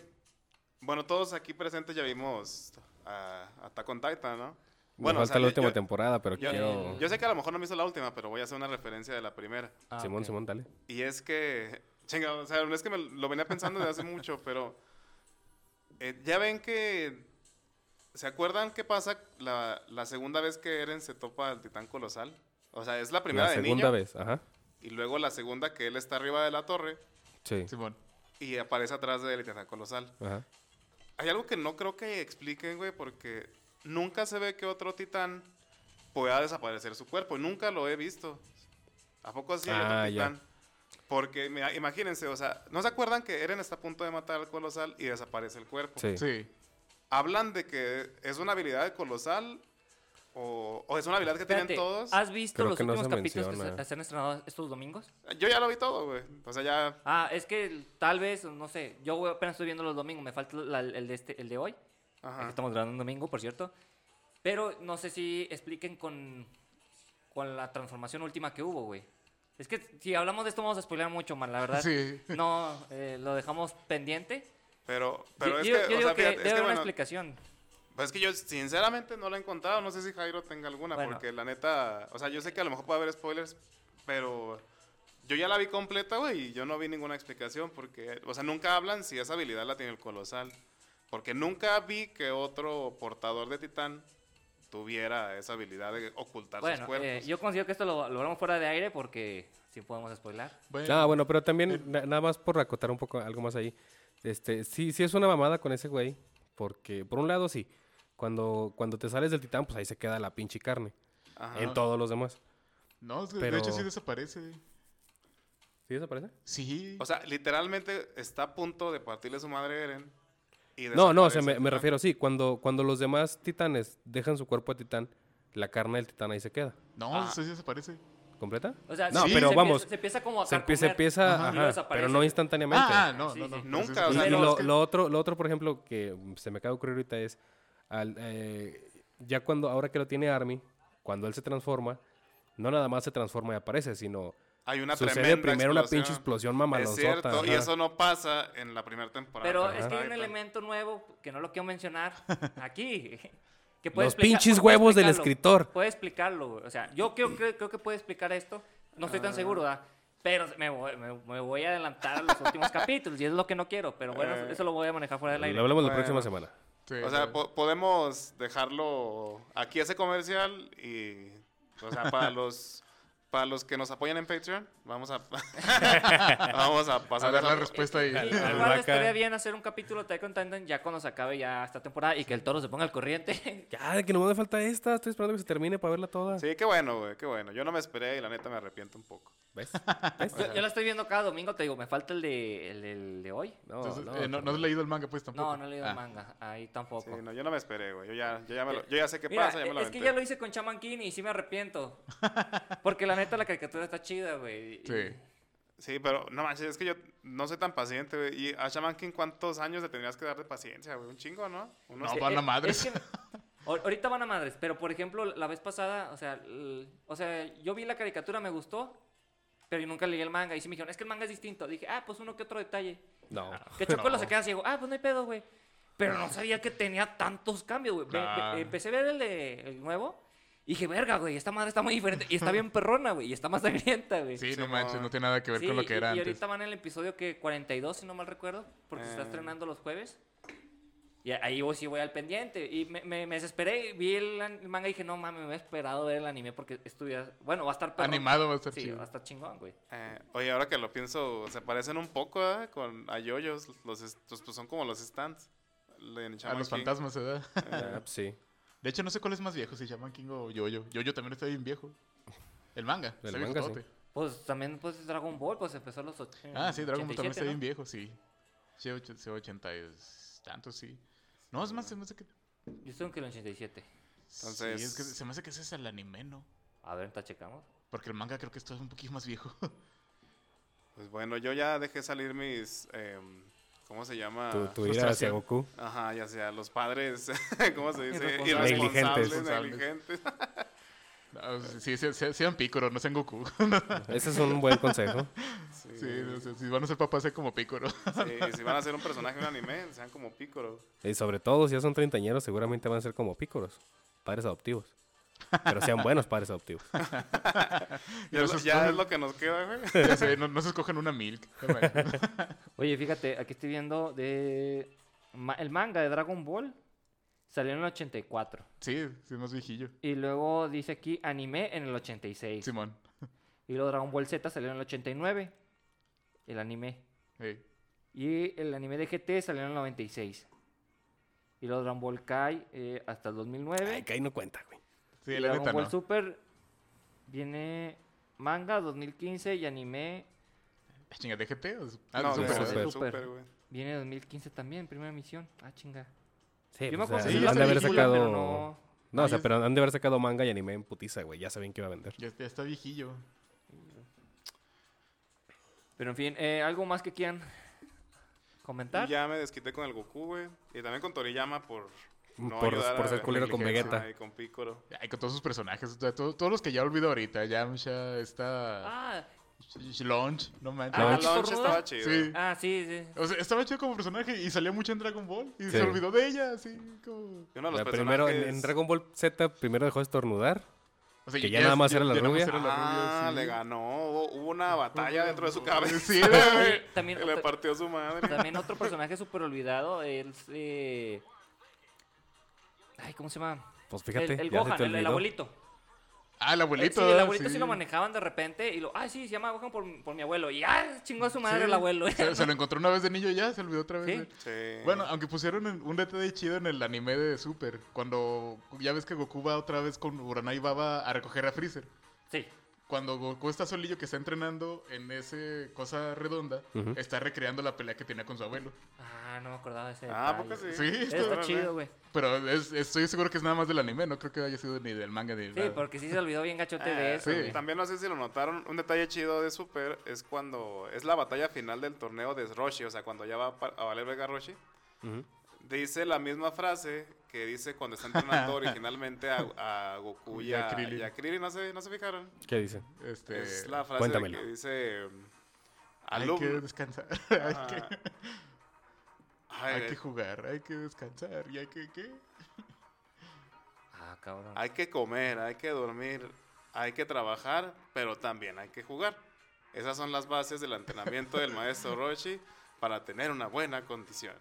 Speaker 2: bueno, todos aquí presentes ya vimos a Attack on Titan, ¿no?
Speaker 1: Bueno,
Speaker 2: o
Speaker 1: falta
Speaker 2: sea,
Speaker 1: la
Speaker 2: yo-
Speaker 1: última
Speaker 2: yo-
Speaker 1: temporada, pero
Speaker 2: yo-
Speaker 1: quiero...
Speaker 2: yo sé que a lo mejor no me hizo la última, pero voy a hacer una referencia de la primera.
Speaker 4: Ah,
Speaker 1: Simón,
Speaker 4: ok.
Speaker 1: Simón, dale.
Speaker 2: Y es que, chinga, o sea, no es que me lo venía pensando desde hace mucho, pero eh, ya ven que, ¿se acuerdan qué pasa la, la segunda vez que Eren se topa al titán colosal? O sea, es la primera
Speaker 1: La
Speaker 2: de
Speaker 1: segunda
Speaker 2: niño
Speaker 1: vez, ajá.
Speaker 2: y luego la segunda que él está arriba de la torre
Speaker 1: Sí,
Speaker 3: Simón.
Speaker 2: y aparece atrás del titán colosal.
Speaker 1: ajá.
Speaker 2: Hay algo que no creo que expliquen, güey, porque nunca se ve que otro titán pueda desaparecer su cuerpo. Nunca lo he visto. ¿A poco así hay
Speaker 1: Ah, ya.
Speaker 2: otro titán? Porque, mira, imagínense, o sea, ¿no se acuerdan que Eren está a punto de matar al colosal y desaparece el cuerpo?
Speaker 1: Sí.
Speaker 3: Sí.
Speaker 2: Hablan de que es una habilidad de colosal o, o es una habilidad que
Speaker 4: Espérate,
Speaker 2: tienen todos.
Speaker 4: ¿Has visto
Speaker 1: Creo
Speaker 4: los
Speaker 1: que no
Speaker 4: últimos
Speaker 1: se
Speaker 4: capítulos que
Speaker 1: menciona.
Speaker 4: se, se han estrenado estos domingos?
Speaker 2: Yo ya lo vi todo, güey. O sea, ya...
Speaker 4: Ah, es que tal vez, no sé, yo apenas estoy viendo los domingos, me falta la- el, de este, el de hoy.
Speaker 2: Ajá.
Speaker 4: Aquí Estamos grabando un domingo, por cierto. Pero no sé si expliquen con, con la transformación última que hubo, güey. Es que si hablamos de esto vamos a spoilear mucho, man, la verdad.
Speaker 3: Sí.
Speaker 4: No, eh, lo dejamos pendiente.
Speaker 2: Pero,
Speaker 4: yo
Speaker 2: pero
Speaker 4: yo-
Speaker 2: es que,
Speaker 4: yo
Speaker 2: o
Speaker 4: digo
Speaker 2: sea,
Speaker 4: que
Speaker 2: fíjate,
Speaker 4: debe
Speaker 2: es que,
Speaker 4: haber una
Speaker 2: bueno,
Speaker 4: explicación.
Speaker 2: Pues es que yo sinceramente no la he encontrado, no sé si Jairo tenga alguna,
Speaker 4: Bueno.
Speaker 2: porque la neta, o sea, yo sé que a lo mejor puede haber spoilers, pero yo ya la vi completa, güey, y yo no vi ninguna explicación, porque, o sea, nunca hablan si esa habilidad la tiene el colosal, porque nunca vi que otro portador de titán tuviera esa habilidad de ocultar sus
Speaker 4: Bueno,
Speaker 2: cuerpos.
Speaker 4: eh, yo considero que esto lo, lo hablamos fuera de aire porque sí podemos spoilear.
Speaker 3: Bueno,
Speaker 1: Ah, bueno, pero también, na- nada más por acotar un poco algo más ahí. Este, sí, sí es una mamada con ese güey. Porque, por un lado, sí. Cuando, cuando te sales del titán, pues ahí se queda la pinche carne.
Speaker 2: Ajá.
Speaker 1: En todos los demás.
Speaker 3: No, es que
Speaker 1: Pero-
Speaker 3: de hecho sí desaparece.
Speaker 1: ¿Sí desaparece?
Speaker 3: Sí.
Speaker 2: O sea, literalmente está a punto de partirle su madre a Eren. y
Speaker 1: No, no, o
Speaker 2: desaparece
Speaker 1: sea,
Speaker 2: el
Speaker 1: me, me
Speaker 2: titán.
Speaker 1: refiero, sí. Cuando, cuando los demás titanes dejan su cuerpo a titán, la carne del titán ahí se queda.
Speaker 3: no,
Speaker 2: ah.
Speaker 3: sí desaparece.
Speaker 1: ¿Completa?
Speaker 4: O sea,
Speaker 1: No,
Speaker 4: sí,
Speaker 1: pero
Speaker 4: se
Speaker 1: vamos,
Speaker 4: Empieza, se empieza como a
Speaker 1: Se empie- se
Speaker 4: carcomer.
Speaker 1: empieza,
Speaker 4: Ajá. Y luego
Speaker 1: ajá,
Speaker 4: desaparece.
Speaker 1: pero no instantáneamente.
Speaker 3: Ah, ah, no,
Speaker 4: Sí,
Speaker 3: no,
Speaker 4: sí.
Speaker 3: no.
Speaker 2: Nunca,
Speaker 3: Entonces,
Speaker 2: o sea,
Speaker 1: Y- y
Speaker 4: pero
Speaker 1: lo,
Speaker 4: es que-
Speaker 1: lo otro, lo otro, por ejemplo, que mm, se me acaba de ocurrir ahorita es, al, eh, ya cuando, ahora que lo tiene Army, cuando él se transforma, no nada más se transforma y aparece, sino
Speaker 2: Hay una
Speaker 1: sucede
Speaker 2: tremenda
Speaker 1: primero una pinche
Speaker 2: explosión.
Speaker 1: explosión
Speaker 2: Es
Speaker 1: mamalonzota.
Speaker 2: cierto, y
Speaker 1: ajá.
Speaker 2: eso no pasa en la primera temporada.
Speaker 4: Pero
Speaker 2: de
Speaker 4: es que hay un
Speaker 2: Titan.
Speaker 4: elemento nuevo que no lo quiero mencionar aquí. Que
Speaker 1: Los pinches huevos del
Speaker 4: explicarlo,
Speaker 1: escritor.
Speaker 4: Puede explicarlo, güey. O sea, yo creo, creo, creo que puede explicar esto. No estoy
Speaker 1: Ah.
Speaker 4: tan seguro, ¿verdad? Pero me voy, me- me voy a adelantar a los últimos capítulos y es lo que no quiero. Pero bueno,
Speaker 2: Eh,
Speaker 4: eso lo voy a manejar fuera del aire.
Speaker 1: Lo hablamos la
Speaker 2: Bueno.
Speaker 1: próxima semana.
Speaker 3: Sí,
Speaker 2: O sea,
Speaker 3: no.
Speaker 2: po- podemos dejarlo aquí ese comercial y, o sea, para los para los que nos apoyan en Patreon, vamos a vamos a
Speaker 3: Vas a
Speaker 2: pasar
Speaker 3: dar
Speaker 2: esa-
Speaker 3: la respuesta ahí.
Speaker 4: Y
Speaker 1: Al
Speaker 4: Igual
Speaker 1: vaca.
Speaker 4: estaría bien hacer un capítulo de Titan Titan ya cuando se acabe ya esta temporada y que el toro se ponga al corriente.
Speaker 1: Ya, que no me falta esta, estoy esperando que se termine para verla toda.
Speaker 2: Sí, qué bueno, güey, qué bueno. Yo no me esperé y la neta me arrepiento un poco.
Speaker 1: ¿Ves?
Speaker 4: Yo, yo la estoy viendo cada domingo, te digo, me falta el de, el, el de hoy.
Speaker 1: No,
Speaker 3: Entonces, eh,
Speaker 1: no,
Speaker 3: no, no, has leído el manga, pues tampoco.
Speaker 4: No, no he leído el
Speaker 3: Ah.
Speaker 4: manga, ahí
Speaker 2: Sí,
Speaker 4: tampoco.
Speaker 2: no, yo no me esperé, güey. Yo ya, yo ya, me lo- yo ya sé qué
Speaker 4: Eh, Mira, e,
Speaker 2: pasa, ya me lo
Speaker 4: es que
Speaker 2: aventé.
Speaker 4: ya lo hice con Chaman King y sí me arrepiento. Porque la neta la caricatura está chida, güey. Y-
Speaker 3: Sí.
Speaker 2: Sí, pero no manches, es que yo no soy tan paciente, güey. Y a Shaman King, ¿cuántos años le tendrías que dar de paciencia, güey? Un chingo, ¿no? Unos-
Speaker 3: No, van a
Speaker 4: eh,
Speaker 3: madres.
Speaker 4: es que- ahor- ahorita van a madres, pero por ejemplo, la vez pasada, o sea, l- o sea, yo vi la caricatura, me gustó, pero yo nunca leí el manga. Y sí me dijeron, es que el manga es distinto. Dije, ah, pues uno que otro detalle.
Speaker 1: no.
Speaker 4: Que Chocolo
Speaker 3: No.
Speaker 4: se queda ciego. Ah, pues no hay pedo, güey. Pero no sabía que tenía tantos cambios, güey. Ve- ve-
Speaker 3: Nah.
Speaker 4: Empecé a ver el, de, el nuevo y dije, verga, güey, esta madre está muy diferente. Y está bien perrona, güey. Y está más sangrienta, güey.
Speaker 3: Sí, no
Speaker 2: Simón.
Speaker 3: manches, no tiene nada que ver
Speaker 4: Sí,
Speaker 3: con lo que
Speaker 4: y-
Speaker 3: era
Speaker 4: y,
Speaker 3: antes. Ah.
Speaker 4: ahorita van en el episodio que 42, si no mal recuerdo, porque se está
Speaker 2: Eh.
Speaker 4: estrenando los jueves. Y a- ahí voy, sí voy al pendiente. Y me, me- me desesperé, vi el, an- el manga y dije, no mames, me había esperado ver el anime porque estuviera... Bueno, va a estar perrón.
Speaker 3: Animado va a estar
Speaker 4: Sí,
Speaker 3: chido.
Speaker 4: va a estar chingón, güey.
Speaker 2: Eh, oye, ahora que lo pienso, se parecen un poco ¿eh? con a yoyos. Los, est- pues, pues, son como los stands. le- en
Speaker 3: A
Speaker 2: Shaman
Speaker 3: los
Speaker 2: King.
Speaker 3: fantasmas, ¿verdad?
Speaker 1: Ah, pues sí.
Speaker 3: De hecho, no sé cuál es más viejo, si Shaman King o Yo-Yo. Yo-Yo también está bien viejo. El manga.
Speaker 1: El
Speaker 3: está
Speaker 1: manga,
Speaker 3: viejotote.
Speaker 4: Pues también pues Dragon Ball, pues empezó a los och-
Speaker 3: Ah, sí, Dragon Ball también está
Speaker 4: 87,
Speaker 3: bien
Speaker 4: ¿no?
Speaker 3: viejo, sí. Sí, och- sí, ochenta y tantos, sí. No, es más, se me hace que...
Speaker 4: Yo estoy en que el 87.
Speaker 2: Entonces-
Speaker 3: Sí, es que se me hace que ese es el anime, ¿no?
Speaker 4: A ver, ahorita checamos.
Speaker 3: Porque el manga creo que esto es un poquito más viejo.
Speaker 2: Pues bueno, yo ya dejé salir mis. em, ¿Cómo se llama?
Speaker 1: Tu, tu ira hacia
Speaker 3: frustración.
Speaker 1: Goku.
Speaker 2: Ajá, ya sea, los padres. ¿Cómo se dice?
Speaker 4: Irresponsables.
Speaker 2: Irresponsables,
Speaker 3: Negligentes.
Speaker 2: negligentes.
Speaker 3: No, sí, sí, sí, sean Piccolo, no sean Goku.
Speaker 1: Ese es un buen consejo.
Speaker 3: Sí, o sea, si van a ser papás, sea como Piccolo.
Speaker 2: Sí, si van a ser un personaje de un anime, sean como Piccolo.
Speaker 1: Y sobre todo, si ya son treintañeros, seguramente van a ser como pícoros, padres adoptivos. Pero sean buenos padres adoptivos.
Speaker 2: Ya, es lo-
Speaker 3: nosotros-
Speaker 2: ya es lo que nos queda, güey.
Speaker 3: Ya sé, no, no se escogen una milk.
Speaker 4: Oye, fíjate, aquí estoy viendo de ma- el manga de Dragon Ball. Salió en el 84.
Speaker 3: Sí, sí, es más viejillo.
Speaker 4: Y luego dice aquí anime en el 86.
Speaker 3: Simón.
Speaker 4: Y luego Dragon Ball Z salió en el 89. El anime.
Speaker 3: Ey.
Speaker 4: Y el anime de GT salió en el 96. Y luego Dragon Ball Kai eh, hasta el 2009.
Speaker 1: Ay, que ahí no cuenta, güey.
Speaker 3: Sí,
Speaker 4: y
Speaker 3: la
Speaker 4: Dragon
Speaker 3: neta
Speaker 4: Ball
Speaker 3: no.
Speaker 4: Super viene manga 2015 y anime
Speaker 3: Ah, Chinga, DGT o es- Ah,
Speaker 2: No,
Speaker 3: Super,
Speaker 2: de
Speaker 1: Super.
Speaker 4: Super.
Speaker 2: super, super, güey.
Speaker 4: viene 2015 también, primera misión. Ah, chinga.
Speaker 1: Sí,
Speaker 4: Yo me
Speaker 1: pues,
Speaker 4: acuerdo
Speaker 1: o sea,
Speaker 3: que sí,
Speaker 1: han de
Speaker 3: esa
Speaker 1: haber
Speaker 4: película,
Speaker 1: sacado.
Speaker 4: pero
Speaker 1: No,
Speaker 4: no- Ah,
Speaker 1: o sea,
Speaker 3: Ahí es-
Speaker 1: pero han de haber sacado manga y anime en putiza, güey. Ya saben que iba a vender.
Speaker 3: Ya, ya está viejillo.
Speaker 4: Pero en fin, eh, algo más que quieran comentar.
Speaker 2: Y ya me desquité con el Goku, güey. Y también con Toriyama por. No
Speaker 1: por,
Speaker 2: ayudar
Speaker 1: por
Speaker 2: a-
Speaker 1: ser culero con
Speaker 3: negligencia.
Speaker 1: Vegeta.
Speaker 2: Ay, con Piccolo.
Speaker 3: Ay, con todos sus personajes. o sea, todo- todos los que ya olvidé ahorita. Yamcha, está.
Speaker 4: Ah,
Speaker 3: Launch, no manches.
Speaker 2: Ah,
Speaker 1: Launch.
Speaker 2: Launch estaba
Speaker 4: Sí.
Speaker 2: chido.
Speaker 3: Sí.
Speaker 4: ah, sí, sí.
Speaker 3: O sea, estaba chido como personaje y salía mucho en Dragon Ball. Y
Speaker 1: Sí.
Speaker 3: se olvidó de ella, así como.
Speaker 2: Y uno de los
Speaker 1: La primero, en,
Speaker 2: personajes-
Speaker 1: en Dragon Ball Z, primero dejó de estornudar.
Speaker 3: O sea,
Speaker 1: Que ya nada más era la
Speaker 3: nada más
Speaker 1: rubia.
Speaker 3: era la
Speaker 2: Ah,
Speaker 3: rubia, sí.
Speaker 2: le ganó. Hubo, hubo una batalla dentro de su cabeza.
Speaker 3: Sí, güey.
Speaker 4: También
Speaker 2: Que le
Speaker 4: otra-
Speaker 2: partió su madre.
Speaker 4: También otro personaje súper olvidado es... eh, Ay, ¿cómo se llama?
Speaker 1: Pues fíjate,
Speaker 4: el el
Speaker 1: ya se
Speaker 4: Gohan,
Speaker 1: te
Speaker 4: el, el
Speaker 1: olvidó.
Speaker 4: abuelito.
Speaker 3: Ah, el
Speaker 4: Eh,
Speaker 3: abuelito.
Speaker 4: sí, el
Speaker 3: ¿verdad?
Speaker 4: abuelito sí. lo manejaban de repente y lo... Ay, sí, se llama Gohan por, por mi abuelo. Y ¡ah! Chingó a su madre
Speaker 3: Sí.
Speaker 4: el abuelo.
Speaker 3: Se, se lo encontró una vez de niño y ya, se olvidó otra vez.
Speaker 4: Sí.
Speaker 3: de él.
Speaker 2: Sí.
Speaker 3: Bueno, aunque pusieron en- un detalle chido en el anime de Super, cuando ya ves que Goku va otra vez con Uranai Baba a recoger a Freezer.
Speaker 4: Sí.
Speaker 3: Cuando Goku está solillo que está entrenando en ese cosa redonda,
Speaker 1: Ujú.
Speaker 3: está recreando la pelea que tenía con su abuelo.
Speaker 4: Ah, no me acordaba de ese
Speaker 2: Ah,
Speaker 4: detalle.
Speaker 2: ¿por qué sí? ¿eh?
Speaker 3: Sí,
Speaker 4: Está,
Speaker 3: está-
Speaker 2: Órale.
Speaker 4: chido, güey.
Speaker 3: pero es- estoy seguro que es nada más del anime, no creo que haya sido ni del manga ni de
Speaker 4: Sí,
Speaker 3: nada.
Speaker 4: porque sí se olvidó bien gachote
Speaker 2: Ah,
Speaker 4: de eso,
Speaker 3: sí.
Speaker 4: güey.
Speaker 2: También no sé si lo notaron, un detalle chido de Super es cuando es la batalla final del torneo de Roshi, o sea, cuando ya va pa- a valer Vega Roshi.
Speaker 1: Ujú.
Speaker 2: Dice la misma frase que dice cuando está entrenando originalmente a, a Goku y,
Speaker 3: Y a
Speaker 2: a,
Speaker 3: Krillin.
Speaker 2: y a Krillin, ¿no se, no se fijaron?
Speaker 1: ¿Qué dice?
Speaker 3: Este,
Speaker 2: es la frase de
Speaker 1: cuéntamelo.
Speaker 2: que dice... mm,
Speaker 3: hay
Speaker 2: alumno-
Speaker 3: que descansar, hay,
Speaker 2: Ah.
Speaker 3: que,
Speaker 2: Ay,
Speaker 3: hay
Speaker 2: eh,
Speaker 3: que jugar, hay que descansar y hay que... ¿qué?
Speaker 4: Ah, cabrón.
Speaker 2: Hay que comer, hay que dormir, hay que trabajar, pero también hay que jugar. Esas son las bases del entrenamiento del maestro Roshi para tener una buena condición.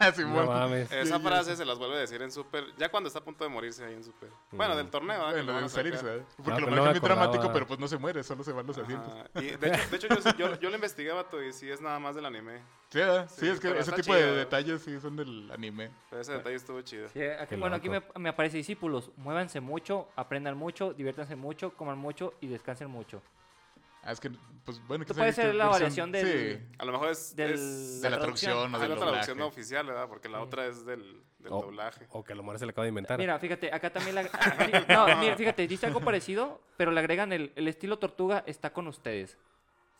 Speaker 1: No
Speaker 3: Simón.
Speaker 1: mames.
Speaker 2: Esa
Speaker 3: sí.
Speaker 2: frase se las vuelve a decir en Super, ya cuando está a punto de morirse ahí en Super. Bueno, del torneo, ¿verdad? Que
Speaker 3: Bueno,
Speaker 2: lo van a
Speaker 3: de salirse,
Speaker 2: sacar.
Speaker 3: ¿verdad? Porque
Speaker 1: Ah,
Speaker 3: lo
Speaker 1: pero no
Speaker 3: marcan
Speaker 1: me
Speaker 3: bien dramático,
Speaker 1: acordaba.
Speaker 3: pero pues no se muere, solo se van los asientos.
Speaker 2: Ajá. Y de hecho, de hecho, yo, sé- yo, yo lo investigaba todo y sí, es nada más del anime.
Speaker 3: Sí, ¿verdad? Sí,
Speaker 2: Sí,
Speaker 3: es que
Speaker 2: pero
Speaker 3: ese
Speaker 2: está
Speaker 3: tipo de
Speaker 2: chido.
Speaker 3: detalles sí son del anime.
Speaker 2: Pero ese detalle estuvo chido.
Speaker 4: Sí, eh, aquí-
Speaker 1: Qué
Speaker 4: bueno, aquí me,
Speaker 1: loco.
Speaker 4: me aparece discípulos. Muévanse mucho, aprendan mucho, diviértanse mucho, coman mucho y descansen mucho.
Speaker 3: Ah, es que, pues bueno, que
Speaker 4: Esto puede
Speaker 3: sea
Speaker 4: ser la
Speaker 3: versión-
Speaker 4: variación del-
Speaker 3: Sí,
Speaker 2: A lo mejor es,
Speaker 4: Del-
Speaker 2: es-
Speaker 3: de la,
Speaker 4: la
Speaker 3: traducción o
Speaker 2: hay
Speaker 3: del
Speaker 2: una Ah, traducción
Speaker 3: doblaje. Oh.
Speaker 2: oficial, ¿verdad? Porque
Speaker 1: Mm.
Speaker 2: la otra es del, del
Speaker 1: O,
Speaker 2: doblaje.
Speaker 1: o que a lo mejor se le acaba de inventar.
Speaker 4: Mira, fíjate, acá también la... No, mira, fíjate, dice algo parecido, pero le agregan el, el estilo tortuga está con ustedes.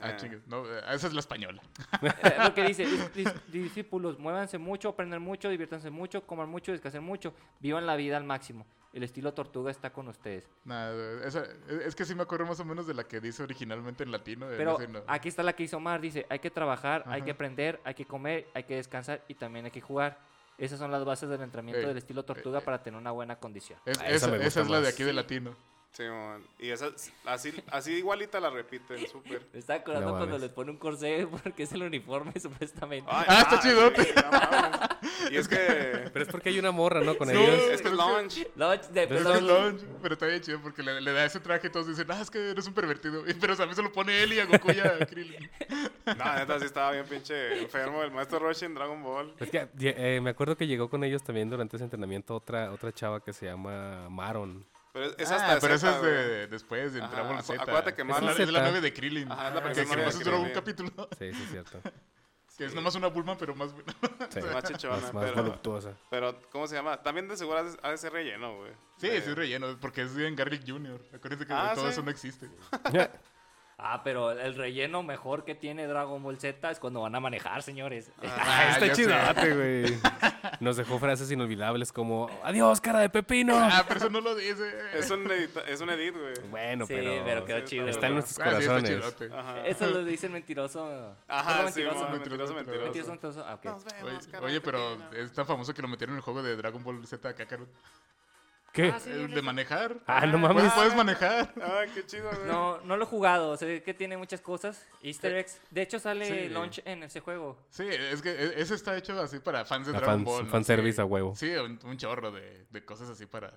Speaker 3: Ah, chingue. No, eh, esa es la española.
Speaker 4: Eh, Lo que dice, dis- dis- discípulos, muévanse mucho, aprendan mucho, diviértanse mucho, coman mucho, descansen mucho, vivan la vida al máximo. El estilo tortuga está con ustedes.
Speaker 3: Eh, Nada, esa- es que sí me acuerdo más o menos de la que dice originalmente en latino. eh,
Speaker 4: Pero
Speaker 3: no sé, no.
Speaker 4: aquí está la que hizo Omar, dice, hay que trabajar, hay
Speaker 3: Ajá.
Speaker 4: que aprender, hay que comer, hay que descansar y también hay que jugar. Esas son las bases del entrenamiento
Speaker 3: Ey,
Speaker 4: del estilo tortuga
Speaker 3: ey, ey.
Speaker 4: para tener una buena condición.
Speaker 3: Es-
Speaker 1: Ah, esa
Speaker 3: esa
Speaker 1: me gusta
Speaker 3: esa es la de
Speaker 1: más.
Speaker 3: aquí de latino.
Speaker 2: Sí, mon. y esa, así, así igualita la repite en Super.
Speaker 4: Me estaba acordando
Speaker 1: No
Speaker 4: cuando
Speaker 1: mames.
Speaker 4: les pone un corsé porque es el uniforme supuestamente.
Speaker 2: Ay,
Speaker 3: Ah, está
Speaker 2: ay,
Speaker 3: chido.
Speaker 2: sí, no mames. y es que...
Speaker 1: Pero es porque hay una morra, ¿no? Con
Speaker 2: Sí,
Speaker 1: ellos.
Speaker 2: es que es launch.
Speaker 4: No, de-
Speaker 1: Pero
Speaker 3: Es
Speaker 4: no,
Speaker 3: de Launch, pero está bien chido porque le, le da ese traje y todos dicen, ah, es que eres un pervertido. Y- Pero o sea, a mí se lo pone él y a Goku y a Krillin.
Speaker 2: No, neta, sí estaba bien pinche enfermo el maestro Roshi en Dragon Ball.
Speaker 1: Es que lle- eh, me acuerdo que llegó con ellos también durante ese entrenamiento otra otra chava que se llama Maron.
Speaker 2: Pero es- es
Speaker 3: Ah,
Speaker 2: hasta de
Speaker 3: pero
Speaker 2: Z,
Speaker 3: esa es
Speaker 2: güey.
Speaker 3: de, después de
Speaker 2: Ajá,
Speaker 3: Dragon
Speaker 2: acu-
Speaker 3: Z.
Speaker 2: acuérdate que
Speaker 3: es
Speaker 2: más-
Speaker 3: la, es la
Speaker 1: Z.
Speaker 3: nueve de Krillin. Ah,
Speaker 2: Ajá, es la
Speaker 3: que
Speaker 2: primera
Speaker 3: que
Speaker 2: novia
Speaker 3: nomás
Speaker 2: de
Speaker 3: duró un
Speaker 2: Krillin.
Speaker 3: capítulo.
Speaker 1: Sí, sí, es cierto.
Speaker 3: Que es nomás una Bulma, pero más buena.
Speaker 1: Sí.
Speaker 2: Más chichona,
Speaker 1: Más, más
Speaker 2: pero-
Speaker 1: voluptuosa.
Speaker 2: Pero, ¿cómo se llama? También de seguro ha de- ha de ser relleno, güey.
Speaker 3: Sí,
Speaker 2: De-
Speaker 3: sí es relleno, porque es en Garlic Jr. Acuérdense que
Speaker 2: Eh. Ah,
Speaker 3: todo
Speaker 2: sí.
Speaker 3: eso no existe.
Speaker 4: Ah, pero el relleno mejor que tiene Dragon Ball Z es cuando van a manejar, señores.
Speaker 1: Ah, está
Speaker 3: ya sé.
Speaker 1: chidote, güey. Nos dejó frases inolvidables como Adiós, cara de pepino.
Speaker 3: Ah, pero eso no lo dice. Ah,
Speaker 2: Es un edit, es un edit güey.
Speaker 1: Bueno,
Speaker 4: sí,
Speaker 1: pero,
Speaker 4: pero, quedó chido.
Speaker 1: está en
Speaker 4: güey.
Speaker 1: nuestros
Speaker 3: Ah, sí, está
Speaker 1: corazones.
Speaker 3: chidote.
Speaker 2: Ajá.
Speaker 4: Eso lo dice el mentiroso.
Speaker 2: Ajá,
Speaker 4: ¿Solo
Speaker 2: sí,
Speaker 4: mentiroso?
Speaker 2: mamá,
Speaker 3: Mentiroso,
Speaker 2: mentiroso, mentiroso.
Speaker 4: mentiroso, mentiroso. Ah, ok.
Speaker 2: Nos
Speaker 3: Oye,
Speaker 2: vemos, cara
Speaker 3: oye,
Speaker 2: de
Speaker 3: pero
Speaker 2: pepino.
Speaker 3: es tan famoso que lo metieron en el juego de Dragon Ball Z acá, Carol.
Speaker 1: ¿Qué?
Speaker 4: Ah, sí,
Speaker 3: El
Speaker 4: bien,
Speaker 3: de manejar.
Speaker 1: Ah, no
Speaker 3: Puedes,
Speaker 1: mames.
Speaker 3: puedes manejar.
Speaker 2: Ah, qué chido, güey.
Speaker 4: No, no lo he jugado, sé que tiene muchas cosas,
Speaker 2: Eh,
Speaker 4: easter eggs. De hecho sale
Speaker 3: Sí.
Speaker 4: launch en ese juego.
Speaker 3: Sí, es que e- ese está hecho así para fans de
Speaker 1: A
Speaker 3: Dragon
Speaker 1: fans-
Speaker 3: Ball. ¿no?
Speaker 1: fanservice
Speaker 3: Sí.
Speaker 1: a huevo.
Speaker 3: Sí, un, un chorro de, de cosas así para.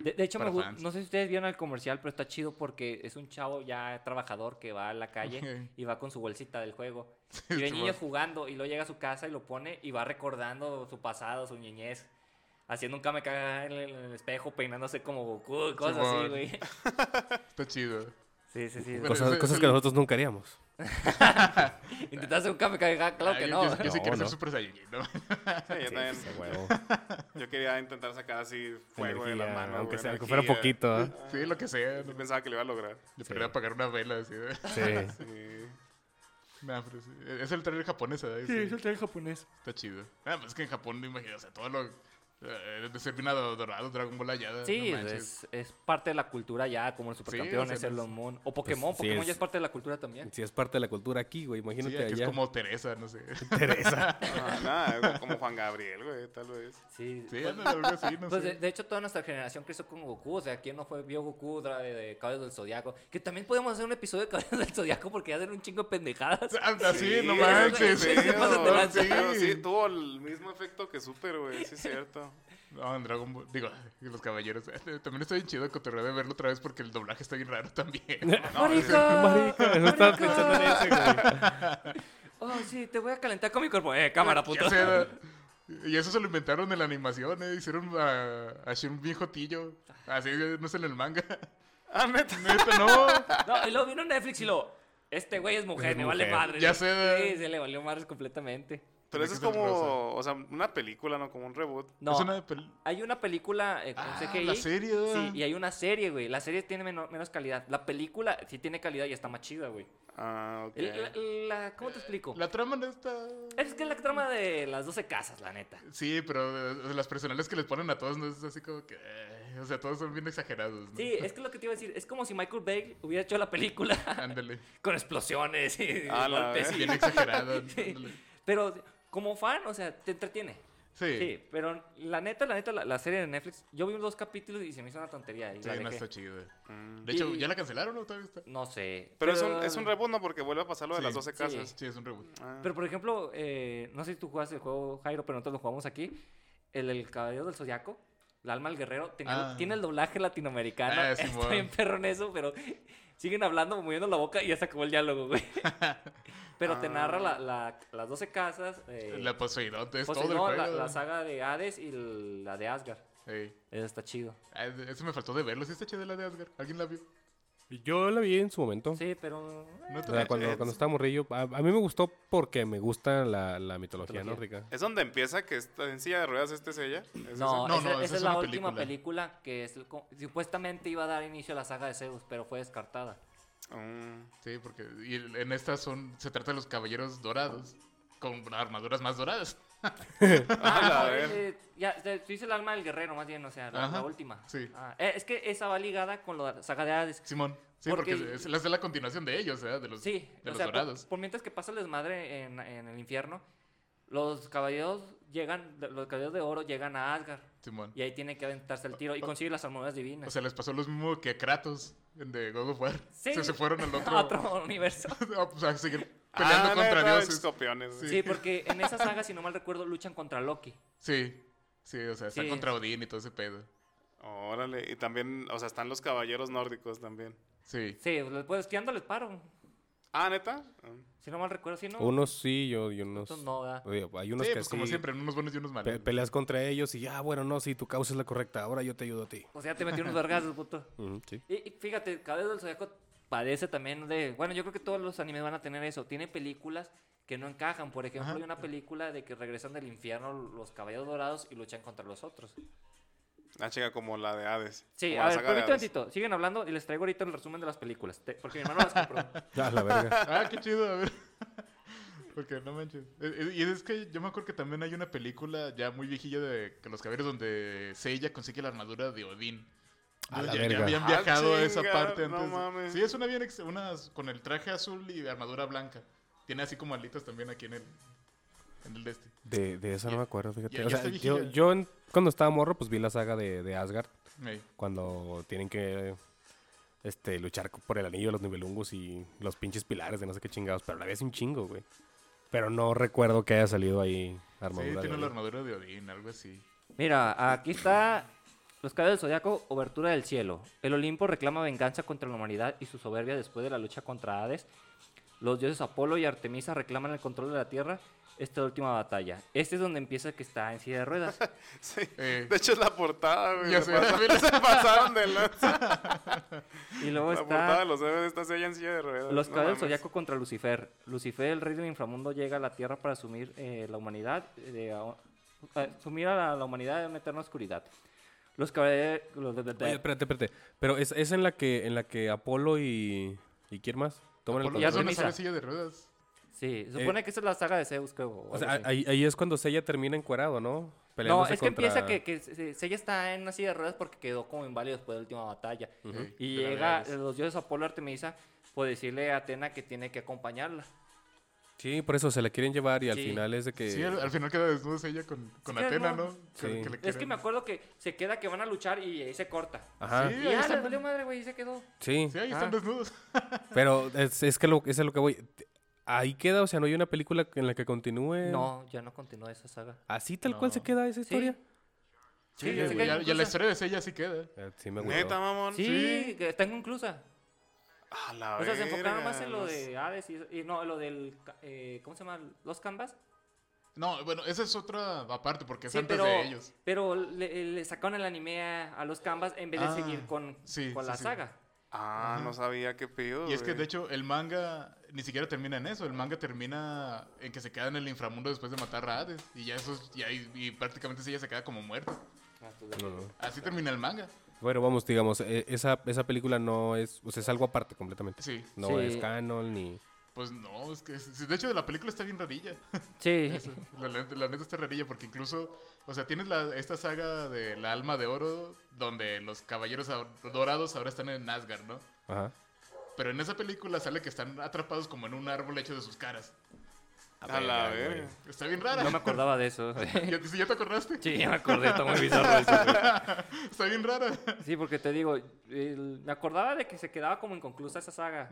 Speaker 4: De, de hecho, me
Speaker 3: Para
Speaker 4: gu-
Speaker 3: fans.
Speaker 4: no sé si ustedes vieron el comercial, pero está chido porque es un chavo ya trabajador que va a la calle
Speaker 3: Ok.
Speaker 4: y va con su bolsita del juego. Y ve
Speaker 3: Simón.
Speaker 4: niños jugando y luego llega a su casa y lo pone y va recordando su pasado, su niñez. Haciendo un Kame Kaga en el, en el espejo, peinándose como Goku, cosas así,
Speaker 3: Simón.
Speaker 4: güey.
Speaker 3: Está chido.
Speaker 4: Sí, sí, sí.
Speaker 3: Bueno,
Speaker 1: Cosas,
Speaker 3: ese-
Speaker 1: cosas
Speaker 3: ese-
Speaker 1: que nosotros nunca haríamos.
Speaker 4: Intentar hacer un Kame Kaga, claro
Speaker 3: Ah,
Speaker 4: que
Speaker 3: yo-
Speaker 4: no.
Speaker 3: Yo, yo sí
Speaker 1: No,
Speaker 3: quiero
Speaker 1: no.
Speaker 3: ser Super Saiyajin, ¿no?
Speaker 2: Sí, yo,
Speaker 1: Sí,
Speaker 2: también,
Speaker 1: pues, a huevo.
Speaker 2: yo quería intentar sacar así fuego de
Speaker 1: Energía,
Speaker 2: las manos.
Speaker 1: aunque
Speaker 2: güey,
Speaker 1: sea, aunque
Speaker 2: energía.
Speaker 1: fuera poquito. ¿eh?
Speaker 3: Sí, lo que sea.
Speaker 2: Yo
Speaker 3: ¿no?
Speaker 2: pensaba que lo iba a lograr.
Speaker 3: Yo quería apagar una vela así. ¿no?
Speaker 1: Sí.
Speaker 2: Sí.
Speaker 3: Nah, pero sí, Es el trailer japonés, ¿eh? Sí,
Speaker 4: el tren japonés.
Speaker 3: Está chido. Ah, pues es que en Japón, no imagino, o sea, todo lo. eh, De ser vinado dorado, Dragon Ball hallada.
Speaker 4: Sí, pues,
Speaker 3: no manches.
Speaker 4: es, es parte de la cultura ya, como el Supercampeones,
Speaker 3: o sea, pues,
Speaker 4: el
Speaker 3: no-
Speaker 4: Moon. O Pokémon,
Speaker 1: pues, sí
Speaker 4: Pokémon
Speaker 1: es-
Speaker 4: ya es parte de la cultura también.
Speaker 1: Si es parte de la cultura aquí, güey.
Speaker 3: Sí,
Speaker 1: Imagínate
Speaker 3: que es
Speaker 1: allá.
Speaker 3: como Teresa, no sé.
Speaker 1: Teresa.
Speaker 2: Ah, nada, como Juan Gabriel, güey, tal vez.
Speaker 4: Sí.
Speaker 3: Sí, ándale, algo así, no
Speaker 4: Pues de,
Speaker 3: sé.
Speaker 4: de hecho, toda nuestra generación creció con Goku. O sea, ¿quién no fue, vio Goku dra- de, de Caballos del Zodiaco? Que también podemos hacer un episodio de Caballos del Zodiaco porque hacen un chingo de pendejadas.
Speaker 3: Ah, Así, no
Speaker 2: Sí,
Speaker 3: manches.
Speaker 2: sí,
Speaker 4: sí, se pasan de
Speaker 2: no,
Speaker 4: lanza.
Speaker 2: sí, pero sí,
Speaker 3: Sí,
Speaker 2: tuvo el mismo efecto que Super, güey, sí es cierto.
Speaker 3: No, en Dragon Ball. Digo, en los caballeros. eh, También está bien chido el cotorreo de verlo otra vez porque el doblaje está bien raro también.
Speaker 4: ¡Marica!
Speaker 1: Marica, no estaba
Speaker 4: Marica.
Speaker 1: pensando en ese, güey.
Speaker 4: Oh, sí, te voy a calentar con mi cuerpo. Eh, cámara, puto.
Speaker 3: Ya sé, da- y eso se lo inventaron en la animación, ¿eh? Hicieron a, así un bien jotillo. Así eh, no es en el manga.
Speaker 2: Ah, neta.
Speaker 3: Neta, no.
Speaker 4: No, y luego vino Netflix y lo. Este güey es mujer,
Speaker 1: Es
Speaker 4: me vale
Speaker 1: mujer.
Speaker 4: madre.
Speaker 3: Ya sé, da-
Speaker 4: Sí, se le valió madres completamente.
Speaker 2: Pero
Speaker 3: Tenía
Speaker 2: eso
Speaker 3: que
Speaker 2: es
Speaker 3: ser
Speaker 2: como,
Speaker 3: rosa.
Speaker 2: o sea, una película, ¿no? Como un reboot.
Speaker 4: No,
Speaker 3: Es una pel-
Speaker 4: hay una película eh, con
Speaker 3: Ah,
Speaker 4: CGI.
Speaker 3: la serie.
Speaker 4: Sí, y hay una serie, güey. La serie tiene meno- menos calidad. La película sí tiene calidad y está más chida, güey.
Speaker 2: Ah, ok.
Speaker 4: El- la- la- ¿Cómo te explico?
Speaker 3: La trama no está.
Speaker 4: Es que es la trama de las 12 casas, la neta.
Speaker 3: Sí, pero eh, las personales que les ponen a todos no es así como que. eh, o sea, todos son bien exagerados. ¿no?
Speaker 4: Sí,
Speaker 2: Mm.
Speaker 4: es que lo que te iba a decir, es como si Michael Bay hubiera hecho la película
Speaker 3: Ándale.
Speaker 4: con explosiones y
Speaker 2: Ah, la
Speaker 4: golpes.
Speaker 2: vez.
Speaker 4: y-
Speaker 3: Bien exagerado.
Speaker 4: Sí.
Speaker 3: ándale.
Speaker 4: Pero como fan, o sea, te entretiene.
Speaker 3: Sí.
Speaker 4: Sí, pero la neta, la neta, la, la serie de Netflix, yo vi dos capítulos y se me hizo una tontería. y
Speaker 3: Sí,
Speaker 4: la
Speaker 3: no
Speaker 4: dejé.
Speaker 3: está chido.
Speaker 2: Mm.
Speaker 3: De hecho,
Speaker 4: Y-
Speaker 3: ¿ya la cancelaron o todavía está?
Speaker 4: No sé.
Speaker 2: Pero es un, es un reboot, ¿no? Porque vuelve a pasar lo de
Speaker 3: Sí.
Speaker 2: las 12
Speaker 4: Sí.
Speaker 2: casas.
Speaker 3: Sí, es un reboot.
Speaker 2: Ah.
Speaker 4: Pero por ejemplo, eh, no sé si tú jugaste el juego Jairo, pero nosotros lo jugamos aquí. El, del Caballero del Zodiaco, el alma del guerrero, tenía-
Speaker 3: Ah.
Speaker 4: tiene el doblaje latinoamericano.
Speaker 3: Ah,
Speaker 4: Está
Speaker 3: Simón.
Speaker 4: bien perro en eso, pero siguen hablando, moviendo la boca y ya se acabó el diálogo, güey. pero te narra la- la- las 12 casas. eh,
Speaker 3: La Poseidón, Ah. es
Speaker 4: Poseidón,
Speaker 3: todo el
Speaker 4: la,
Speaker 3: juego.
Speaker 4: la saga de Hades y el- la de Asgard.
Speaker 3: Sí.
Speaker 4: Eso está chido.
Speaker 3: Ah, Eso me faltó de verlo. ¿Sí está chida la de Asgard? ¿Alguien la vio?
Speaker 1: Yo la vi en su momento.
Speaker 4: Sí, pero.
Speaker 3: No
Speaker 1: O sea, cuando,
Speaker 2: Es-
Speaker 1: cuando estaba morrillo. A, a mí me gustó porque me gusta la, la mitología
Speaker 4: Mitología.
Speaker 1: nórdica.
Speaker 2: ¿Es donde empieza que está en silla de ruedas este es ella? ¿Es
Speaker 4: No,
Speaker 3: esa? No,
Speaker 4: esa,
Speaker 3: no,
Speaker 4: esa
Speaker 3: esa
Speaker 4: es
Speaker 3: es
Speaker 4: la
Speaker 3: una
Speaker 4: última
Speaker 3: película.
Speaker 4: película que es- supuestamente iba a dar inicio a la saga de Zeus, pero fue descartada.
Speaker 2: ese? Mm.
Speaker 3: Sí, porque y el- en estas son se trata de los caballeros dorados con armaduras más doradas.
Speaker 2: Ah, la
Speaker 4: Ah, no,
Speaker 2: ver.
Speaker 4: eh, ya, te- tú dices el alma del guerrero, más bien, o sea, la,
Speaker 3: Ajá,
Speaker 4: la última.
Speaker 3: sí.
Speaker 4: Ah, eh, es que esa va ligada con la saga de Hades.
Speaker 3: Simón. Sí,
Speaker 4: Porque-
Speaker 3: porque, es, las de la continuación de ellos, ¿verdad? De los,
Speaker 4: Sí,
Speaker 3: de
Speaker 4: o
Speaker 3: los
Speaker 4: sea, por-
Speaker 3: dorados.
Speaker 4: Por, mientras que pasa el desmadre en, en el infierno, los caballeros llegan, de- los caballeros de oro llegan a Asgard
Speaker 3: Simón.
Speaker 4: y ahí tiene que aventarse el tiro y consigue las armaduras divinas.
Speaker 3: O sea, les pasó lo mismo que a Kratos en de God of War.
Speaker 4: Sí.
Speaker 3: Se, se fueron al
Speaker 4: a
Speaker 3: otro.
Speaker 4: otro universo.
Speaker 3: a, pues, a seguir peleando
Speaker 2: Ah,
Speaker 3: contra
Speaker 2: neta,
Speaker 3: dioses.
Speaker 2: escorpiones, güey.
Speaker 4: Sí, porque en esa saga, si no mal recuerdo, luchan contra Loki.
Speaker 3: Sí. Sí, o sea, están
Speaker 4: Sí.
Speaker 3: contra Odín y todo ese pedo.
Speaker 2: Órale, y también, o sea, están los caballeros nórdicos también.
Speaker 3: Sí.
Speaker 4: Sí, pues les paro.
Speaker 2: Ah, neta. Mm.
Speaker 4: Si no mal recuerdo, si no.
Speaker 1: Unos sí, yo, y unos.
Speaker 4: otros no, ¿verdad?
Speaker 1: Oye, hay unos
Speaker 3: Sí,
Speaker 1: que
Speaker 3: pues como
Speaker 1: sí
Speaker 3: siempre, unos buenos y unos malos.
Speaker 1: pe- peleas contra ellos y ya, bueno, no, si tu causa es la correcta, ahora yo te ayudo a ti.
Speaker 4: O sea, te metió unos vergazos, puto.
Speaker 1: Ujú, sí.
Speaker 4: Y, y fíjate, Cabello del Zodiaco padece también de. Bueno, yo creo que todos los animes van a tener eso. Tiene películas que no encajan. Por ejemplo,
Speaker 3: Ajá.
Speaker 4: hay una película de que regresan del infierno los caballeros dorados y luchan contra los otros.
Speaker 2: Ah, chica, como la de Hades.
Speaker 4: Sí, a
Speaker 2: Como la
Speaker 4: ver,
Speaker 2: saga de
Speaker 4: permítame
Speaker 2: Hades.
Speaker 4: tantito. Siguen hablando y les traigo ahorita el resumen de las películas. te- porque mi hermano las compró.
Speaker 1: A la verga.
Speaker 3: Ah, qué chido, a ver. Porque no manches. Eh, eh, Y es que yo me acuerdo que también hay una película ya muy viejilla de Los Caballeros donde Seiya consigue la armadura de Odín.
Speaker 1: A la
Speaker 3: ya, ya
Speaker 1: verga.
Speaker 3: habían
Speaker 2: Ah,
Speaker 3: viajado a esa
Speaker 2: chinga,
Speaker 3: parte
Speaker 2: no
Speaker 3: antes.
Speaker 2: mames.
Speaker 3: Sí, es una bien ex- una con el traje azul y armadura blanca. Tiene así como alitas también aquí en el en el de este.
Speaker 1: De, de eso no me acuerdo,
Speaker 3: ya
Speaker 1: fíjate. O sea,
Speaker 3: está
Speaker 1: yo,
Speaker 3: vigila.
Speaker 1: yo en- cuando estaba morro, pues vi la saga de, de Asgard.
Speaker 3: Ey.
Speaker 1: Cuando tienen que este, luchar por el anillo de los nivelungos y los pinches pilares de no sé qué chingados. Pero la vi hace un chingo, güey. Pero no recuerdo que haya salido ahí
Speaker 3: Sí,
Speaker 1: armadura.
Speaker 3: tiene
Speaker 1: de-
Speaker 3: la armadura de Odín, algo así.
Speaker 4: Mira, aquí está Los Caballos del Zodiaco, Obertura del Cielo. El Olimpo reclama venganza contra la humanidad y su soberbia después de la lucha contra Hades. Los dioses Apolo y Artemisa reclaman el control de la Tierra. Esta última batalla. Este es donde empieza que está en silla de ruedas.
Speaker 2: Sí.
Speaker 3: Eh.
Speaker 2: De hecho, es la portada, güey.
Speaker 3: Ya
Speaker 2: Se,
Speaker 3: sé.
Speaker 2: pasaron, se pasaron de lanza.
Speaker 4: Y luego
Speaker 2: La portada
Speaker 4: está
Speaker 2: de los DVDs está así allá en silla de ruedas.
Speaker 4: Los
Speaker 2: no
Speaker 4: Caballos del
Speaker 2: mames.
Speaker 4: Zodiaco contra Lucifer. Lucifer, el rey del inframundo, llega a la Tierra para asumir eh, la humanidad, eh, a- a- sumir a la, la humanidad en una eterna oscuridad. Los caballeros...
Speaker 1: Oye, espérate, espérate. Pero es, es en la que en la que Apolo y. ¿Y quién más? Toman el
Speaker 3: Apolo-
Speaker 4: ya
Speaker 3: Odín
Speaker 1: control.
Speaker 4: son
Speaker 3: está en la
Speaker 4: Isa.
Speaker 3: silla de ruedas.
Speaker 4: Sí, se supone que esa es la saga de Zeus, creo. o
Speaker 1: eh, O sea,
Speaker 4: algo así.
Speaker 1: ahí, ahí es cuando Sella termina encuerado, ¿no?
Speaker 4: no,
Speaker 1: Peleándose
Speaker 4: es que empieza
Speaker 1: contra-
Speaker 4: que, que se- se- ella está en una silla de ruedas porque quedó como inválido después de la última batalla.
Speaker 3: Ey,
Speaker 4: Y
Speaker 3: de la
Speaker 4: llega
Speaker 3: Hades.
Speaker 4: los dioses Apolo y Artemisa por decirle a Atena que tiene que acompañarla.
Speaker 1: Sí, por eso se la quieren llevar y al
Speaker 4: Sí.
Speaker 1: final es de que.
Speaker 3: Sí, al, al final queda desnuda Seiya con, con
Speaker 4: Sí,
Speaker 3: Atena,
Speaker 4: no.
Speaker 3: ¿no? Que-
Speaker 1: Sí.
Speaker 3: le
Speaker 4: Es que
Speaker 3: quieren-
Speaker 4: me acuerdo que se queda que van a luchar y ahí se corta.
Speaker 1: Ajá.
Speaker 3: Sí,
Speaker 1: Sí,
Speaker 4: Y
Speaker 3: ahí
Speaker 4: ya, le
Speaker 3: están-
Speaker 4: valió madre, güey, y se quedó.
Speaker 3: Sí, ahí
Speaker 1: Ah.
Speaker 3: están desnudos.
Speaker 1: Pero es, es que lo, es a lo que voy. Te- Ahí queda, o sea, no hay una película en la que continúe.
Speaker 4: No, ya no continuó esa saga.
Speaker 1: Así tal cual se queda esa historia.
Speaker 4: Sí,
Speaker 3: Sí,
Speaker 4: ya se
Speaker 3: güey, ya,
Speaker 4: queda
Speaker 3: ya la
Speaker 4: inconclusa.
Speaker 3: historia de Seiya sí queda.
Speaker 1: Eh, Sí, me
Speaker 2: Neta,
Speaker 1: gustó.
Speaker 2: mamón.
Speaker 4: Sí,
Speaker 3: Sí.
Speaker 4: que está inconclusa.
Speaker 2: A la
Speaker 4: O sea, se
Speaker 2: verga,
Speaker 4: enfocaron más en lo
Speaker 2: no
Speaker 4: de Hades y, y no, lo del. ca- eh, ¿Cómo se llama? Los canvas.
Speaker 3: No, bueno, esa es otra aparte porque es
Speaker 4: Sí,
Speaker 3: antes
Speaker 4: pero,
Speaker 3: de ellos.
Speaker 4: pero le, le sacaron el anime a, a los canvas en vez de
Speaker 3: Ah,
Speaker 4: seguir con,
Speaker 3: sí,
Speaker 4: con
Speaker 3: sí,
Speaker 4: la
Speaker 3: sí.
Speaker 4: saga.
Speaker 2: Ah, no sabía qué pido.
Speaker 3: Y es que de hecho el manga ni siquiera termina en eso. El manga termina en que se queda en el inframundo después de matar a Hades. Y ya eso es- y, ahí- y prácticamente Seiya se queda como muerto.
Speaker 1: No.
Speaker 3: Así termina el manga.
Speaker 1: Bueno, vamos, digamos, e- esa, esa película no es. O sea, es algo aparte completamente.
Speaker 3: Sí.
Speaker 1: No
Speaker 4: Sí.
Speaker 1: es canon ni.
Speaker 3: Pues no, es que es- de hecho de la película está bien rarilla.
Speaker 4: Sí.
Speaker 3: Eso, la, la- la neta está rarilla porque incluso, o sea, tienes la- esta saga de la alma de oro donde los caballeros ahor- dorados ahora están en Asgard, ¿no?
Speaker 1: Ajá.
Speaker 3: Pero en esa película sale que están atrapados como en un árbol hecho de sus caras.
Speaker 2: A la
Speaker 1: Verga,
Speaker 2: verga.
Speaker 1: güey.
Speaker 3: Está bien rara.
Speaker 4: No me acordaba de eso.
Speaker 3: ¿Ya, te- ya te acordaste?
Speaker 4: Sí, ya me acordé, está muy bizarro eso. güey.
Speaker 3: Está bien rara.
Speaker 4: Sí, porque te digo, el- me acordaba de que se quedaba como inconclusa esa saga,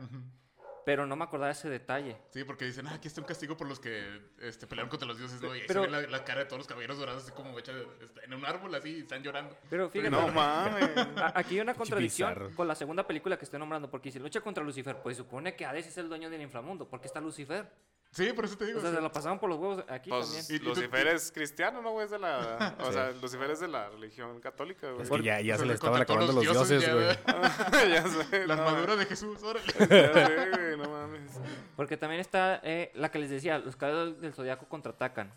Speaker 4: pero no me acordaba de ese detalle.
Speaker 3: Sí, porque dicen, ah, aquí está un castigo por los que este, pelearon contra los dioses, ¿no? Y ahí
Speaker 4: Pero-
Speaker 3: se ve la, la cara de todos los caballeros dorados así como hecha de- está en un árbol así y están llorando.
Speaker 4: Pero fíjate,
Speaker 2: No mames.
Speaker 4: a- aquí hay una contradicción
Speaker 1: bizarro.
Speaker 4: con la segunda película que estoy nombrando, porque si lucha contra Lucifer, pues supone que Hades es el dueño del inframundo, porque está Lucifer.
Speaker 3: Sí, por eso te digo.
Speaker 4: O sea,
Speaker 3: sí.
Speaker 4: se lo pasaron por los huevos aquí
Speaker 2: Pues
Speaker 4: también.
Speaker 3: también. Y- y tú-
Speaker 2: Lucifer es cristiano, ¿no, güey? Es de la... O
Speaker 1: Sí.
Speaker 2: sea, Lucifer es de la religión católica, güey.
Speaker 1: Es que ya, ya se
Speaker 3: Porque
Speaker 1: le estaban
Speaker 3: contra todos
Speaker 1: acabando los dioses,
Speaker 3: ya,
Speaker 1: güey.
Speaker 2: ya sé.
Speaker 3: La
Speaker 2: no,
Speaker 3: armadura de Jesús, órale.
Speaker 2: Ya sé, güey, no mames.
Speaker 4: Porque también está eh, la que les decía, Los Caballeros del Zodiaco contraatacan.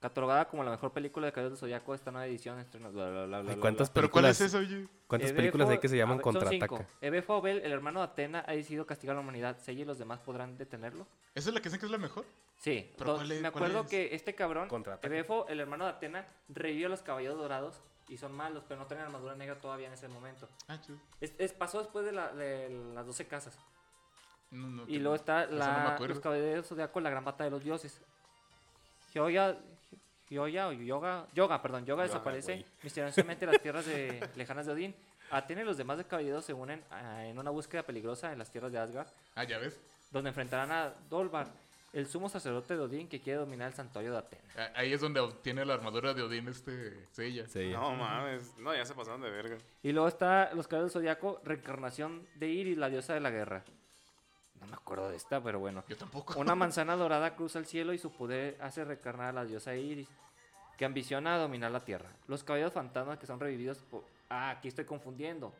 Speaker 4: Catalogada como la mejor película de Caballeros del Zodiaco, esta nueva edición estrena- bla, bla, bla, bla,
Speaker 1: Ay,
Speaker 4: bla,
Speaker 1: ¿Cuántas
Speaker 4: bla.
Speaker 3: Pero ¿cuál es
Speaker 1: películas-
Speaker 3: eso, oye?
Speaker 1: ¿Cuántas
Speaker 4: Ebefo-
Speaker 1: películas hay que se
Speaker 4: a
Speaker 1: llaman
Speaker 4: ver, son
Speaker 1: Contraataca?
Speaker 4: cinco. Ebefo Abel, el hermano de Atena, ha decidido castigar a la humanidad. ¿Sella y los demás podrán detenerlo?
Speaker 3: ¿Esa es la que dicen que es la mejor?
Speaker 4: Sí.
Speaker 3: ¿Pero
Speaker 4: do-
Speaker 3: cuál es-
Speaker 4: me
Speaker 3: cuál
Speaker 4: acuerdo
Speaker 3: es?
Speaker 4: que este cabrón,
Speaker 1: Contraataca.
Speaker 4: Ebefo, el hermano de Atena, revivió a los caballeros dorados y son malos, pero no tienen armadura negra todavía en ese momento.
Speaker 3: Ah, chido.
Speaker 4: Es, es- pasó después de, la- de las 12 casas.
Speaker 3: No, no,
Speaker 4: Y
Speaker 3: que-
Speaker 4: luego está
Speaker 3: esa no
Speaker 4: la,
Speaker 3: me acuerdo.
Speaker 4: los caballeros zodiacos, la gran bata de los dioses. Yoga, Yoga, Yoga, Yoga, perdón, Yoga desaparece
Speaker 1: güey.
Speaker 4: misteriosamente de las tierras de, lejanas de Odín. Atena y los demás caballeros se unen ah, en una búsqueda peligrosa en las tierras de Asgard,
Speaker 3: Ah, ya ves.
Speaker 4: donde enfrentarán a Dolvar, el sumo sacerdote de Odín que quiere dominar el santuario de Atena.
Speaker 3: A- Ahí es donde obtiene la armadura de Odín este Seiya.
Speaker 1: Sí.
Speaker 2: No mames. No, ya se pasaron de verga.
Speaker 4: Y luego está los caballeros del zodiaco, reencarnación de Iris, la diosa de la guerra. No me acuerdo de esta, pero bueno.
Speaker 3: Yo tampoco.
Speaker 4: Una manzana dorada cruza el cielo y su poder hace recarnar a la diosa Iris, que ambiciona dominar la tierra. Los caballeros fantasmas que son revividos por... Ah, aquí estoy confundiendo.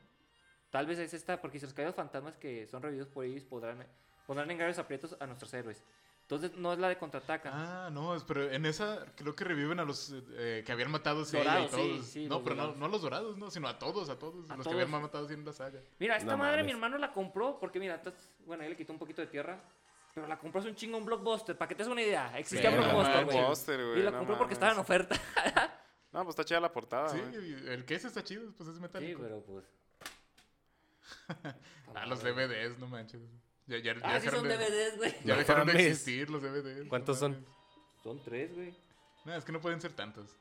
Speaker 4: Tal vez es esta, porque si los caballeros fantasmas que son revividos por Iris podrán, podrán en graves aprietos a nuestros héroes. Entonces no es la de contraataca.
Speaker 3: Ah, no, es- pero en esa creo que reviven a los eh, que habían matado a Seiya
Speaker 4: Dorados,
Speaker 3: y todos.
Speaker 4: sí, sí,
Speaker 3: no,
Speaker 4: los
Speaker 3: pero no,
Speaker 4: dorados.
Speaker 3: no a los dorados, no, sino a todos, a todos.
Speaker 4: A
Speaker 3: los
Speaker 4: todos.
Speaker 3: que habían matado así en la saga.
Speaker 4: Mira, esta
Speaker 1: No
Speaker 4: madre mi
Speaker 1: mames.
Speaker 4: hermano la compró porque mira, entonces, bueno, él le quitó un poquito de tierra, pero la compró hace un chingo en Blockbuster, para que te des una idea. Existía
Speaker 1: Sí, no
Speaker 4: Blockbuster,
Speaker 2: mames,
Speaker 4: güey.
Speaker 2: Blockbuster, güey,
Speaker 4: Y la
Speaker 2: no
Speaker 4: compró porque
Speaker 2: mames.
Speaker 4: estaba en oferta.
Speaker 2: No, pues está chida la portada,
Speaker 3: Sí,
Speaker 2: güey.
Speaker 3: y el case está chido, pues es
Speaker 4: Ah, Sí,
Speaker 3: metálico.
Speaker 4: pero pues.
Speaker 3: Ah, los DVDs, no manches. Ya, ya, ya
Speaker 4: Ah, sí
Speaker 3: dejaron
Speaker 4: son
Speaker 3: de-
Speaker 4: DVDs, güey.
Speaker 3: Ya
Speaker 1: No
Speaker 3: dejaron de
Speaker 1: mames.
Speaker 3: existir los DVDs. no
Speaker 1: ¿Cuántos son?
Speaker 3: mames.
Speaker 4: Son tres, güey.
Speaker 3: No, es que no pueden ser tantos.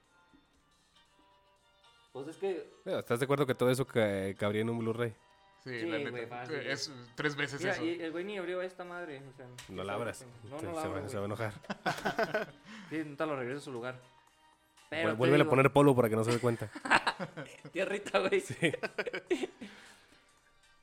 Speaker 4: Pues es que.
Speaker 1: Mira, ¿Estás de acuerdo que todo eso ca- cabría en un Blu-ray?
Speaker 3: Sí,
Speaker 4: Sí,
Speaker 3: la
Speaker 4: güey,
Speaker 3: neta.
Speaker 4: fácil, güey.
Speaker 3: es tres veces
Speaker 4: Mira,
Speaker 3: eso.
Speaker 4: y el güey ni abrió esta madre. O sea,
Speaker 1: No
Speaker 4: la
Speaker 1: la abras.
Speaker 4: No,
Speaker 1: se,
Speaker 4: no la
Speaker 1: se va-
Speaker 4: abro,
Speaker 1: se va a
Speaker 4: güey.
Speaker 1: enojar.
Speaker 4: Sí, no te lo regreso a su lugar. Pero
Speaker 1: Vuel-
Speaker 4: te
Speaker 1: Vuélvele a
Speaker 4: digo,
Speaker 1: poner polvo para que no se dé cuenta.
Speaker 4: Tierrita, güey.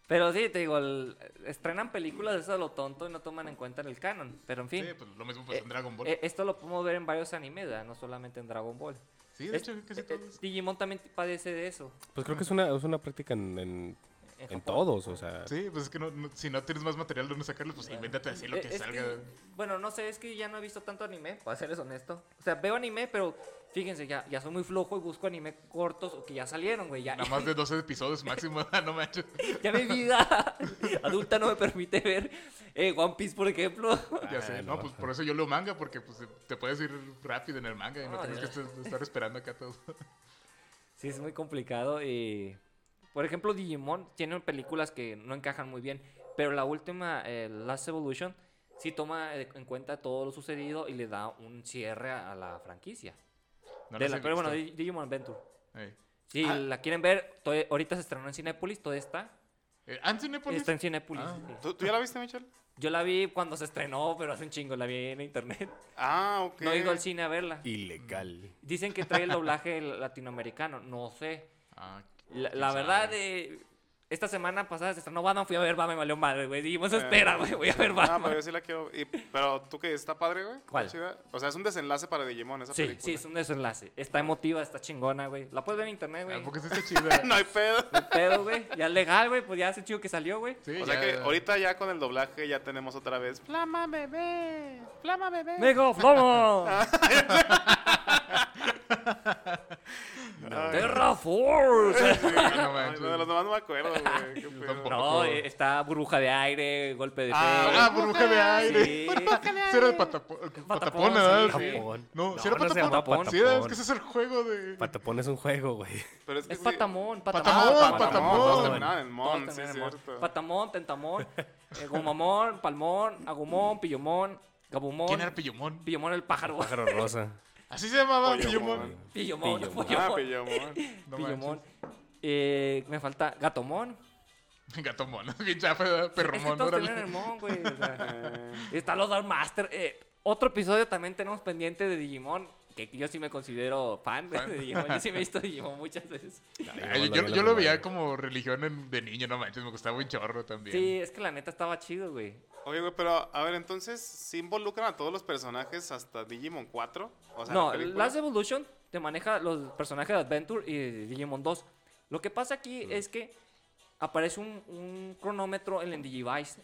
Speaker 4: Pero sí, te digo, el- estrenan películas de eso a lo tonto y no toman en cuenta el canon. Pero en fin,
Speaker 3: Sí, pues lo mismo pues, en
Speaker 4: Eh,
Speaker 3: Dragon Ball.
Speaker 4: eh, esto lo podemos ver en varios animes, ¿verdad? no solamente en Dragon Ball.
Speaker 3: sí, de
Speaker 4: es-
Speaker 3: hecho, casi
Speaker 4: Eh, eh,
Speaker 3: todos.
Speaker 4: Digimon también padece de eso.
Speaker 1: Pues creo que es una, es una práctica en, en-
Speaker 4: En
Speaker 1: en
Speaker 4: Japón.
Speaker 1: todos, o sea.
Speaker 3: Sí, pues es que no, no- si no tienes más material donde sacarlo, pues invéntate así lo
Speaker 4: Eh,
Speaker 3: que
Speaker 4: es
Speaker 3: salga.
Speaker 4: bueno, no sé, es que ya no he visto tanto anime, para serles honesto. O sea, veo anime, pero fíjense, ya, ya soy muy flojo y busco anime cortos o que ya salieron, güey. Ya,
Speaker 3: Nada más de 12 episodios máximo, no manches.
Speaker 4: ya mi vida adulta no me permite ver eh, One Piece, por ejemplo.
Speaker 3: Ya
Speaker 1: Ah,
Speaker 3: sé,
Speaker 1: no.
Speaker 3: no, pues por eso yo leo manga, porque pues, te puedes ir rápido en el manga y no
Speaker 4: Ah,
Speaker 3: tienes que
Speaker 4: ya.
Speaker 3: estar, estar esperando acá todo.
Speaker 4: Sí, es muy complicado y... Por ejemplo, Digimon tiene películas que no encajan muy bien, pero la última, eh, Last Evolution, sí toma eh, en cuenta todo lo sucedido y le da un cierre a a la franquicia.
Speaker 3: No
Speaker 4: De
Speaker 3: las
Speaker 4: la-
Speaker 3: he
Speaker 4: pero bueno,
Speaker 3: visto.
Speaker 4: Dig- Digimon Adventure.
Speaker 3: Ey.
Speaker 4: Si
Speaker 3: Ah.
Speaker 4: la quieren ver, todavía- ahorita se estrenó en Cinepolis, todavía está.
Speaker 3: Eh, ¿ah, en Cinépolis?
Speaker 4: Está en Cinepolis.
Speaker 3: Ah.
Speaker 4: sí.
Speaker 2: ¿Tú, tú ya la viste, Michelle?
Speaker 4: Yo la vi cuando se estrenó, pero hace un chingo, la vi en internet.
Speaker 2: Ah, ok.
Speaker 4: No he ido al cine a verla.
Speaker 1: Ilegal.
Speaker 4: Dicen que trae el doblaje latinoamericano, no sé.
Speaker 3: Ah,
Speaker 4: La,
Speaker 3: quién
Speaker 4: la
Speaker 3: sabe.
Speaker 4: verdad, eh, esta semana pasada se estrenó Batman, fui a ver Batman, me valió madre, güey. Dijimos, espera, güey, voy a ver
Speaker 2: Ah, Eh, pero
Speaker 4: Batman.
Speaker 2: yo sí la quiero. y- pero tú que está padre, güey. ¿Está
Speaker 4: ¿Cuál?
Speaker 2: chida? O sea, es un desenlace para Digimon esa
Speaker 4: Sí,
Speaker 2: película.
Speaker 4: sí, es un desenlace. Está emotiva, está chingona, güey. La puedes ver en internet,
Speaker 3: Ah,
Speaker 4: güey.
Speaker 3: porque sí está chida.
Speaker 2: no hay pedo.
Speaker 4: Pero, güey, ya es legal, güey, pues ya hace chido que salió, güey.
Speaker 3: Sí,
Speaker 2: O sea
Speaker 3: ya-
Speaker 2: que ahorita ya con el doblaje ya tenemos otra vez. Flama bebé, flama bebé.
Speaker 4: ¡Mega Flomo!
Speaker 2: Ah. Ay,
Speaker 4: ¡Terra Force!
Speaker 3: Sí, no
Speaker 2: ay,
Speaker 3: manches.
Speaker 2: no, de los demás no me acuerdo, güey. qué pedo.
Speaker 3: tampoco.
Speaker 4: No, eh, está burbuja de aire, golpe de
Speaker 3: Ah,
Speaker 4: fe.
Speaker 3: burbuja de aire.
Speaker 4: Sí.
Speaker 3: Sí, era de patapo- patapona,
Speaker 4: sí,
Speaker 3: ¿verdad? Sí.
Speaker 1: Patapón.
Speaker 3: No, sí era
Speaker 1: se
Speaker 3: patapón.
Speaker 1: llama
Speaker 4: Patapón.
Speaker 3: Sí, era- es que ese es el juego de.
Speaker 1: Patapón es un juego, güey.
Speaker 2: Pero es que
Speaker 4: Es
Speaker 2: sí.
Speaker 4: patamón,
Speaker 3: Patamón,
Speaker 4: patamón.
Speaker 3: Patamón,
Speaker 2: Ah, eh, Patamón.
Speaker 1: Patamón.
Speaker 2: Todos terminaban en
Speaker 4: Todos
Speaker 2: Mon, sí,
Speaker 4: terminan
Speaker 2: es
Speaker 4: en mon.
Speaker 2: cierto.
Speaker 4: Patamón, tentamón, eh, gomamón, palmón, agumón, pillomón, gabumón.
Speaker 3: ¿Quién era Pillomón?
Speaker 4: Pillomón el pájaro.
Speaker 1: Pájaro rosa.
Speaker 3: Así se llamaba
Speaker 2: Pollomón.
Speaker 3: Pillomón.
Speaker 4: Pillomón,
Speaker 1: Pillomón.
Speaker 2: Ah,
Speaker 4: Pillomón.
Speaker 2: Pillomón.
Speaker 3: No
Speaker 4: Pillomón.
Speaker 3: manches.
Speaker 4: Eh, me falta gatomón.
Speaker 3: Gatomón. Bien chafa, ¿verdad?
Speaker 4: Es que
Speaker 3: perromón.
Speaker 4: todos
Speaker 3: órale.
Speaker 4: tenían el mon, güey. o sea.
Speaker 2: Eh,
Speaker 4: Está los Dark Master. eh, otro episodio también tenemos pendiente de Digimon. Que yo sí me considero fan de Digimon. Yo sí me he visto Digimon muchas veces.
Speaker 3: Ah, yo, yo- yo lo veía como religión en- de niño, no manches, me gustaba un chorro también.
Speaker 4: Sí, es que la neta estaba chido, güey.
Speaker 2: Oye, güey, pero a ver, entonces, ¿sí involucran a todos los personajes hasta Digimon 4? O sea, la
Speaker 4: No,
Speaker 2: película.
Speaker 4: Last Evolution te maneja los personajes de Adventure y de Digimon 2. Lo que pasa aquí es que aparece un, un cronómetro en el Digivice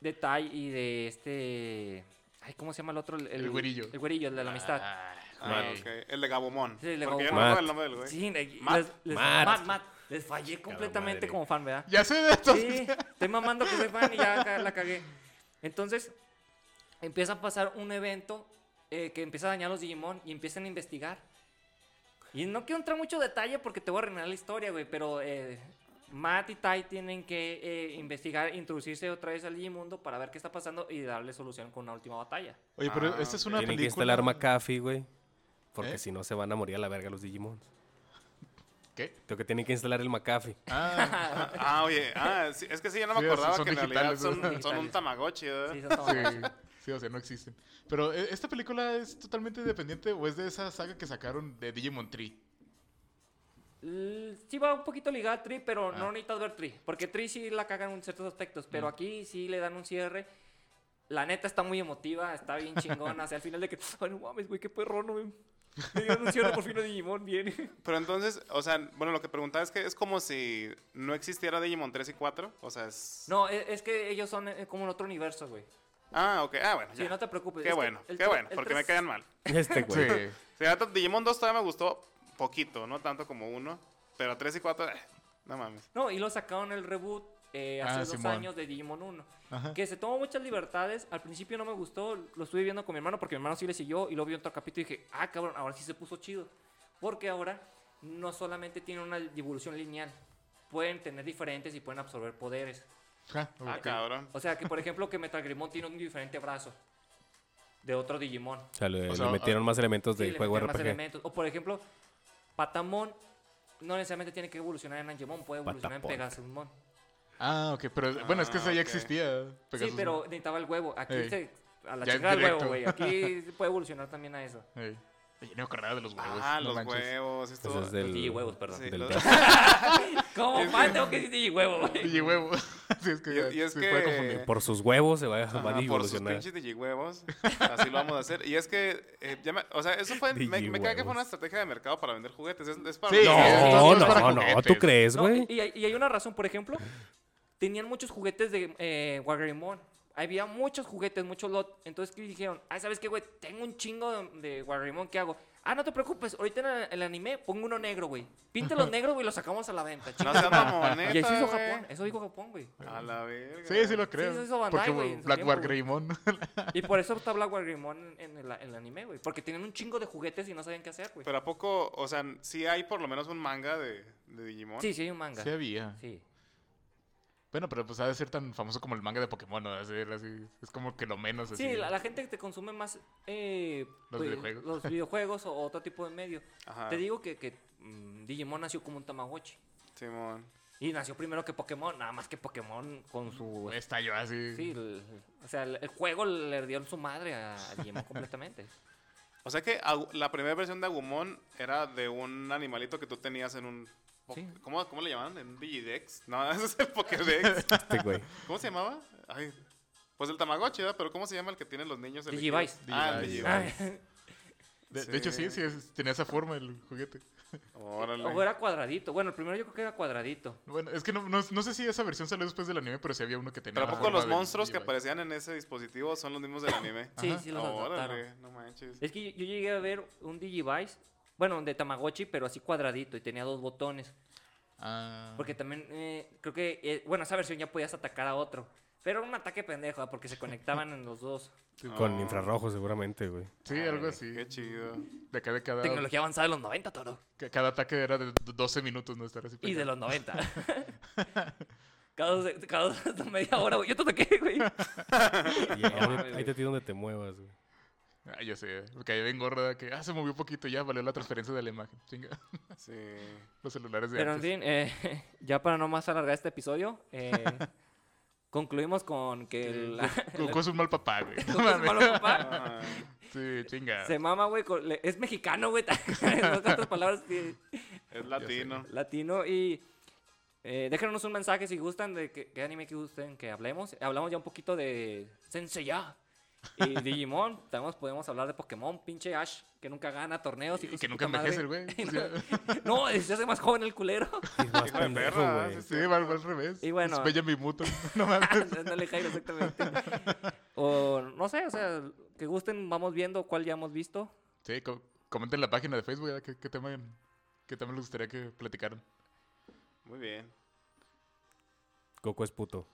Speaker 4: de Tai y de este. Ay, ¿cómo se llama el otro? El,
Speaker 3: El güerillo.
Speaker 4: El güerillo, el de la amistad.
Speaker 3: Ah,
Speaker 2: Ah,
Speaker 3: güey.
Speaker 2: ok. El de Gabumon.
Speaker 4: Sí, el de
Speaker 2: Porque yo no
Speaker 4: Gabumon.
Speaker 2: me acuerdo
Speaker 1: Matt.
Speaker 2: el nombre del güey.
Speaker 4: Sí, les-
Speaker 2: Matt.
Speaker 4: les-
Speaker 1: Matt.
Speaker 4: Matt, Matt. Les fallé completamente
Speaker 1: madre.
Speaker 4: como fan, ¿verdad?
Speaker 3: Ya sé de estos.
Speaker 4: Sí, estoy mamando que soy fan y ya acá la cagué. Entonces, empieza a pasar un evento eh, que empieza a dañar a los Digimon y empiezan a investigar. Y no quiero entrar mucho detalle porque te voy a arruinar la historia, güey, pero eh, Matt y Tai tienen que eh, investigar, introducirse otra vez al Digimundo para ver qué está pasando y darle solución con una última batalla.
Speaker 3: Oye, pero
Speaker 2: Ah,
Speaker 3: esta es una
Speaker 1: Tienen que
Speaker 3: película.
Speaker 1: instalar McAfee, güey. Porque
Speaker 3: ¿Eh?
Speaker 1: si no se van a morir a la verga los Digimon.
Speaker 3: ¿Qué?
Speaker 1: Creo que tienen que instalar el McAfee.
Speaker 3: Ah,
Speaker 2: Ah, oye, ah, sí, es que sí, yo no me
Speaker 3: Sí,
Speaker 2: acordaba
Speaker 3: son
Speaker 2: que en realidad
Speaker 3: digitales,
Speaker 2: son,
Speaker 3: ¿no?
Speaker 2: son un
Speaker 4: Digitales.
Speaker 2: Tamagotchi, ¿verdad?
Speaker 4: Sí, eso está
Speaker 3: sí.
Speaker 4: mal.
Speaker 3: Sí, o sea, no existen. Pero ¿e- esta película es totalmente independiente o es de esa saga que sacaron de Digimon Tree.
Speaker 4: L- Mm, Sí va un poquito ligada a Tree, pero
Speaker 3: Ah.
Speaker 4: no necesitas ver Tree. Porque Tree sí la cagan en ciertos aspectos, pero aquí sí le dan un cierre. La neta está muy emotiva, está bien chingona. o sea, al final de que, ay, no mames, güey, qué perrón, güey. Le dieron un cierre por fin a Digimon, bien.
Speaker 2: Pero entonces, o sea, bueno, lo que preguntaba es que es como si no existiera Digimon 3 y 4. O sea, es.
Speaker 4: No, e- es, que ellos son eh, como en otro universo, güey.
Speaker 2: Ah, ok. Ah, bueno.
Speaker 4: Sí,
Speaker 2: ya.
Speaker 4: no te preocupes.
Speaker 2: Qué
Speaker 4: Pues es que
Speaker 2: bueno,
Speaker 4: el
Speaker 2: qué
Speaker 4: tre-
Speaker 2: bueno,
Speaker 4: el
Speaker 2: porque me
Speaker 4: tres-
Speaker 2: quedan mal.
Speaker 1: Este güey.
Speaker 3: Sí.
Speaker 2: Sí, la neta, Digimon 2 todavía me gustó poquito, no tanto como uno. Pero 3 y 4, no mames.
Speaker 4: No, y lo sacaron el reboot eh, hace
Speaker 3: Ah,
Speaker 4: dos
Speaker 3: Simón.
Speaker 4: años de Digimon 1.
Speaker 3: Ajá.
Speaker 4: Que se tomó muchas libertades. Al principio no me gustó. Lo estuve viendo con mi hermano porque mi hermano sí le siguió. Y lo vi otro capítulo y dije, ah, cabrón, ahora sí se puso chido. Porque ahora no solamente tiene una evolución lineal. Pueden tener diferentes y pueden absorber poderes.
Speaker 3: Ah,
Speaker 2: Ah,
Speaker 3: ok.
Speaker 2: cabrón.
Speaker 4: O sea, que por ejemplo que Metal Grimón tiene un diferente brazo de otro Digimon.
Speaker 1: O sea, le,
Speaker 3: O
Speaker 1: le
Speaker 3: sea,
Speaker 1: metieron más elementos
Speaker 4: Sí,
Speaker 1: del
Speaker 4: le
Speaker 1: juego
Speaker 4: meten más
Speaker 1: RPG.
Speaker 4: elementos. O por ejemplo, Patamon no necesariamente tiene que evolucionar en Angemon, puede evolucionar
Speaker 1: Patapon.
Speaker 4: en Pegasusmon.
Speaker 3: Ah, ok, pero bueno, es que
Speaker 2: Ah,
Speaker 3: ese ya
Speaker 2: ok.
Speaker 3: existía.
Speaker 4: Sí,
Speaker 3: Pegasus.
Speaker 4: pero necesitaba el huevo. Aquí
Speaker 3: Ey.
Speaker 4: se- a la
Speaker 3: Ya
Speaker 4: chingada el huevo,
Speaker 3: directo.
Speaker 4: güey. Aquí se puede evolucionar también a eso.
Speaker 3: Ey. Oye, no me acordaba de los huevos.
Speaker 2: Ah,
Speaker 3: no
Speaker 2: los
Speaker 3: manches.
Speaker 2: huevos.
Speaker 1: Pues
Speaker 2: Esto...
Speaker 1: es del,
Speaker 4: Sí, huevos, perdón.
Speaker 2: Sí,
Speaker 1: del
Speaker 2: los-
Speaker 1: brazo.
Speaker 4: ¿Cómo, man? Tengo que decir huevo, güey.
Speaker 3: Y huevo. sí, es que,
Speaker 2: Y- y es
Speaker 3: se
Speaker 2: que-
Speaker 3: puede confundir.
Speaker 1: Por sus huevos se va a,
Speaker 2: Ajá,
Speaker 1: van a
Speaker 2: por sus
Speaker 1: evolucionar.
Speaker 2: pinches digihuevos. Así lo vamos a hacer. Y es que, eh, ya me- o sea, eso fue. Me, me cae que fue
Speaker 1: Digihuevos.
Speaker 2: una estrategia de mercado para vender juguetes. Es, es para.
Speaker 3: Sí,
Speaker 2: vender
Speaker 3: es-
Speaker 2: juguetes.
Speaker 1: No,
Speaker 3: Estos son
Speaker 1: no,
Speaker 3: para
Speaker 1: no,
Speaker 3: juguetes.
Speaker 1: ¿tú crees,
Speaker 4: No,
Speaker 1: güey?
Speaker 4: y, hay- y hay una razón, por ejemplo, tenían muchos juguetes de eh, Wargreymon. Había muchos juguetes, muchos lot. Entonces ¿qué dijeron, ah, ¿sabes qué, güey? Tengo un chingo de, de Wargreymon, ¿qué hago? Ah, no te preocupes, ahorita en el, el anime pongo uno negro, güey. Píntalos negro, güey, y los sacamos a la venta.
Speaker 2: No
Speaker 4: chinga.
Speaker 2: seas mamoneta,
Speaker 4: y eso hizo
Speaker 2: güey.
Speaker 4: Japón, eso dijo Japón, güey.
Speaker 2: A la verga.
Speaker 3: Sí, sí lo
Speaker 4: eso
Speaker 3: creo.
Speaker 4: hizo Bandai,
Speaker 3: porque
Speaker 4: güey, en su
Speaker 3: Black
Speaker 4: tiempo,
Speaker 3: War
Speaker 4: güey.
Speaker 3: Greymon.
Speaker 4: Y por eso está Black Wargreymon en, en el, en el anime, güey. Porque tenían un chingo de juguetes y no sabían qué hacer, güey.
Speaker 2: Pero a poco, o sea, sí hay por lo menos un manga de, de Digimon.
Speaker 4: Sí, sí hay un manga.
Speaker 3: sí había.
Speaker 4: Sí.
Speaker 3: Bueno, pero pues ha de ser tan famoso como el manga de Pokémon, ¿no? Así, así, es como que lo menos así.
Speaker 4: Sí, la, la gente que te consume más eh,
Speaker 3: Pues Los videojuegos.
Speaker 4: los videojuegos o otro tipo de medio.
Speaker 2: Ajá.
Speaker 4: Te digo que, que, mm, Digimon nació como un Tamagotchi.
Speaker 2: Simón.
Speaker 4: Y nació primero que Pokémon, nada más que Pokémon con su...
Speaker 3: Estalló así.
Speaker 4: Sí, el- o sea, el, el juego le dio su madre a, a Digimon completamente.
Speaker 2: O sea que Agu- la primera versión de Agumon era de un animalito que tú tenías en un. po-
Speaker 4: Sí.
Speaker 2: ¿Cómo, ¿Cómo le llamaban? ¿En un Digidex? No, ese es el Pokédex.
Speaker 1: Este güey.
Speaker 2: ¿Cómo se llamaba? Ay, pues el Tamagotchi, ¿verdad? Pero ¿cómo se llama el que tienen los niños? El
Speaker 4: Digivice.
Speaker 2: equipo? Ah, el
Speaker 3: Digivice.
Speaker 2: Digivice.
Speaker 3: De, de
Speaker 2: Sí.
Speaker 3: hecho, sí, sí, es- tenía esa forma el juguete.
Speaker 4: Ah.
Speaker 2: Órale.
Speaker 4: o era cuadradito. Bueno, el primero yo creo que era cuadradito.
Speaker 3: Bueno, es que no, no, no sé si esa versión salió después del anime, pero sí había uno que tenía.
Speaker 2: Pero ¿a
Speaker 3: la
Speaker 2: poco los
Speaker 3: forma del
Speaker 2: monstruos que
Speaker 3: Levi.
Speaker 2: aparecían en ese dispositivo son los mismos del anime?
Speaker 4: Ah. Sí,
Speaker 3: Ajá.
Speaker 4: sí, los adaptaron.
Speaker 2: no manches.
Speaker 4: Es que yo, yo llegué a ver un Digivice, bueno, de Tamagotchi, pero así cuadradito y tenía dos botones.
Speaker 3: Ah.
Speaker 4: Porque también, eh, creo que, eh, bueno, esa versión ya podías atacar a otro. Pero era un ataque pendejo, ¿ah? porque se conectaban en los dos.
Speaker 1: Con
Speaker 2: No.
Speaker 1: infrarrojo seguramente, güey.
Speaker 3: Sí, algo así.
Speaker 2: Qué chido.
Speaker 3: De acá de cada,
Speaker 4: Ah, Tecnología avanzada de los 90, toro.
Speaker 3: ca- cada ataque era de 12 minutos, ¿no? Estar así.
Speaker 4: Y de
Speaker 3: pegado.
Speaker 4: los 90. cada dos, cada dos- media hora, güey. Yo te toqué, güey.
Speaker 1: Y ahí-
Speaker 4: mames,
Speaker 1: ahí
Speaker 4: güey.
Speaker 1: te tiro donde te muevas, güey.
Speaker 3: Ah, ya sé. Me caí bien gorda que. Ah, se movió poquito, ya valió la transferencia de la imagen. Chinga.
Speaker 2: Sí.
Speaker 3: Los celulares de
Speaker 4: Pero en
Speaker 3: antes.
Speaker 4: fin, eh, ya para no más alargar este episodio, eh, concluimos con que el
Speaker 3: Goku es un mal papá, güey. No
Speaker 4: Goku es un
Speaker 3: mames.
Speaker 4: malo papá.
Speaker 2: Ay,
Speaker 3: Sí, chinga.
Speaker 4: Se mama, güey. con- le- Es mexicano, güey. en otras palabras, sí,
Speaker 2: es latino.
Speaker 4: latino. Y eh, déjenos un mensaje si gustan de qué, qué anime que gusten que hablemos. Hablamos ya un poquito de Senseiya y Digimon. También podemos hablar de Pokémon, pinche Ash, que nunca gana torneos. hijo
Speaker 3: Y
Speaker 4: de
Speaker 3: que
Speaker 4: su
Speaker 3: nunca
Speaker 4: puta madre.
Speaker 3: envejece el güey. O sea,
Speaker 4: No, se hace más joven el culero.
Speaker 1: Es más
Speaker 2: Hijo de
Speaker 1: pendejo,
Speaker 2: perra,
Speaker 1: güey.
Speaker 2: sí,
Speaker 3: Sí, va, va al revés.
Speaker 4: Y bueno.
Speaker 3: Es bella mi muto. No mames.
Speaker 4: no le caigo exactamente. O no sé, o sea, que gusten, vamos viendo cuál ya hemos visto.
Speaker 3: Sí, co- comenten en la página de Facebook ¿verdad? ¿Qué, qué tema, qué tema les gustaría que platicaran.
Speaker 2: Muy bien.
Speaker 1: Goku es puto.